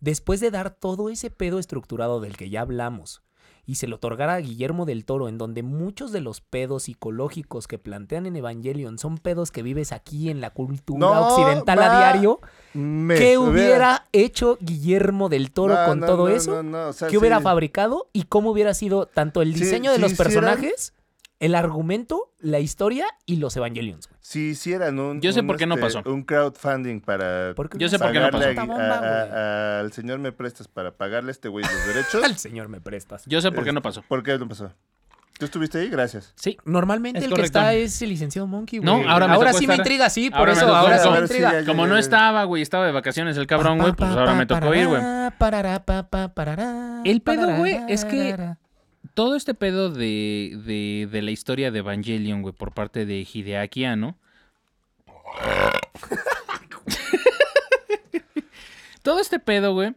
S5: después de dar todo ese pedo estructurado del que ya hablamos y se lo otorgara a Guillermo del Toro, en donde muchos de los pedos psicológicos que plantean en Evangelion son pedos que vives aquí en la cultura
S4: No,
S5: occidental a
S4: va.
S5: diario,
S4: Me
S5: ¿qué hubiera hecho Guillermo del Toro
S4: No,
S5: con
S4: no,
S5: todo
S4: no,
S5: eso?
S4: no, no, o sea,
S5: qué hubiera
S4: sí.
S5: fabricado y cómo hubiera sido tanto el
S4: Sí,
S5: diseño de
S4: sí
S5: los
S4: hicieran-
S5: personajes, el argumento, la historia y los Evangelions. güey.
S4: Si hicieran un,
S3: Yo sé
S4: un, este,
S3: por qué no pasó.
S4: un crowdfunding para
S5: ¿Por qué
S3: Yo
S5: no
S3: sé por qué no
S5: sacaron
S4: pagarle
S5: esta
S4: a-
S5: bomba,
S4: a-
S5: güey?
S4: a- al señor me prestas para pagarle a este güey los
S5: <laughs>
S4: derechos.
S5: Al señor me prestas.
S3: Yo sé por qué no pasó.
S4: ¿Por qué no pasó? ¿Tú estuviste ahí? Gracias.
S3: Sí.
S5: Normalmente
S3: Es
S5: el
S3: correcto.
S5: que está es el licenciado Monkey, güey.
S3: No, ahora me tocó
S5: sí me
S3: estar-
S5: intriga, sí, por
S3: ahora me
S5: eso,
S3: tocó
S5: ahora sí
S3: estar-
S5: me
S4: Ahora sí,
S5: intriga.
S4: ya-
S3: Como no estaba, güey, estaba de vacaciones el cabrón, güey, pues ahora me tocó ir, güey.
S5: Parará, pa, pa, parará,
S3: El pedo,
S5: parará,
S3: güey, es que-
S5: parará.
S3: todo este pedo de, de, de la historia de Evangelion, güey, por parte de Hideaki Anno. <laughs> todo este pedo, güey,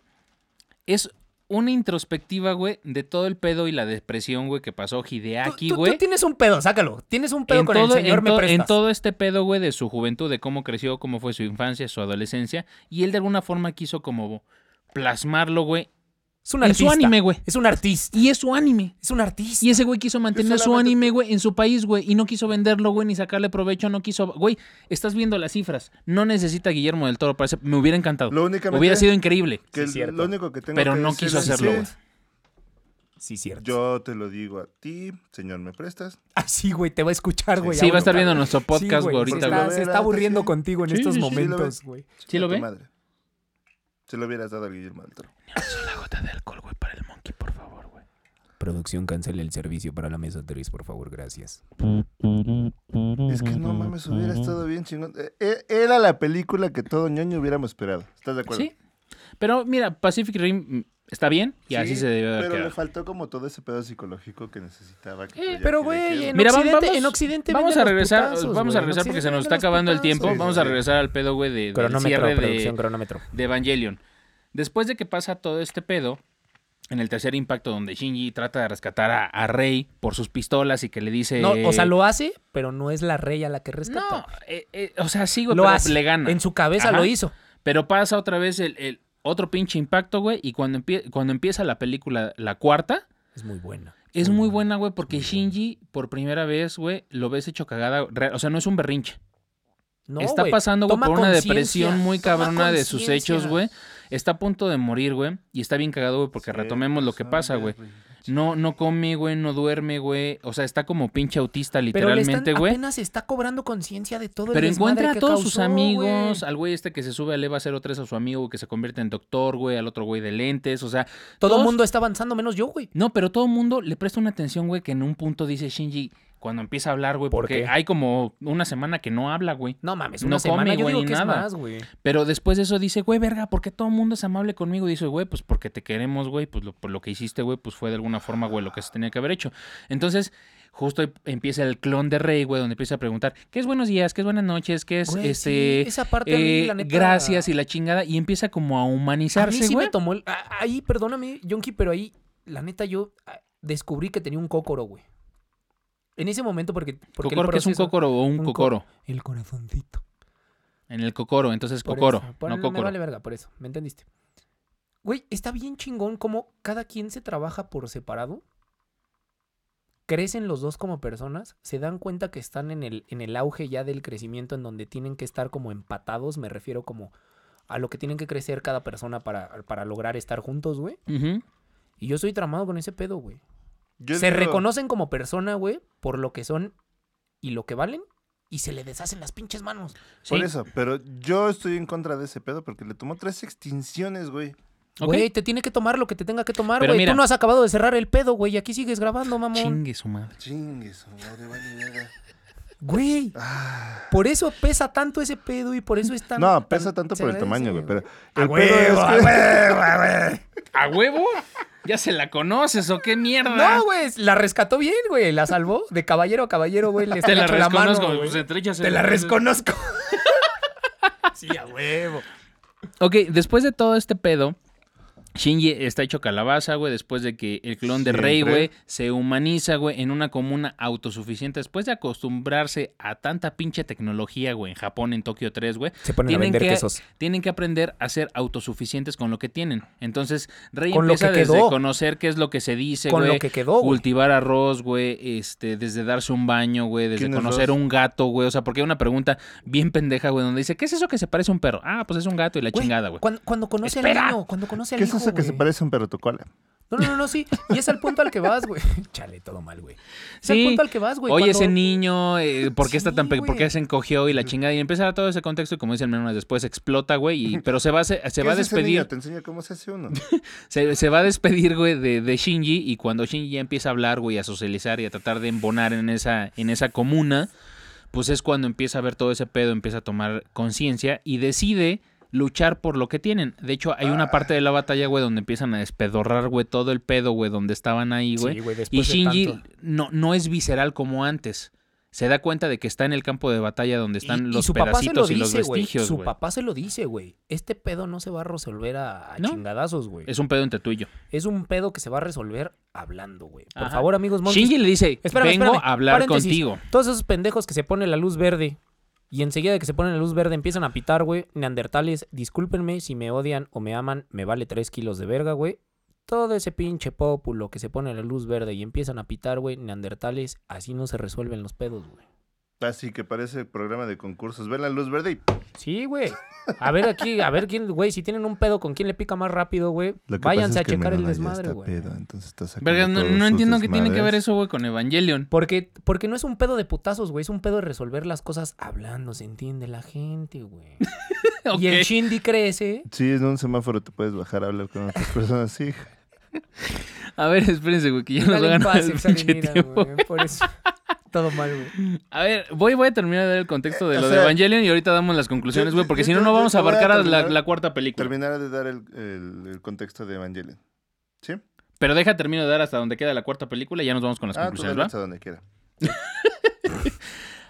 S3: es una introspectiva, güey, de todo el pedo y la depresión, güey, que pasó
S5: Tú-
S3: Hideaki,
S5: tú- tú
S3: güey.
S5: tienes un pedo, sácalo. Tienes un pedo con el señor,
S3: en
S5: me
S3: to-
S5: prestas.
S3: en todo este pedo, güey, de su juventud, de cómo creció, cómo fue su infancia, su adolescencia. Y él de alguna forma quiso como plasmarlo, güey,
S5: es un
S3: en su
S5: artista.
S3: anime, güey.
S5: Es un artista.
S3: Y es su anime.
S5: Es un artista.
S3: Y ese güey quiso mantener su
S4: solamente-
S3: anime, güey, en su país, güey. Y no quiso venderlo, güey, ni sacarle provecho, no quiso... Güey, estás viendo las cifras. No necesita Guillermo del Toro para hacer- Me hubiera encantado.
S4: Lo únicamente-
S3: Hubiera sido increíble.
S4: Que
S5: Sí, cierto.
S4: lo único que tengo
S3: Pero
S4: que
S3: no
S4: decir
S3: quiso
S4: es
S3: hacerlo,
S4: que
S3: güey.
S5: Sí, cierto.
S4: Yo te lo digo a ti, señor, ¿me prestas?
S5: <laughs> Ah, sí, güey, te va a escuchar, güey.
S3: Sí, va a estar
S5: ahora.
S3: viendo nuestro
S5: Sí,
S3: podcast,
S5: güey,
S3: güey, ahorita,
S5: Se
S4: porque
S3: güey.
S5: está,
S4: güey.
S5: se está aburriendo
S4: Sí,
S5: contigo en
S3: sí,
S5: estos
S3: sí, sí,
S4: lo ves.
S5: momentos, güey.
S3: ¿Sí lo
S4: A tu
S3: ve?
S4: madre. Se lo hubieras dado al Guillermo del Toro.
S3: La gota de alcohol, güey, para el monkey, por favor, güey.
S5: Producción, cancela el servicio para la mesa 3, por favor, gracias.
S4: Es que no mames, hubiera estado bien chingón. Eh, eh, Era la película que todo ñoño hubiéramos esperado. ¿Estás de acuerdo?
S3: Sí. Pero mira, Pacific Rim mm, está bien y así
S4: Sí,
S3: se debe haber
S4: Pero le
S3: quedado.
S4: faltó como todo ese pedo psicológico que necesitaba. que
S5: Eh,
S4: ya
S5: pero,
S4: que le
S5: güey,
S4: quede.
S5: en-
S3: Mira, va-
S5: Occidente-
S3: vamos,
S5: en Occidente
S3: vamos a
S5: venden los
S3: regresar,
S5: putazos,
S3: vamos a
S5: güey, en
S3: regresar porque se
S5: Occidente
S3: nos está
S5: venden los
S3: acabando el tiempo.
S4: putazos.
S3: Vamos a regresar al pedo, güey, de, del
S5: Cronómetro,
S3: cierre
S5: producción,
S3: de,
S5: cronómetro.
S3: de Evangelion. Después de que pasa todo este pedo, en el tercer impacto donde Shinji trata de rescatar a, a Rey por sus pistolas y que le dice...
S5: No, o sea, lo hace, pero no es la rey a la que
S3: No,
S5: rescata.
S3: eh, eh, o sea, sí, güey,
S5: lo
S3: pero
S5: hace.
S3: le gana.
S5: En su cabeza
S3: Ajá.
S5: lo hizo.
S3: Pero pasa otra vez el, el otro pinche impacto, güey, y cuando, empie- cuando empieza la película, la cuarta...
S5: Es muy buena.
S3: Es muy buena, güey, porque Shinji, por primera vez, güey, lo ves hecho cagada. re- O sea, no es un berrinche.
S5: No,
S3: está
S5: güey,
S3: pasando, güey,
S5: toma
S3: por una
S5: conciencia,
S3: depresión muy
S5: toma
S3: cabrona de sus
S5: conciencia.
S3: hechos, güey. Está a punto de morir, güey. Y está bien cagado, güey, porque retomemos lo que pasa, güey. No, no come, güey, no duerme, güey. O sea, está como pinche autista,
S5: Pero le están-
S3: literalmente, güey.
S5: apenas está cobrando conciencia de todo el
S3: Pero
S5: desmadre
S3: encuentra a
S5: que
S3: todos
S5: causó,
S3: sus amigos,
S5: güey.
S3: al güey este que se sube al EVA 03 a su amigo que se convierte en doctor, güey, al otro güey de lentes, o sea,
S5: Todo el
S3: todos-
S5: mundo está avanzando menos yo, güey.
S3: No, pero todo el mundo le presta una atención, güey, que en un punto dice Shinji cuando empieza a hablar, güey,
S5: ¿Por
S3: porque
S5: qué?
S3: hay como una semana que no habla, güey.
S5: No mames,
S3: No
S5: una semana
S3: come,
S5: yo
S3: güey,
S5: digo
S3: ni
S5: que es
S3: nada.
S5: más, güey.
S3: Pero después de eso dice, güey, verga, ¿por qué todo el mundo es amable conmigo? Y dice, güey, pues porque te queremos, güey, pues lo, por lo que hiciste, güey, pues fue de alguna forma, güey, lo que se tenía que haber hecho. Entonces, justo ahí empieza el clon de Rey, güey, donde empieza a preguntar, ¿qué es buenos días? ¿Qué es buenas noches? ¿Qué es
S5: Güey,
S3: este...
S5: sí, esa parte a mí,
S3: eh,
S5: la neta,
S3: gracias y la chingada y empieza como a
S5: A
S3: humanizarse,
S5: mí sí
S3: güey.
S5: me tomó el... a- Ahí, perdóname, Yonki, pero ahí, la neta, yo ah, descubrí que tenía un cócoro, güey. En ese momento, porque... porque el
S3: Cocoro, que es un
S5: proceso-
S3: cocoro o un,
S5: un co-
S3: cocoro.
S5: El corazoncito.
S3: En el cocoro, entonces
S5: Por
S3: cocoro,
S5: eso, por-
S3: no
S5: me
S3: cocoro.
S5: vale verga, por eso, ¿me entendiste? Güey, está bien chingón cómo cada quien se trabaja por separado. Crecen los dos como personas, se dan cuenta que están en el, en el auge ya del crecimiento en donde tienen que estar como empatados, me refiero como a lo que tienen que crecer cada persona para, para lograr estar juntos, güey.
S3: Ujú.
S5: Y yo estoy tramado con ese pedo, güey.
S4: Yo
S5: se
S4: digo-
S5: reconocen como persona, güey, por lo que son y lo que valen, y se le deshacen las pinches manos.
S3: Sí.
S4: Por eso, pero yo estoy en contra de ese pedo porque le tomó tres extinciones, güey.
S3: Ok.
S5: Güey, te tiene que tomar lo que te tenga que tomar,
S3: Pero
S5: güey. Tú
S3: mira.
S5: no has acabado de cerrar el pedo, güey. y Aquí sigues grabando, mamón.
S3: Chingue su madre.
S4: Chingue su madre, vale, verga.
S5: Güey. Por eso pesa tanto ese pedo y por eso es tan.
S4: Ah. No,
S5: tan-
S4: pesa tanto
S5: se
S4: por el
S5: agradece,
S4: tamaño, güey, ah, pero
S5: A
S4: el pedo
S5: huevo,
S4: es
S5: a
S4: <laughs> que-
S3: ¿A huevo? ¿Ya se la conoces o qué mierda?
S5: No, güey. La rescató bien, güey. La salvó. De caballero a
S3: <laughs>
S5: caballero, güey. Le
S3: Te la
S5: estrechó la mano,
S3: reconozco.
S5: güey.
S3: pues, entre ellas-
S5: Te la reconozco. sí, a huevo.
S3: Ok, después de todo este pedo, Shinji está hecho calabaza, güey, después de que el clon de Rey,
S4: Siempre.
S3: güey, se humaniza, güey, en una comuna autosuficiente, después de acostumbrarse a tanta pinche tecnología, güey, en Japón, en Tokio 3, güey,
S5: Se ponen a
S3: Tienen
S5: vender
S3: que-
S5: quesos.
S3: tienen que aprender a ser autosuficientes con lo que tienen. Entonces, Rey
S5: Con lo
S3: empieza
S5: que
S3: desde
S5: quedó.
S3: conocer qué es lo que se dice,
S5: Con
S3: güey,
S5: lo que quedó, güey.
S3: cultivar arroz, güey, este, desde darse un baño, güey, desde
S4: ¿Quién es
S3: conocer
S4: Ross?
S3: un gato, güey, o sea, porque hay una pregunta bien pendeja, güey, donde dice, ¿qué es eso que se parece a un perro? Ah, pues es un gato y la
S5: Güey,
S3: chingada, güey.
S5: Cuando, cuando conoce
S3: Espera.
S5: al niño, cuando conoce al
S4: ¿Qué es
S5: hijo,
S4: eso que se
S5: güey.
S4: parece a un perro tu cola?
S5: No, no, no, no, sí. Y es al punto al que vas, güey. <laughs> Chale, todo mal, güey. Es al
S3: Sí.
S5: punto al que vas, güey.
S3: Oye,
S5: cuando-
S3: ese niño, eh, ¿por qué está
S5: Sí,
S3: tan pe- ¿Por
S5: güey.
S3: qué se encogió y la chingada? Y empieza todo ese contexto y como dice el menú, después explota, güey, y- pero se va, a se, se
S4: ¿Qué
S3: va a
S4: es ese niño?
S3: despedir.
S4: Te enseño cómo se hace uno.
S3: Se, se va a despedir, güey, de, de Shinji. Y cuando Shinji ya empieza a hablar, güey, a socializar y a tratar de embonar en esa, en esa comuna, pues es cuando empieza a ver todo ese pedo, empieza a tomar conciencia y decide luchar por lo que tienen. De hecho, hay una parte de la batalla, güey, donde empiezan a despedorrar, güey, todo el pedo, güey, donde estaban ahí, güey.
S5: Sí, güey, después
S3: y
S5: de
S3: Shinji
S5: tanto.
S3: no, no es visceral como antes. se da cuenta de que está en el campo de batalla donde están los pedacitos y los
S5: güey.
S3: vestigios,
S5: Su
S3: güey.
S5: papá se lo dice, güey. Este pedo no se va a resolver a, a
S3: No.
S5: chingadazos, güey. Es...
S3: Es un pedo entre tú y yo.
S5: un pedo que se va a resolver hablando, güey. Por
S3: Ajá.
S5: favor, amigos monkeys.
S3: Shinji le dice,
S5: Espérame,
S3: vengo
S5: espérame.
S3: a hablar
S5: Paréntesis.
S3: contigo.
S5: Todos esos pendejos que se pone la luz verde y enseguida que se pone la luz verde empiezan a pitar, güey. Neandertales, discúlpenme si me odian o me aman, me vale 3 kilos de verga, güey. Todo ese pinche pópulo que se pone la luz verde y empiezan a pitar, güey, neandertales, así no se resuelven los pedos, güey.
S4: <laughs> Así que parece el programa de concursos. Ven la luz verde y
S5: Sí, güey. A ver aquí, a ver quién, güey, si tienen un pedo con quién le pica más rápido, güey,
S4: Lo que pasa
S5: váyanse a
S4: es que
S5: checar el
S4: Menona ya
S5: desmadre,
S4: está
S5: güey.
S4: pedo, entonces está sacando
S3: Verga, no,
S4: todos
S3: no
S4: sus
S3: entiendo qué tiene que ver
S4: desmadres.
S3: eso, güey, con Evangelion. <laughs>
S5: Porque, porque no es un pedo de putazos, güey, es un pedo de resolver las cosas hablando, se entiende la gente, güey. Y el
S3: <laughs> Ok.
S5: Shindy crece.
S4: Sí, en un semáforo te puedes bajar a hablar con otras <laughs> personas, sí.
S3: A ver, espérense, güey, que ya <laughs> nos va a
S5: Salen
S3: ganar el
S5: pases, salen
S3: pinche
S5: iras,
S3: tiempo.
S5: güey, Por
S3: <laughs>
S5: eso. Todo mal, güey.
S3: A ver, voy, voy a terminar de dar el contexto de
S4: Eh,
S3: lo
S4: <laughs> o
S3: de
S4: sea,
S3: Evangelion y ahorita damos las conclusiones,
S4: yo-
S3: güey, porque
S4: yo-
S3: si no,
S4: yo-
S3: no
S4: yo
S3: vamos a
S4: te voy a
S3: abarcar a la,
S4: terminar-
S3: la cuarta película.
S4: Terminar de dar el, el- el contexto de Evangelion. ¿Sí?
S3: Pero deja, termino de dar hasta donde queda la cuarta película y ya nos vamos con las
S4: Ah, tú
S3: conclusiones,
S4: dale
S3: ¿va?
S4: hasta donde quiera.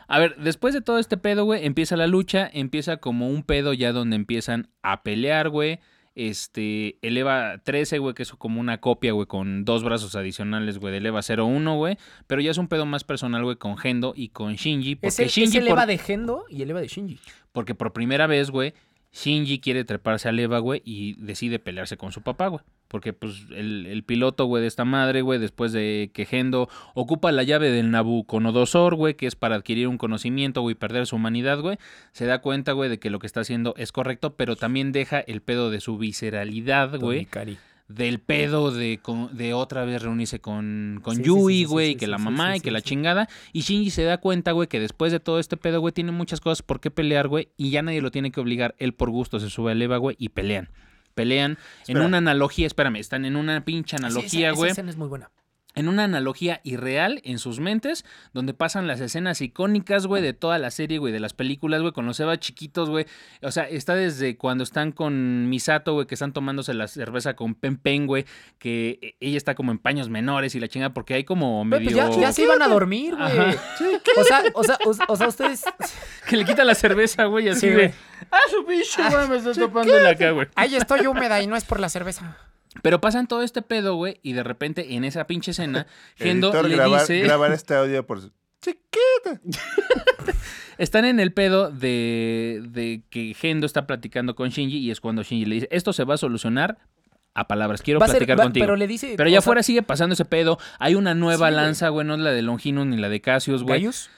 S3: A ver, después de todo este pedo, güey, empieza la lucha, empieza como un pedo ya donde empiezan a pelear, güey. Este, Eleva 13, güey, que es como una copia, güey, con dos brazos adicionales, güey, de Eleva 01, güey. Pero ya es un pedo más personal, güey, con Gendo y con Shinji. Porque
S5: Es el,
S3: Shinji,
S5: es el
S3: por-
S5: Eva de Gendo y el Eva de Shinji.
S3: porque por primera vez, güey, Shinji quiere treparse al Eva, güey, y decide pelearse con su papá, güey. Porque, pues, el, el piloto, güey, de esta madre, güey, después de que Gendo ocupa la llave del Nabucodonosor, güey, que es para adquirir un conocimiento, güey, y perder su humanidad, güey, se da cuenta, güey, de que lo que está haciendo es correcto, pero también deja el pedo de su visceralidad, güey,
S5: Tomikari.
S3: del pedo de, con- de otra vez reunirse con, con
S5: Sí, sí, sí,
S3: Yui,
S5: sí,
S3: güey,
S5: sí,
S3: y que
S5: sí,
S3: la
S5: sí,
S3: mamá
S5: sí,
S3: y que
S5: sí,
S3: la
S5: sí.
S3: chingada. Y Shinji se da cuenta, güey, que después de todo este pedo, güey, tiene muchas cosas por qué pelear, güey, y ya nadie lo tiene que obligar. Él por gusto se sube al Eva, güey, y pelean. Pelean en
S4: Espera.
S3: una analogía, espérame, están en una pinche
S5: Sí, esa-
S3: analogía,
S5: esa
S3: güey
S5: escena es muy buena.
S3: en una analogía irreal en sus mentes, donde pasan las escenas icónicas, güey, de toda la serie, güey, de las películas, güey, con los Eva chiquitos, güey. O sea, está desde cuando están con Misato, güey, que están tomándose la cerveza con Pen Pen, güey, que eh, ella está como en paños menores y la chinga, porque hay como
S5: Güey,
S3: medio...
S5: pues
S3: <laughs>
S5: ya, ya se iban a dormir, güey.
S3: Ajá.
S5: O sea, o sea, o- o
S3: <laughs>
S5: sea, ustedes.
S3: Que le quita la cerveza, güey, así
S5: Sí,
S3: de...
S5: güey.
S3: ¡Ah, su pinche, güey! Me está topando en la cara, güey.
S8: Ay, estoy húmeda y no es por la cerveza.
S3: Pero pasan todo este pedo, güey, y de repente en esa pinche escena, Gendo
S4: Editor,
S3: le
S4: grabar,
S3: dice...
S4: grabar este audio por...
S3: Están en el pedo de, de que Gendo está platicando con Shinji y es cuando Shinji le dice, esto se va a solucionar a palabras, quiero
S5: Va a ser-
S3: platicar
S5: va-
S3: contigo.
S5: Pero
S3: Pero,
S5: le dice.
S3: ya
S5: o sea,
S3: afuera sigue pasando ese pedo, hay una nueva
S5: Sí, güey.
S3: lanza, güey, no es la de Longinus ni la de Cassius, güey.
S5: Gaius.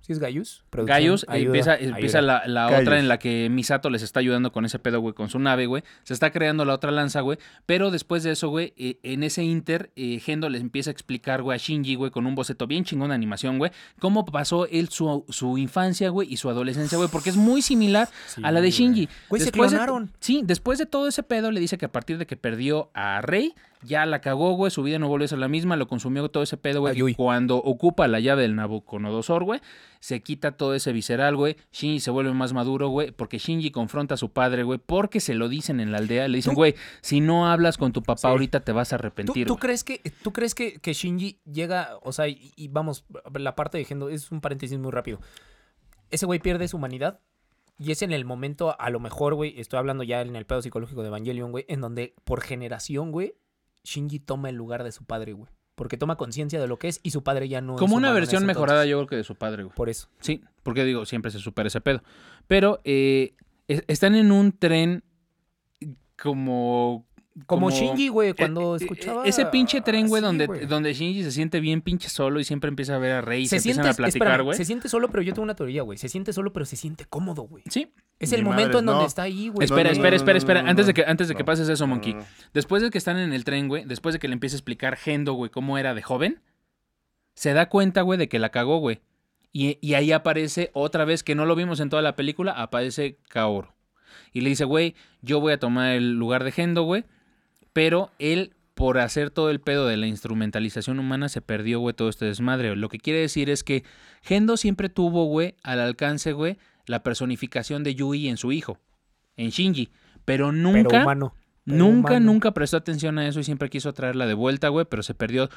S5: ¿Sí es Gaius? Producción,
S3: Gaius eh,
S5: ayuda,
S3: empieza, empieza
S5: ayuda.
S3: la, la
S4: Gaius.
S3: otra en la que Misato les está ayudando con ese pedo, güey, con su nave, güey. Se está creando la otra lanza, güey. Pero después de eso, güey, eh, en ese inter, eh, Gendo les empieza a explicar, güey, a Shinji, güey, con un boceto bien chingón de animación, güey, cómo pasó él su, su infancia, güey, y su adolescencia, güey, porque es muy similar a la de Shinji.
S5: Güey, se
S3: Después de-
S5: clonaron.
S3: sí, después de todo ese pedo, le dice que a partir de que perdió a Rey, ya la cagó, güey, su vida no volvió a ser la misma, lo consumió todo ese pedo, güey.
S5: Ay, uy.
S3: y Cuando ocupa la llave del Nabucodonosor, güey, se quita todo ese visceral, güey. Shinji se vuelve más maduro, güey, porque Shinji confronta a su padre, güey, porque se lo dicen en la aldea. Le dicen,
S5: ¿Tú?
S3: güey, si no hablas con tu papá
S5: Sí.
S3: ahorita te vas a
S5: ¿Tú,
S3: arrepentir.
S5: tú
S3: güey".
S5: crees que tú crees que, que Shinji llega, o sea, y, y vamos, la parte de Gendo es un paréntesis muy rápido. Ese güey pierde su humanidad y es en el momento, a lo mejor, güey, estoy hablando ya en el pedo psicológico de Evangelion, güey, en donde por generación, güey, Shinji toma el lugar de su padre, güey, porque toma conciencia de lo que es y su padre ya no es
S3: Como una
S5: humano en ese
S3: versión
S5: entonces.
S3: mejorada, yo creo que de su padre, güey.
S5: Por eso.
S3: Sí, porque digo, siempre se supera ese pedo. Pero eh, es- están en un tren como...
S5: Como,
S3: Como-
S5: Shinji, güey, cuando
S3: eh, eh,
S5: escuchaba
S3: Ese pinche tren, güey,
S5: así,
S3: donde, donde Shinji se siente bien pinche solo y siempre empieza a ver a Rey y se, empiezan a platicar,
S5: espérame,
S3: güey.
S5: se siente solo, pero yo tengo una teoría, güey. Se siente solo, pero se siente cómodo, güey.
S3: Sí.
S5: Es
S4: Ni
S5: el momento
S4: madres,
S5: en donde
S4: no.
S5: está ahí, güey.
S3: Espera,
S4: no,
S3: espera,
S4: no,
S3: espera,
S4: no,
S3: espera.
S4: no,
S3: antes de
S4: no.
S3: que, antes de que
S4: No.
S3: pases eso,
S4: No,
S3: Monkey.
S4: no, no.
S3: Después de que están en el tren, güey, después de que le empieza a explicar Gendo, güey, cómo era de joven, se da cuenta, güey, de que la cagó, güey. Y, y ahí aparece otra vez, que no lo vimos en toda la película, aparece Kaoru. Y le dice, güey, yo voy a tomar el lugar de Gendo, güey. Pero él, por hacer todo el pedo de la instrumentalización humana, se perdió, güey, todo este desmadre. Lo que quiere decir es que Gendo siempre tuvo, güey, al alcance, güey, la personificación de Yui en su hijo, en Shinji. Pero nunca...
S5: Pero humano. Pero
S3: Nunca,
S5: humano.
S3: nunca prestó atención a eso y siempre quiso traerla de vuelta, güey, pero se perdió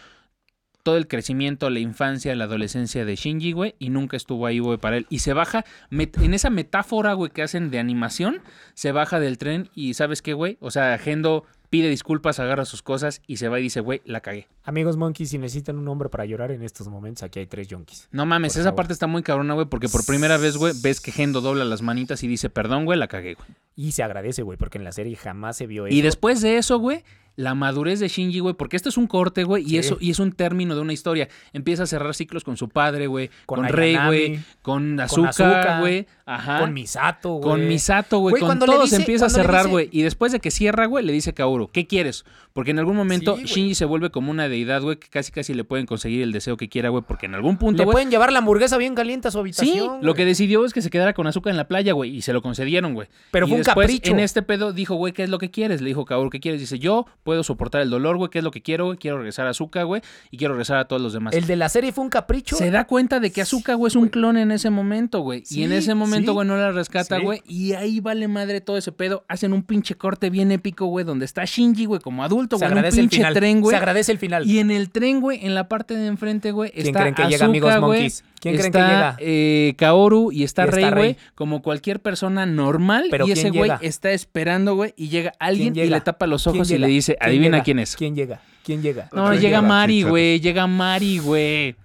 S3: todo el crecimiento, la infancia, la adolescencia de Shinji, güey, y nunca estuvo ahí, güey, para él. Y se baja, met- en esa metáfora, güey, que hacen de animación, se baja del tren y ¿sabes qué, güey? O sea, Gendo pide disculpas, agarra sus cosas y se va y dice, güey, la cagué.
S5: Amigos monkeys, si necesitan un hombre para llorar en estos momentos, aquí hay tres yonkis.
S3: No mames,
S5: Por
S3: esa
S5: favor.
S3: parte está muy cabrona, güey, porque por primera vez, güey, ves que Gendo dobla las manitas y dice, perdón, güey, la cagué, güey.
S5: Y se agradece, güey, porque en la serie jamás se vio
S3: Y
S5: eso.
S3: después de eso, güey, la madurez de Shinji, güey, porque esto es un corte, güey, y
S5: Sí.
S3: eso y es un término de una historia. Empieza a cerrar ciclos con su padre, güey, con,
S5: Con
S3: Rey,
S5: Ayanami,
S3: güey, con Azuka,
S5: Azuka,
S3: güey, ajá.
S5: Con Misato, güey.
S3: Con Misato, güey,
S8: Güey,
S3: con
S8: cuando le
S3: todos
S8: dice-
S3: empieza a
S8: cuando le
S3: cerrar,
S8: dice-
S3: güey. Y después de que cierra, güey, le dice a Kaoru, ¿qué quieres? Porque en algún momento
S8: Sí, güey.
S3: Shinji se vuelve como una deidad, güey, que casi casi le pueden conseguir el deseo que quiera, güey, porque en algún punto,
S8: Le
S3: güey,
S8: pueden llevar la hamburguesa bien caliente a su
S3: Sí,
S8: habitación.
S3: lo que
S8: güey.
S3: decidió es que se quedara con azúcar en la playa, güey, y se lo concedieron, güey.
S5: Pero
S3: Y
S5: fue un
S3: después,
S5: capricho.
S3: En este pedo dijo, güey, ¿qué es lo que quieres? Le dijo Kaoru, ¿qué quieres? Dice, yo puedo soportar el dolor, güey, ¿qué es lo que quiero? güey? Quiero regresar a azúcar, güey, y quiero regresar a todos los demás.
S5: El de la serie fue un capricho.
S3: Se da cuenta de que Azúcar, güey, es un clon en ese momento, güey. y en
S5: Sí,
S3: ese momento,
S5: sí.
S3: güey, no la rescata,
S5: Sí.
S3: güey. Y ahí vale madre todo ese pedo. Hacen un pinche corte bien épico, güey, donde está Shinji, güey, como adulto,
S5: Se
S3: güey, en un
S5: agradece el
S3: pinche
S5: final.
S3: tren, güey.
S5: Se agradece el final.
S3: Y en el tren, güey, en la parte de enfrente, güey,
S5: ¿Quién
S3: está
S5: creen que llega,
S3: Asuka,
S5: amigos
S3: güey,
S5: monkeys? ¿Quién creen que
S3: está,
S5: llega?
S3: eh, Kaoru y está
S5: Y está
S3: Rey, güey,
S5: Rey.
S3: como cualquier persona normal.
S5: Pero
S3: y
S5: ¿quién
S3: ese güey
S5: llega?
S3: está esperando, güey, y llega alguien
S5: ¿Quién
S3: y le
S5: llega?
S3: tapa los
S5: ¿Quién
S3: ojos y
S5: llega?
S3: le dice,
S5: ¿Quién
S3: adivina
S5: llega?
S3: quién es.
S5: ¿Quién llega? ¿Quién llega?
S3: No,
S4: ¿Quién
S3: llega
S4: llega?
S3: Mari,
S4: Fíjate.
S3: güey, llega Mari, güey.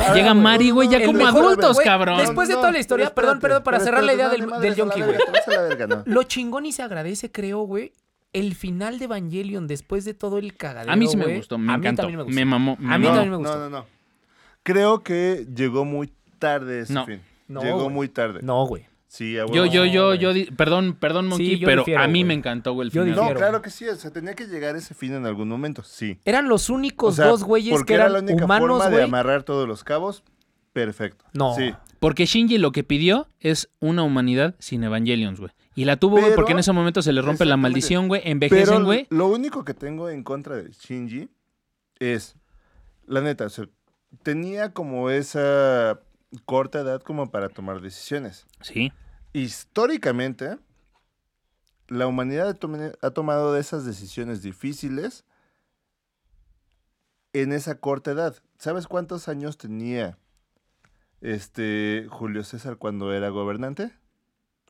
S4: Ahora,
S5: Ah,
S3: Llega
S4: güey,
S3: Mari,
S4: no,
S3: güey, ya
S4: no,
S3: como
S4: el mejor,
S3: adultos,
S4: güey.
S3: cabrón.
S5: Después de toda la historia,
S4: pero
S5: perdón,
S4: espérate,
S5: perdón, para
S4: pero
S5: cerrar la idea
S4: espérate,
S5: del-
S4: no, ni
S5: del
S4: madres, a la
S5: yonki,
S4: verga,
S5: güey.
S4: te vas a la verga, no.
S8: Lo chingón y se agradece, creo, güey, el final de Evangelion después de todo el cagadero.
S3: A mí sí me
S8: güey.
S3: gustó, me
S5: a mí
S3: encantó.
S5: también
S3: Me,
S5: me gustó.
S3: mamó. me
S5: A mí
S3: mamó.
S5: también me gustó.
S4: No, no, no. Creo que llegó muy tarde ese
S3: No.
S4: fin.
S5: No,
S4: llegó
S5: güey.
S4: muy tarde.
S5: No, güey.
S4: Sí, a
S3: Yo,
S4: huevo.
S3: yo, yo,
S5: güey.
S3: yo, di- perdón, perdón, Monkey,
S5: yo
S3: pero
S5: difiero,
S3: a mí
S5: güey.
S3: me encantó, güey, el
S5: Yo
S3: final.
S4: No,
S5: difiero.
S4: claro que sí. O sea, tenía que llegar ese fin en algún momento. Sí.
S5: Eran los únicos
S4: O sea,
S5: dos güeyes
S4: porque
S5: que
S4: era
S5: eran
S4: la única
S5: humanos,
S4: forma de
S5: güey.
S4: amarrar todos los cabos. Perfecto.
S5: No.
S4: Sí.
S3: Porque Shinji lo que pidió es una humanidad sin Evangelions, güey. Y la tuvo, güey,
S4: Pero-
S3: porque en ese momento se le rompe la
S4: Exactamente.
S3: maldición, güey,
S4: Pero
S3: envejecen, güey.
S4: lo único que tengo en contra de Shinji es, la neta, o sea, tenía como esa corta edad como para tomar decisiones.
S3: Sí.
S4: históricamente, la humanidad ha tome- ha tomado de esas decisiones difíciles en esa corta edad. ¿Sabes cuántos años tenía este Julio César cuando era gobernante?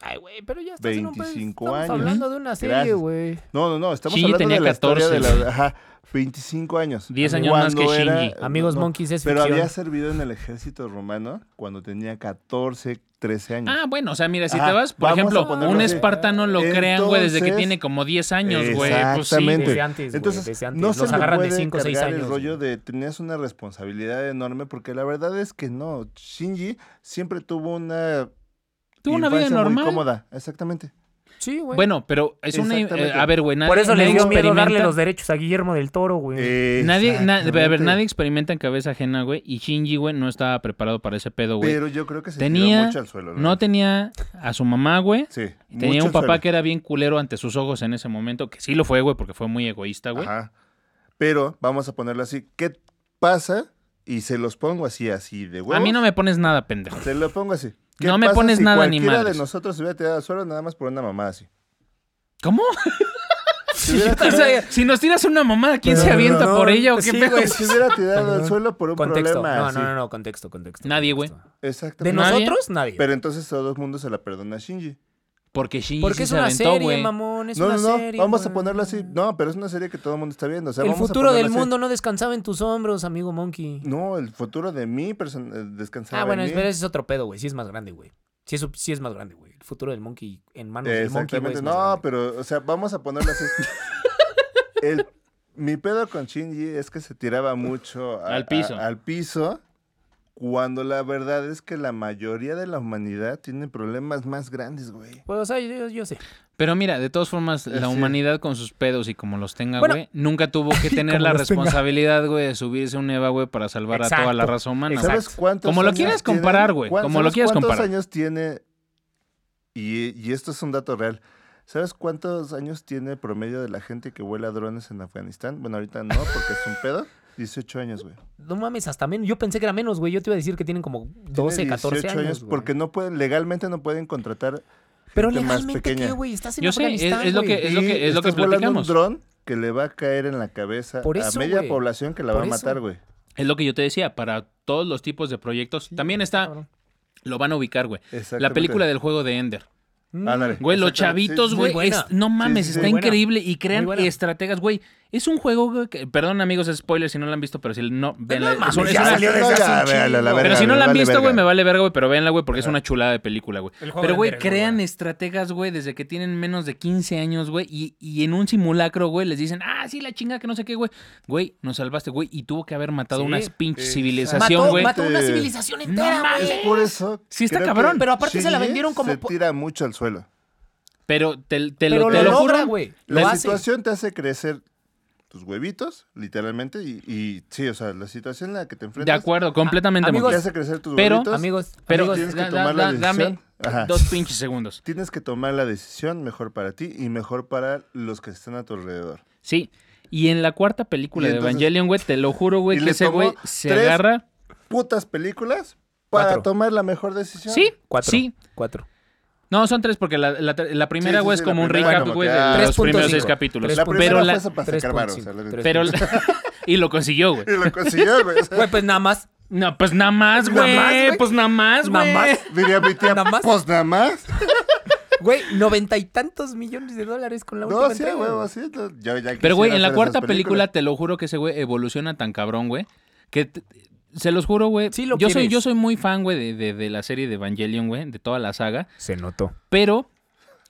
S8: Ay, güey, pero ya estás en un país-
S4: 25
S8: estamos
S4: años.
S8: hablando de una serie,
S4: Gracias. Eh,
S8: güey.
S4: No, no, no, estamos
S3: Shinji
S4: hablando
S3: tenía
S4: de la historia
S3: 14.
S4: de la ajá, 25 años.
S3: 10 años más que Shinji.
S5: Amigos
S4: no,
S5: monkeys es
S4: Pero
S5: ficción.
S4: había servido en el ejército romano cuando tenía 14, 13 años.
S3: Ah, bueno, o sea, mira, si
S4: Ah,
S3: te vas, por
S4: Mm. vamos a
S3: ejemplo,
S4: ponerlo
S3: un
S4: así.
S3: espartano lo crean, güey, desde que
S4: Entonces-
S3: tiene como 10 años, güey. Pues sí.
S4: Exactamente.
S5: Desde antes, Entonces,
S4: Entonces,
S5: desde antes.
S4: no
S5: los
S4: se le
S5: agarran
S4: puede
S5: de 5 o 6
S4: cargar
S5: años.
S4: el rollo de tenías una responsabilidad enorme, porque la verdad es que no. Shinji siempre tuvo una.
S3: Tuvo una vida
S4: infancia muy
S3: normal.
S4: cómoda, exactamente.
S5: Sí, güey.
S3: Bueno, pero es una. eh, a ver, güey, nadie.
S5: Por eso le
S3: nadie
S5: dio miedo darle
S3: experimenta-
S5: los derechos a Guillermo del Toro, güey.
S4: Eh,
S3: Nadie, na- a ver,
S4: Exactamente.
S3: nadie experimenta en cabeza ajena, güey. Y Shinji, güey, no estaba preparado para ese pedo, güey.
S4: Pero yo creo que se
S3: Tenía-
S4: tiró mucho al suelo. la
S3: No
S4: verdad.
S3: tenía a su mamá, güey.
S4: Sí,
S3: Tenía
S4: mucho
S3: un
S4: al
S3: papá
S4: suelo.
S3: que era bien culero ante sus ojos en ese momento, que sí lo fue, güey, porque fue muy egoísta, güey.
S4: Ajá. Pero vamos a ponerlo así. ¿Qué pasa? Y se los pongo así, así de huevo.
S3: A mí no me pones nada, pendejo.
S4: Se lo pongo así. ¿Qué
S3: No me
S4: pasa
S3: pones
S4: si
S3: nada, ni
S4: cualquiera
S3: madres.
S4: de nosotros se hubiera tirado al suelo nada más por una
S3: <laughs>
S4: mamá así.
S3: ¿Cómo?
S4: Se hubiera
S3: O sea, si nos tiras una mamada, ¿quién se avienta
S5: no,
S3: por ella o qué
S5: sí,
S3: pedo?
S5: güey.
S4: Se hubiera tirado al
S5: Perdón.
S4: suelo por un
S5: Contexto.
S4: problema.
S5: No,
S4: así.
S5: no, no, no, contexto, contexto.
S3: Nadie,
S5: contexto. ¿De
S4: Exactamente.
S3: Nadie.
S5: nosotros? Nadie.
S4: Pero entonces todo el mundo se la perdona a Shinji.
S3: Porque Shinji
S8: Porque
S3: sí
S8: es
S3: se
S8: una
S3: aventó,
S8: serie,
S3: güey.
S8: mamón, es
S4: no,
S8: una
S4: no, no.
S8: serie.
S4: vamos a
S8: güey.
S4: ponerlo así. No, pero es una serie que todo el mundo está viendo. O sea,
S8: El
S4: vamos a
S8: futuro del
S4: ponerlo así.
S8: mundo no descansaba en tus hombros, amigo Monkey.
S4: No, el futuro de mí person- eh, descansaba
S5: Ah, bueno,
S4: en mí.
S5: espera, ese es otro pedo, güey. Sí es más grande, güey. Sí es, sí es más grande, güey. El futuro del monkey en manos del monkey, güey.
S4: Exactamente.
S5: es más
S4: No,
S5: grande.
S4: pero, o sea, vamos a ponerlo
S5: <laughs>
S4: así. El- mi pedo con Shinji es que se tiraba mucho a-
S3: Al piso.
S4: a- al piso. Cuando la verdad es que la mayoría de la humanidad tiene problemas más grandes, güey.
S5: Pues, o sea, yo, yo sé.
S3: Pero mira, de todas formas,
S4: Eh,
S3: la
S4: sí.
S3: humanidad con sus pedos y como los tenga,
S5: Bueno.
S3: güey, nunca tuvo
S5: <laughs>
S3: que tener la
S5: los tenga.
S3: responsabilidad, güey, de subirse a un EVA, güey, para salvar a toda la
S5: Exacto.
S3: raza humana. güey.
S4: ¿Sabes cuántos
S3: Como lo
S4: años
S3: quieras
S4: tiene-
S3: comparar, güey,
S4: cuán-
S3: como lo
S4: ¿sabes
S3: quieras
S4: cuántos
S3: comparar.
S4: años tiene? Y, y esto es un dato real. ¿Sabes cuántos años tiene el promedio de la gente que vuela drones en Afganistán? Bueno, ahorita no, porque es un pedo. 18 años, güey.
S5: No mames, hasta menos. Yo pensé que era menos, güey. Yo te iba a decir que tienen como
S4: Tiene
S5: 12, 14
S4: 18
S5: años. güey.
S4: porque no pueden, legalmente no pueden contratar
S8: Pero
S4: gente más
S8: legalmente,
S4: pequeña.
S8: ¿qué, güey? Estás en
S3: Yo sé, es,
S8: Afganistán,
S3: es lo
S8: güey.
S3: que, es lo que, es lo que
S4: Estás volando
S3: platicamos.
S4: un dron que le va a caer en la cabeza
S5: Por
S4: a
S5: eso,
S4: media
S5: güey.
S4: población que la va
S5: Por
S4: a
S5: eso.
S4: matar, güey.
S3: Es lo que yo te decía, para todos los tipos de proyectos. También está,
S5: cabrón.
S3: lo van a ubicar, güey. La
S4: Exactamente.
S3: película del juego de Ender.
S5: Mm.
S4: Ándale.
S3: Güey, los
S4: Exactamente,
S3: chavitos,
S4: sí,
S3: güey,
S4: sí.
S3: es- no mames,
S4: sí, sí.
S3: está
S4: Muy buena.
S3: increíble y crean
S5: Muy buena.
S3: estrategas, güey. Es un juego, güey, que- perdón amigos, spoilers si no lo han visto, pero si no, véanla. Es un- es
S4: ya
S3: una-
S4: salió desde hace un chingo.
S3: pero
S4: verga,
S3: si no
S4: me
S3: la han
S4: vale
S3: visto, güey,
S4: verga.
S3: me vale verga, güey, pero véanla, güey, porque es una chulada de película, güey.
S5: El juego
S3: Pero,
S5: de
S3: güey,
S5: Ender es muy
S3: crean
S5: bueno.
S3: estrategas, güey, desde que tienen menos de 15 años, güey, y, y en un simulacro, güey, les dicen, ah, sí, la chinga, que no sé qué, güey. Güey, nos salvaste, güey, y tuvo que haber matado
S5: Sí.
S3: unas pinches
S4: Exacto.
S3: civilización,
S4: Mató-
S3: güey.
S4: mató una
S8: civilización
S3: entera, güey.
S4: Es por eso.
S3: Sí está
S4: creo que
S3: cabrón.
S8: Pero aparte se la
S4: Chile
S8: vendieron como
S4: Se
S8: po-
S4: tira mucho al suelo.
S3: Pero te, te
S5: Pero
S3: lo, te
S5: lo
S3: lo juro.
S5: logra, güey. Lo
S4: La
S5: hace.
S4: situación te hace crecer tus huevitos, literalmente, y, y sí, o sea, la situación en la que te
S3: De
S4: enfrentas
S3: acuerdo, completamente.
S5: amigos,
S4: te
S3: Montes.
S4: hace crecer tus
S3: Pero-
S4: huevitos.
S5: Amigos,
S3: Pero
S5: amigos,
S4: tienes que
S3: da- da-
S4: tomar la
S3: da- dame
S4: decisión. Ajá.
S3: dos pinches segundos.
S4: Tienes que tomar la decisión mejor para ti y mejor para los que están a tu alrededor.
S3: Sí. Y en la cuarta película
S4: Y
S3: de
S4: entonces-
S3: Evangelion, güey, te lo juro, güey,
S4: Y
S3: que
S4: le
S3: ese
S4: tomó
S3: güey se
S4: tres-
S3: agarra.
S4: Putas películas para
S5: Cuatro.
S4: tomar la mejor decisión.
S3: Sí,
S5: Cuatro.
S3: sí.
S5: Cuatro.
S3: No, son tres, porque la, la- la primera,
S4: Sí, sí,
S3: güey,
S4: sí,
S3: es
S4: la
S3: como un
S4: primera
S3: recap,
S4: como
S3: güey,
S4: que,
S3: de
S4: ah,
S3: los primeros seis
S5: 3.5.
S3: capítulos.
S4: La primera
S3: pero la...
S4: fue para sacar varo, o sea, la-
S5: 3.5.
S3: Pero la- <laughs> y lo consiguió, güey.
S4: Y lo consiguió, güey. o
S5: <laughs>
S4: sea,
S5: Güey, pues nada más.
S3: No, pues nada más,
S5: Nada más,
S3: güey.
S5: güey.
S3: Pues nada más, güey.
S5: Nada más.
S4: Diría mi tía,
S5: Nada más.
S4: pues nada más.
S5: Güey, noventa y tantos millones de dólares con la
S4: No,
S5: última
S4: sí,
S5: entrega,
S4: güey,
S5: güey.
S4: así. no, yo ya
S3: Pero,
S4: quisiera
S3: güey, en la
S4: hacer
S3: cuarta
S4: esas
S3: película,
S4: películas.
S3: te lo juro que ese güey evoluciona tan cabrón, güey, que te- se los juro, güey.
S5: Sí lo
S3: yo soy
S5: quieres.
S3: Yo soy muy fan, güey, de, de- de la serie de Evangelion, güey, de toda la saga.
S7: Se notó.
S3: Pero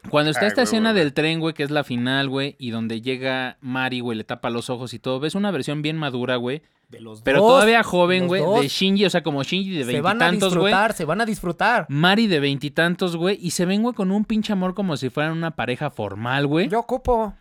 S3: cuando está
S4: Ay,
S3: esta
S4: güey,
S3: escena
S4: güey.
S3: del tren, güey, que es la final, güey, y donde llega Mari, güey, le tapa los ojos y todo, ves una versión bien madura, güey.
S5: De los
S3: Pero
S5: dos,
S3: todavía joven,
S5: los
S3: güey,
S5: dos.
S3: de Shinji, o sea, como Shinji de
S5: Se van a
S3: veintitantos, güey. ¿Mm?
S5: disfrutar, se van a disfrutar.
S3: Mari de veintitantos, güey, y se ven, güey, con un pinche amor como si fueran una pareja formal, güey.
S5: Yo ocupo.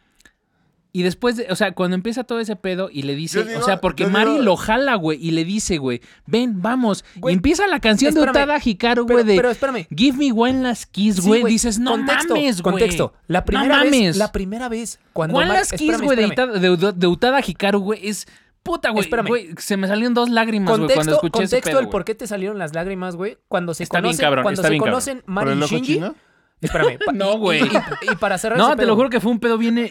S3: Y después, de- o sea, cuando empieza todo ese pedo y le dice,
S4: Yo digo-
S3: o sea, porque
S4: yo
S3: Mari
S4: digo-
S3: lo jala, güey, y le dice, güey, ven, vamos.
S5: Güey,
S3: y empieza la canción de
S5: espérame,
S3: Utada Hikaru,
S5: Pero,
S3: güey, de
S5: pero espérame.
S3: Give me one last kiss,
S5: Sí,
S3: Pues, güey. Dices, no
S5: contexto,
S3: mames, güey.
S5: Contexto. La primera
S3: mames.
S5: vez. La primera vez. Cuando
S3: One
S5: Mar-
S3: last kiss,
S5: espérame,
S3: güey, de,
S5: espérame.
S3: Ita- de, de- de Utada Hikaru, güey, es puta, güey.
S5: Espérame.
S3: güey, Se me salieron dos lágrimas, güey, cuando
S5: Contexto,
S3: escuché ese
S5: contexto
S3: pedo,
S5: el
S3: güey.
S5: por qué te salieron las lágrimas, güey. Cuando se
S3: Está bien
S5: conocen,
S3: cabrón,
S5: cuando
S3: está
S5: se
S3: bien cabrón.
S5: conocen
S4: ¿Por
S5: Mari
S4: el
S5: y
S4: loco
S5: Shinji.
S4: chino?
S5: Espérame. pa-
S3: <laughs> No,
S5: y-
S3: güey.
S5: Y, y para cerrar
S3: No,
S5: ese
S3: te lo
S5: pedo,
S3: juro que fue un pedo bien,
S5: <laughs>
S3: bien,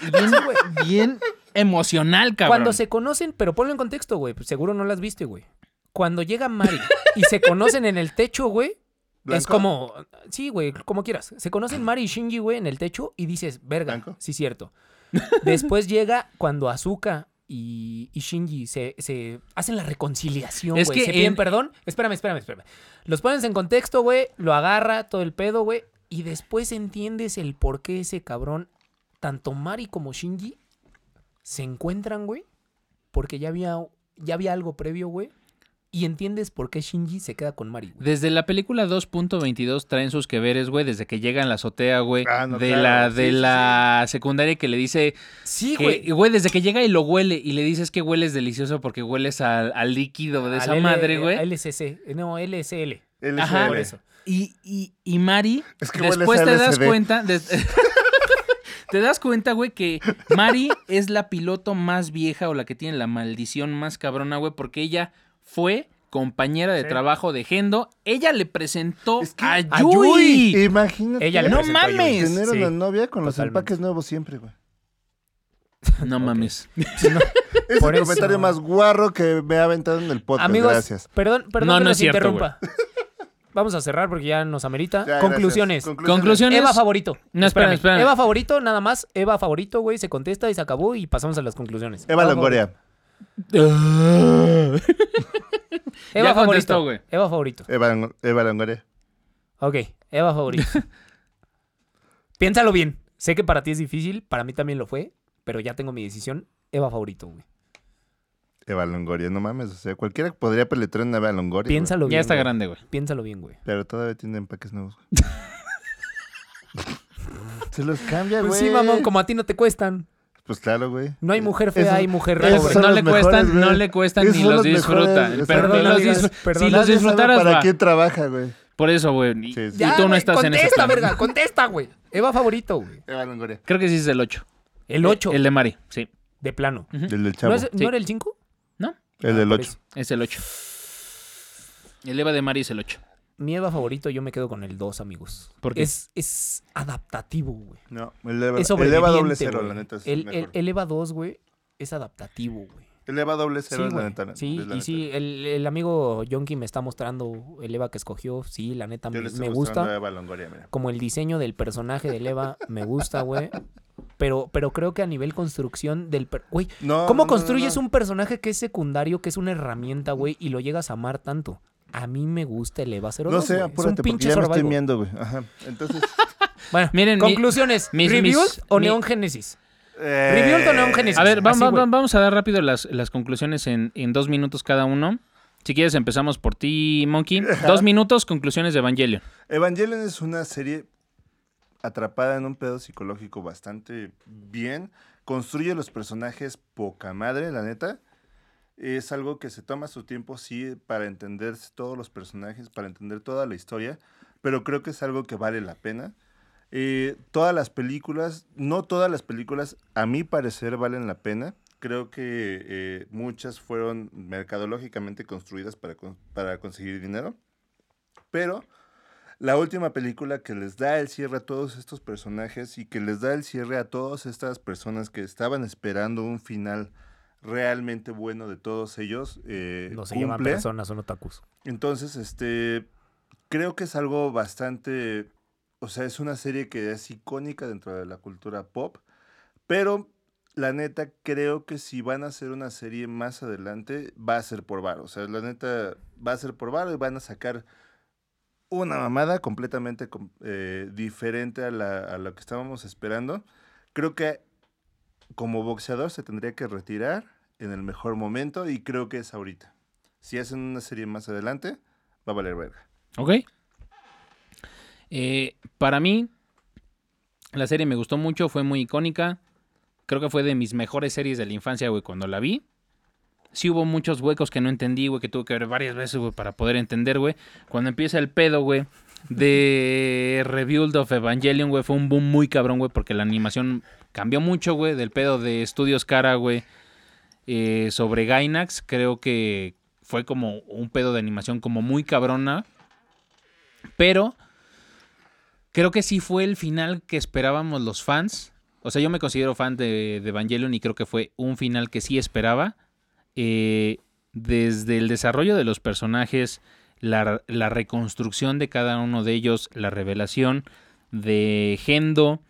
S3: bien emocional, cabrón.
S5: Cuando se conocen, pero ponlo en contexto, güey. pues Seguro no las viste, güey. Cuando llega Mari y se conocen en el techo, güey. Es
S4: ¿Blanco?
S5: como, sí, güey, como quieras. Se conocen Mari y Shinji, güey, en el techo y dices, verga,
S4: ¿Blanco?
S5: sí, cierto. Después llega cuando Azuka y, y Shinji se, se hacen la reconciliación,
S3: Es
S5: güey.
S3: que
S5: Se piden
S3: en-
S5: perdón. Espérame, espérame, espérame. Los pones en contexto, güey, lo agarra, todo el pedo, güey. Y después entiendes el por qué ese cabrón, tanto Mari como Shinji, se encuentran, güey, porque ya había, ya había algo previo, güey. Y entiendes por qué Shinji se queda con Mari, güey.
S3: Desde la película 2.22 traen sus que veres, güey, desde que llega en la azotea, güey,
S4: Ah, no,
S3: de
S4: claro,
S3: la
S4: sí,
S3: de
S4: sí,
S3: la secundaria que le dice
S5: Sí,
S3: que-
S5: güey.
S3: güey, desde que llega y lo huele y le dices que hueles delicioso porque hueles al, al líquido de
S5: Al
S3: esa
S5: L-
S3: madre, güey.
S5: LCC. No, LSL.
S4: LSL.
S3: Ajá.
S5: Por eso.
S3: Y, y, y Mari,
S4: Es que hueles
S3: después
S4: a
S3: te das
S4: LSD.
S3: cuenta,
S4: <laughs>
S3: des- <laughs> te das cuenta, güey, que Mari es la piloto más vieja o la que tiene la maldición más cabrona, güey, porque ella fue compañera de trabajo de Gendo. Ella le presentó
S4: Es que-
S3: a
S4: a
S3: Yui.
S4: Imagínate.
S5: Ella le
S3: No
S5: presentó a Yuri.
S3: mames.
S4: Tener
S5: Sí. <laughs>
S4: una novia con los
S5: totalmente.
S4: empaques nuevos siempre, güey.
S3: No mames.
S4: Es
S5: Por
S4: el
S5: eso.
S4: comentario más guarro que me ha aventado en el podcast.
S5: Amigos,
S4: pues, gracias.
S5: perdón, perdón
S3: No,
S5: que
S3: no es
S5: los
S3: cierto,
S5: interrumpa. <laughs> Vamos a cerrar porque ya nos amerita.
S4: Ya, gracias.
S5: Conclusiones.
S3: Conclusión.
S5: Eva favorito.
S3: No, espérame, espérame.
S5: Eva favorito, nada más. Eva favorito, güey, se contesta y se acabó y pasamos a las conclusiones.
S4: Eva Longoria.
S5: favorito. Eva
S3: Ya contestó, güey.
S5: favorito. Eva favorito.
S4: Eva, Long- Eva Longoria.
S5: Ok, Eva
S3: <laughs>
S5: favorito. Piénsalo bien. Sé que para ti es difícil, para mí también lo fue, pero ya tengo mi decisión. Eva favorito, güey.
S4: Eva Longoria, no mames. O sea, cualquiera podría penetrar en Eva Longoria. güey.
S5: Piénsalo bien.
S3: <laughs> Ya está
S5: güey.
S3: grande, güey.
S5: Piénsalo bien, güey.
S4: Pero todavía tiene empaques nuevos. güey. <laughs> Se los cambia, güey.
S5: Pues sí, mamón, como a ti no te cuestan.
S4: Pues claro, güey.
S5: No hay mujer fea,
S4: Esos-
S5: hay mujer
S4: esos
S5: pobre.
S4: son
S3: No
S4: los
S3: le,
S4: mejores,
S3: cuestan,
S4: güey.
S3: no le cuestan
S4: Esos
S3: ni
S4: son
S3: los
S4: los
S3: disfrutan.
S4: mejores.
S3: Pero
S5: Perdón,
S3: no los
S5: amigas,
S3: disfr-
S5: perdón.
S3: Si
S4: Nadie
S3: los
S4: sabe
S3: disfrutaras,
S4: ¿Para
S3: va.
S4: qué trabaja, güey?
S3: Por eso, güey. Y,
S4: Sí, sí.
S3: y tú no
S5: güey,
S3: estás en ese
S5: Contesta,
S3: plan.
S5: verga, contesta, güey. Eva favorito, güey.
S4: Eva Longoria.
S3: Creo que sí es el 8.
S5: El 8.
S3: Eh, El de Mari, sí.
S5: De plano.
S4: El del
S5: ¿No,
S4: chavo.
S5: es- no
S3: Sí.
S5: era el Ah, pues, 5?
S3: ¿No?
S4: El del
S5: por
S4: 8.
S5: eso.
S3: Es el 8. El Eva de Mari es el 8.
S5: Mi Eva favorito, yo me quedo con el 2, amigos.
S3: ¿Por qué?
S5: Es, es adaptativo, güey.
S4: No, el Eva,
S5: Es
S4: el
S5: sobreviviente,
S4: Eva doble cero,
S5: güey.
S4: la neta. Es
S5: el,
S4: mejor.
S5: el- el Eva 2, güey, es adaptativo, güey.
S4: El Eva doble
S5: Sí,
S4: cero es la
S5: güey.
S4: neta. neta,
S5: Sí,
S4: es la
S5: y
S4: neta.
S5: sí, el, el amigo Yonki me está mostrando el Eva que escogió. Sí, la neta,
S4: Yo
S5: me,
S4: le estoy
S5: me
S4: mostrando a
S5: gusta.
S4: Eva Longoria, mira.
S5: Como el diseño del personaje del Eva, me gusta, güey. Pero, pero creo que a nivel construcción del... per- Güey,
S4: No,
S5: ¿Cómo
S4: no, no, no,
S5: construyes
S4: no.
S5: un personaje que es secundario, que es una herramienta, güey, y lo llegas a amar tanto? A mí me gusta el Eva 02.
S4: No sé,
S5: güey.
S4: apúrate,
S5: es un
S4: porque
S5: pinche
S4: ya me
S5: survival.
S4: estoy miando, güey. Ajá. Entonces.
S5: Bueno,
S3: Miren, mi-
S5: conclusiones.
S3: mis-
S5: ¿Rebuild
S3: mis-
S5: o
S3: mi-
S5: Neon Genesis?
S4: eh,
S5: <laughs> Rebuild o Neon Genesis.
S3: A ver, vam-
S5: Así,
S3: vam-
S5: güey.
S3: vamos a dar rápido las, las conclusiones en, en dos minutos cada uno. Si quieres, empezamos por ti,
S5: <laughs>
S3: Monkey. Dos minutos, conclusiones de Evangelion.
S4: Evangelion es una serie atrapada en un pedo psicológico bastante bien. Construye los personajes poca madre, la neta. Es algo que se toma su tiempo, sí, para entender todos los personajes, para entender toda la historia, pero creo que es algo que vale la pena. Eh, todas las películas, no todas las películas, a mi parecer, valen la pena. Creo que eh, muchas fueron mercadológicamente construidas para, con- para conseguir dinero, pero la última película que les da el cierre a todos estos personajes y que les da el cierre a todas estas personas que estaban esperando un final realmente bueno de todos ellos. eh,
S5: No se
S4: cumple.
S5: llaman personas, son otakus.
S4: Entonces, este, creo que es algo bastante, o sea, es una serie que es icónica dentro de la cultura pop, pero la neta creo que si van a hacer una serie más adelante, va a ser por varo, o sea, la neta va a ser por varo y van a sacar una mamada completamente com- eh, diferente a la, a la que estábamos esperando. Creo que como boxeador se tendría que retirar en el mejor momento y creo que es ahorita. Si hacen una serie más adelante, va a valer verga.
S3: ¿Ok? Eh, para mí, la serie me gustó mucho, fue muy icónica. Creo que fue de mis mejores series de la infancia, güey, cuando la vi. Sí hubo muchos huecos que no entendí, güey, que tuve que ver varias veces, güey, para poder entender, güey. Cuando empieza el pedo, güey, de <laughs> Rebuild of Evangelion, güey, fue un boom muy cabrón, güey, porque la animación cambió mucho, güey, del pedo de Estudios Cara, güey, eh, sobre Gainax. Creo que fue como un pedo de animación como muy cabrona. Pero creo que sí fue el final que esperábamos los fans. O sea, yo me considero fan de, de Evangelion y creo que fue un final que sí esperaba. Eh, desde el desarrollo de los personajes, la, la reconstrucción de cada uno de ellos, la revelación de Gendo,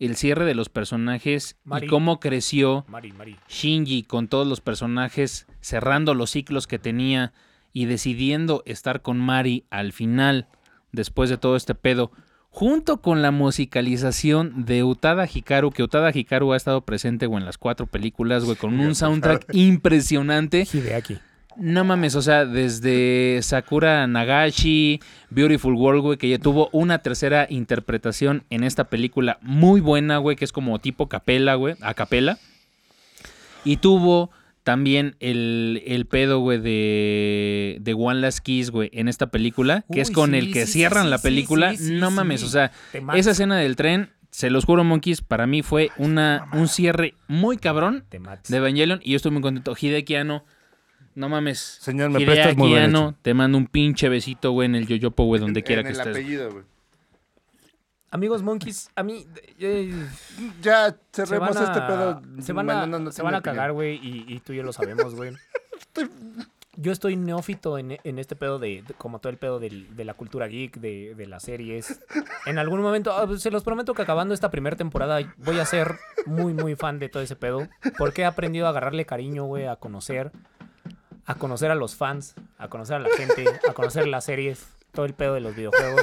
S3: el cierre de los personajes
S7: Mari.
S3: y cómo creció
S7: Mari, Mari.
S3: Shinji con todos los personajes, cerrando los ciclos que tenía y decidiendo estar con Mari al final, después de todo este pedo, junto con la musicalización de Utada Hikaru, que Utada Hikaru ha estado presente güey, en las cuatro películas, güey, con un soundtrack impresionante.
S7: Hideaki.
S3: No mames, o sea, desde Sakura Nagashi, Beautiful World, güey, que ya tuvo una tercera interpretación en esta película muy buena, güey, que es como tipo capela, güey, a capela. Y tuvo también el, el pedo, güey, de, de One Last Kiss, güey, en esta película, que es
S7: Uy,
S3: con
S7: sí,
S3: el que
S7: sí,
S3: cierran
S7: sí,
S3: la
S7: sí,
S3: película.
S7: sí, sí,
S3: no
S7: sí.
S3: mames, o sea,
S7: Temazo.
S3: esa escena del tren, se los juro, monkeys, para mí fue una, un cierre muy cabrón
S7: Te mates.
S3: de Evangelion y yo estoy muy contento. Hideaki Anno, no mames.
S4: Señor, me prestas muy
S3: Hideaki
S4: bien
S3: Anno, te mando un pinche besito, güey, en el yoyopo, güey, donde
S4: En-
S3: quiera
S4: en
S3: que
S4: el
S3: estés.
S4: apellido, güey.
S5: Amigos monkeys, a mí... eh,
S4: Ya
S5: se van
S4: cerremos
S5: a,
S4: este pedo.
S5: se van a-
S4: Mañana no
S5: se
S4: tengo
S5: van a
S4: opinión.
S5: cagar, güey, y, y tú y yo lo
S4: <laughs>
S5: sabemos, güey.
S7: Yo estoy neófito en, en este pedo de, de- como todo el pedo del- de la cultura geek, de, de las series. En algún momento, ah, se los prometo que acabando esta primera temporada voy a ser muy, muy fan de todo ese pedo. Porque he aprendido a agarrarle cariño, güey, a conocer, a conocer a los fans, a conocer a la gente, a conocer las series, todo el pedo de los videojuegos.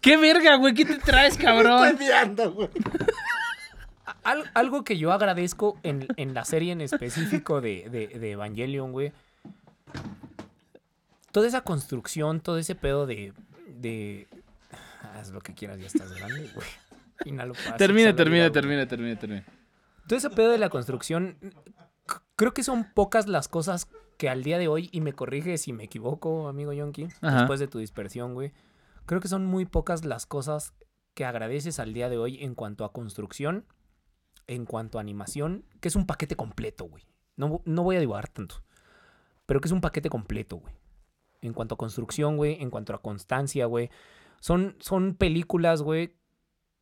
S3: ¡Qué verga, güey! ¿Qué te traes,
S4: <laughs>
S3: cabrón?
S4: Estoy viendo, güey.
S7: Al- algo que yo agradezco en, en la serie en específico de, de- de Evangelion, güey. Toda esa construcción, todo ese pedo de. de- Haz lo que quieras, ya estás grande, güey. Inhalo fácil,
S3: Termina,
S7: exhalo
S3: termina,
S7: largo.
S3: termina, termina, termina.
S7: Todo ese pedo de la construcción. c- Creo que son pocas las cosas que al día de hoy, y me corrige si me equivoco, amigo Yonki,
S3: Ajá.
S7: después de tu dispersión, güey. Creo que son muy pocas las cosas que agradeces al día de hoy en cuanto a construcción, en cuanto a animación, que es un paquete completo, güey. No, vo- no voy a divagar tanto, pero que es un paquete completo, güey. En cuanto a construcción, güey, en cuanto a constancia, güey. Son, son películas, güey,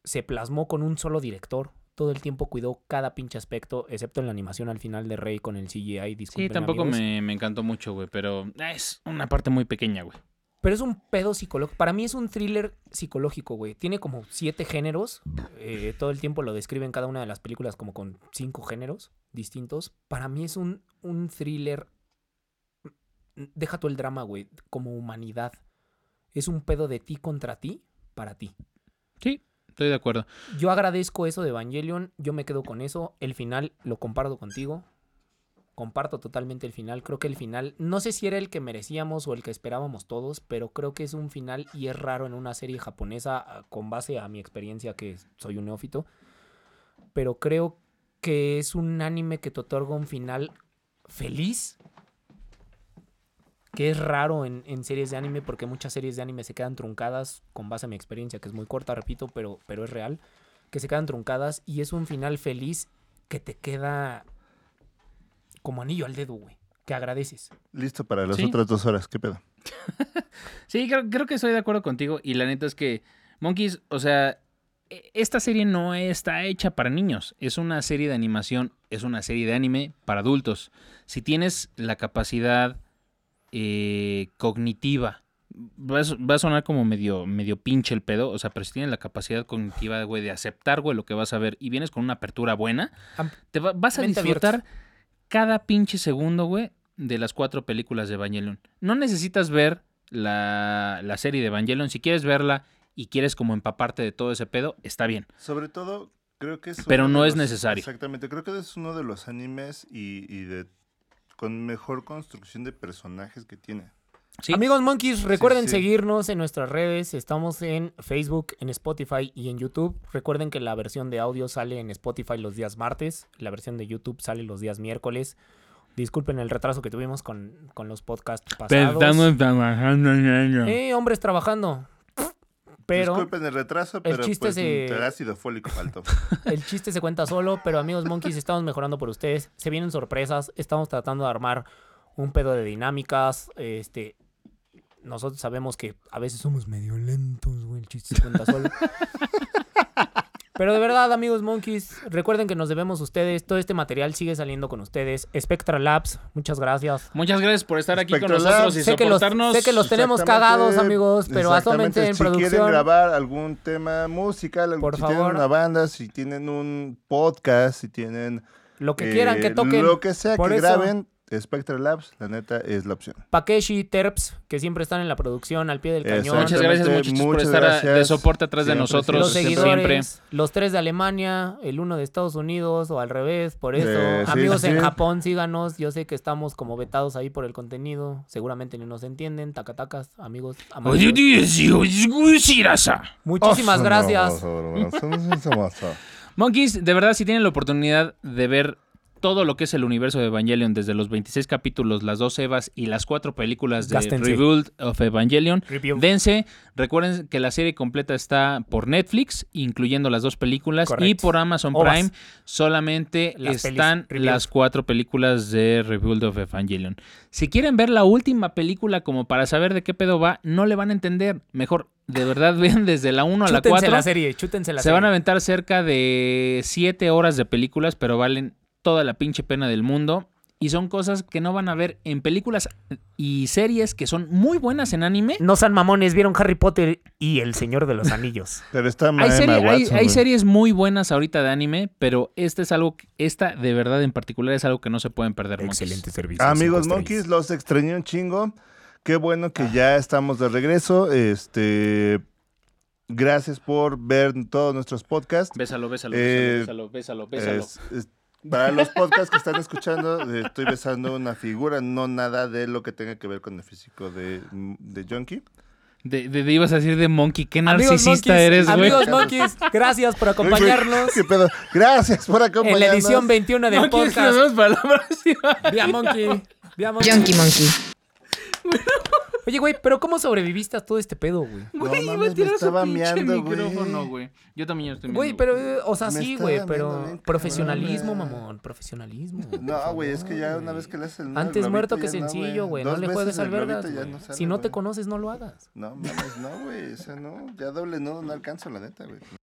S7: se plasmó con un solo director.
S5: todo el tiempo cuidó cada pinche aspecto, excepto en la animación al final de Rey con el CGI.
S3: Sí,
S5: disculpen,
S3: tampoco
S5: amigos.
S3: me, me encantó mucho, güey, pero es una parte muy pequeña, güey.
S5: Pero es un pedo psicológico. Para mí es un thriller psicológico, güey. Tiene como siete géneros. Eh, todo el tiempo lo describen cada una de las películas como con cinco géneros distintos. Para mí es un, un thriller. Deja tú el drama, güey. Como humanidad. Es un pedo de ti contra ti para ti.
S3: Sí, estoy de acuerdo.
S5: Yo agradezco eso de Evangelion, yo me quedo con eso. El final lo comparto contigo. Comparto totalmente el final. Creo que el final, no sé si era el que merecíamos o el que esperábamos todos, pero creo que es un final y es raro en una serie japonesa ah, con base a mi experiencia que soy un neófito. Pero creo que es un anime que te otorga un final feliz. Que es raro en, en series de anime porque muchas series de anime se quedan truncadas con base a mi experiencia, que es muy corta, repito, pero, pero es real. Que se quedan truncadas y es un final feliz que te queda como anillo al dedo, güey. Que agradeces.
S4: Listo para las
S3: Sí.
S4: otras dos horas, ¿qué pedo?
S3: Sí, creo, creo que estoy de acuerdo contigo. Y la neta es que Monkeys, o sea, e- esta serie no está hecha para niños. Es una serie de animación, es una serie de anime para adultos. Si tienes la capacidad eh, cognitiva, va a, su- va a sonar como medio, medio pinche el pedo, o sea, pero si tienes la capacidad cognitiva, güey, de aceptar, güey, lo que vas a ver y vienes con una apertura buena,
S5: Am-
S3: te va- vas a
S5: Mente
S3: disfrutar
S5: abierta.
S3: cada pinche segundo, güey, de las cuatro películas de Evangelion. No necesitas ver la, la serie de Evangelion. Si quieres verla y quieres como empaparte de todo ese pedo, está bien.
S4: Sobre todo, creo que es.
S3: Pero
S4: uno
S3: no
S4: de
S3: es necesario.
S4: Exactamente, creo que es uno de los animes y, y de con mejor construcción de personajes que tiene.
S3: Sí.
S5: Amigos Monkeys, recuerden
S4: sí.
S5: seguirnos en nuestras redes. Estamos en Facebook, en Spotify y en YouTube. Recuerden que la versión de audio sale en Spotify los días martes. La versión de YouTube sale los días miércoles. Disculpen el retraso que tuvimos con, con los podcasts pasados.
S3: trabajando
S5: Eh, hombres trabajando. Pero
S4: Disculpen el retraso, pero
S5: chiste
S4: pues,
S5: se-
S4: el ácido fólico
S5: <laughs>
S4: faltó.
S5: el chiste se cuenta solo. Pero amigos Monkeys, estamos mejorando por ustedes. Se vienen sorpresas. Estamos tratando de armar un pedo de dinámicas. Este, nosotros sabemos que a veces somos medio lentos, güey. El chiste se
S4: <laughs>
S5: cuenta solo. Pero de verdad, amigos Monkeys, recuerden que nos debemos a ustedes. Todo este material sigue saliendo con ustedes. Spectra Labs, muchas gracias.
S3: Muchas gracias por estar aquí con
S4: Spectrolab,
S3: nosotros y
S5: sé que los-
S3: soportarnos.
S5: sé que los- tenemos
S4: Exactamente,
S5: cagados, amigos, pero
S4: exactamente.
S5: asómense en
S4: si
S5: producción.
S4: quieren grabar algún tema musical,
S5: Por
S4: si
S5: favor.
S4: tienen una banda, si tienen un podcast, si tienen...
S5: Lo que
S4: eh,
S5: quieran que toquen.
S4: Lo que sea
S5: Por
S4: que
S5: eso.
S4: graben, Spectre Labs, la neta, es la opción.
S5: Pakeshi, Terps, que siempre están en la producción, al pie del cañón.
S3: Muchas gracias,
S4: Exactamente,
S3: muchachos, por
S4: muchas
S3: estar a- de
S4: gracias.
S3: soporte atrás de
S4: Siempre,
S3: nosotros.
S5: Los
S4: siempre.
S5: seguidores,
S3: siempre.
S5: los tres de Alemania, el uno de Estados Unidos o al revés, por eso.
S4: Eh, sí,
S5: Amigos
S4: sí,
S5: en
S4: sí.
S5: Japón, síganos. Yo sé que estamos como vetados ahí por el contenido. Seguramente ni nos entienden. Tacatacas, amigos. amarillos. Muchísimas
S4: Oh,
S5: gracias.
S3: Monkeys, de verdad, si tienen la oportunidad de ver todo lo que es el universo de Evangelion, desde los 26 capítulos, las dos Evas y las cuatro películas de
S5: Gástense.
S3: Rebuild of Evangelion,
S5: Review.
S3: dense. Recuerden que la serie completa está por Netflix, incluyendo las dos películas, y
S5: Correcto.
S3: por Amazon
S5: Ovas.
S3: Prime solamente
S5: Las pelis,
S3: están
S5: Rebuild.
S3: las cuatro películas de Rebuild of Evangelion. Si quieren ver la última película como para saber de qué pedo va, no le van a entender. Mejor, de verdad, <laughs> vean desde la 1 a la
S5: Chútense
S3: 4.
S5: la serie, chútense la
S3: Se
S5: serie.
S3: van a aventar cerca de 7 horas de películas, pero valen toda la pinche pena del mundo. Y son cosas que no van a ver en películas y series que son muy buenas en anime.
S5: No sean mamones, vieron Harry Potter y El Señor de los Anillos.
S4: Pero está
S3: Hay,
S4: Emma
S3: serie- hay-
S4: Watson,
S3: hay
S4: güey.
S3: series muy buenas ahorita de anime, pero esta es algo, que- esta de verdad en particular es algo que no se pueden perder. Monkeys.
S5: servicio.
S4: Amigos Monkeys, los extrañé un chingo. Qué bueno que ya estamos de regreso. Este, gracias por ver todos nuestros podcasts.
S3: Bésalo, bésalo,
S4: Eh,
S3: bésalo, bésalo, bésalo, bésalo.
S4: Es- es- para los podcasts que están escuchando, eh, estoy besando una figura, no nada de lo que tenga que ver con el físico de, de Junkie.
S3: De, de- de- ibas a decir de Monkey, qué <laughs>
S5: Amigos
S3: narcisista
S5: Monkeys,
S3: eres, güey.
S5: Amigos Monkeys, gracias por acompañarnos
S4: <laughs> ¿Qué pedo? Gracias por acompañarnos.
S5: en la edición 21 del
S3: <laughs> Monkeys, nos
S5: podcast.
S3: vemos para la próxima.
S5: Vía Monkey. Vía Monkey.
S2: Junkie Monkey.
S5: Oye, güey, pero ¿cómo sobreviviste a todo este pedo, güey?
S3: Güey, iba
S4: mames,
S3: a
S4: me
S3: tirar su
S4: estaba
S3: pinche
S4: meando, güey.
S3: micrófono, güey. Yo también ya estoy meando.
S5: Güey, pero, eh, o sea,
S4: Me
S5: sí,
S4: está
S5: güey,
S4: dando bien
S5: pero
S4: cabrón,
S5: profesionalismo,
S4: güey.
S5: mamón, profesionalismo.
S4: <laughs> No, güey, es que ya una vez que le haces el
S5: Antes
S4: globito,
S5: muerto que
S4: ya no,
S5: sencillo, güey. No
S4: Dos
S5: le
S4: veces
S5: juegues
S4: el
S5: al vergas.
S4: globito ya
S5: güey.
S4: sale,
S5: si no te
S4: güey.
S5: conoces, no lo hagas.
S4: No, mames, no, güey. O sea, no. Ya doble no, no alcanzo, la neta, güey.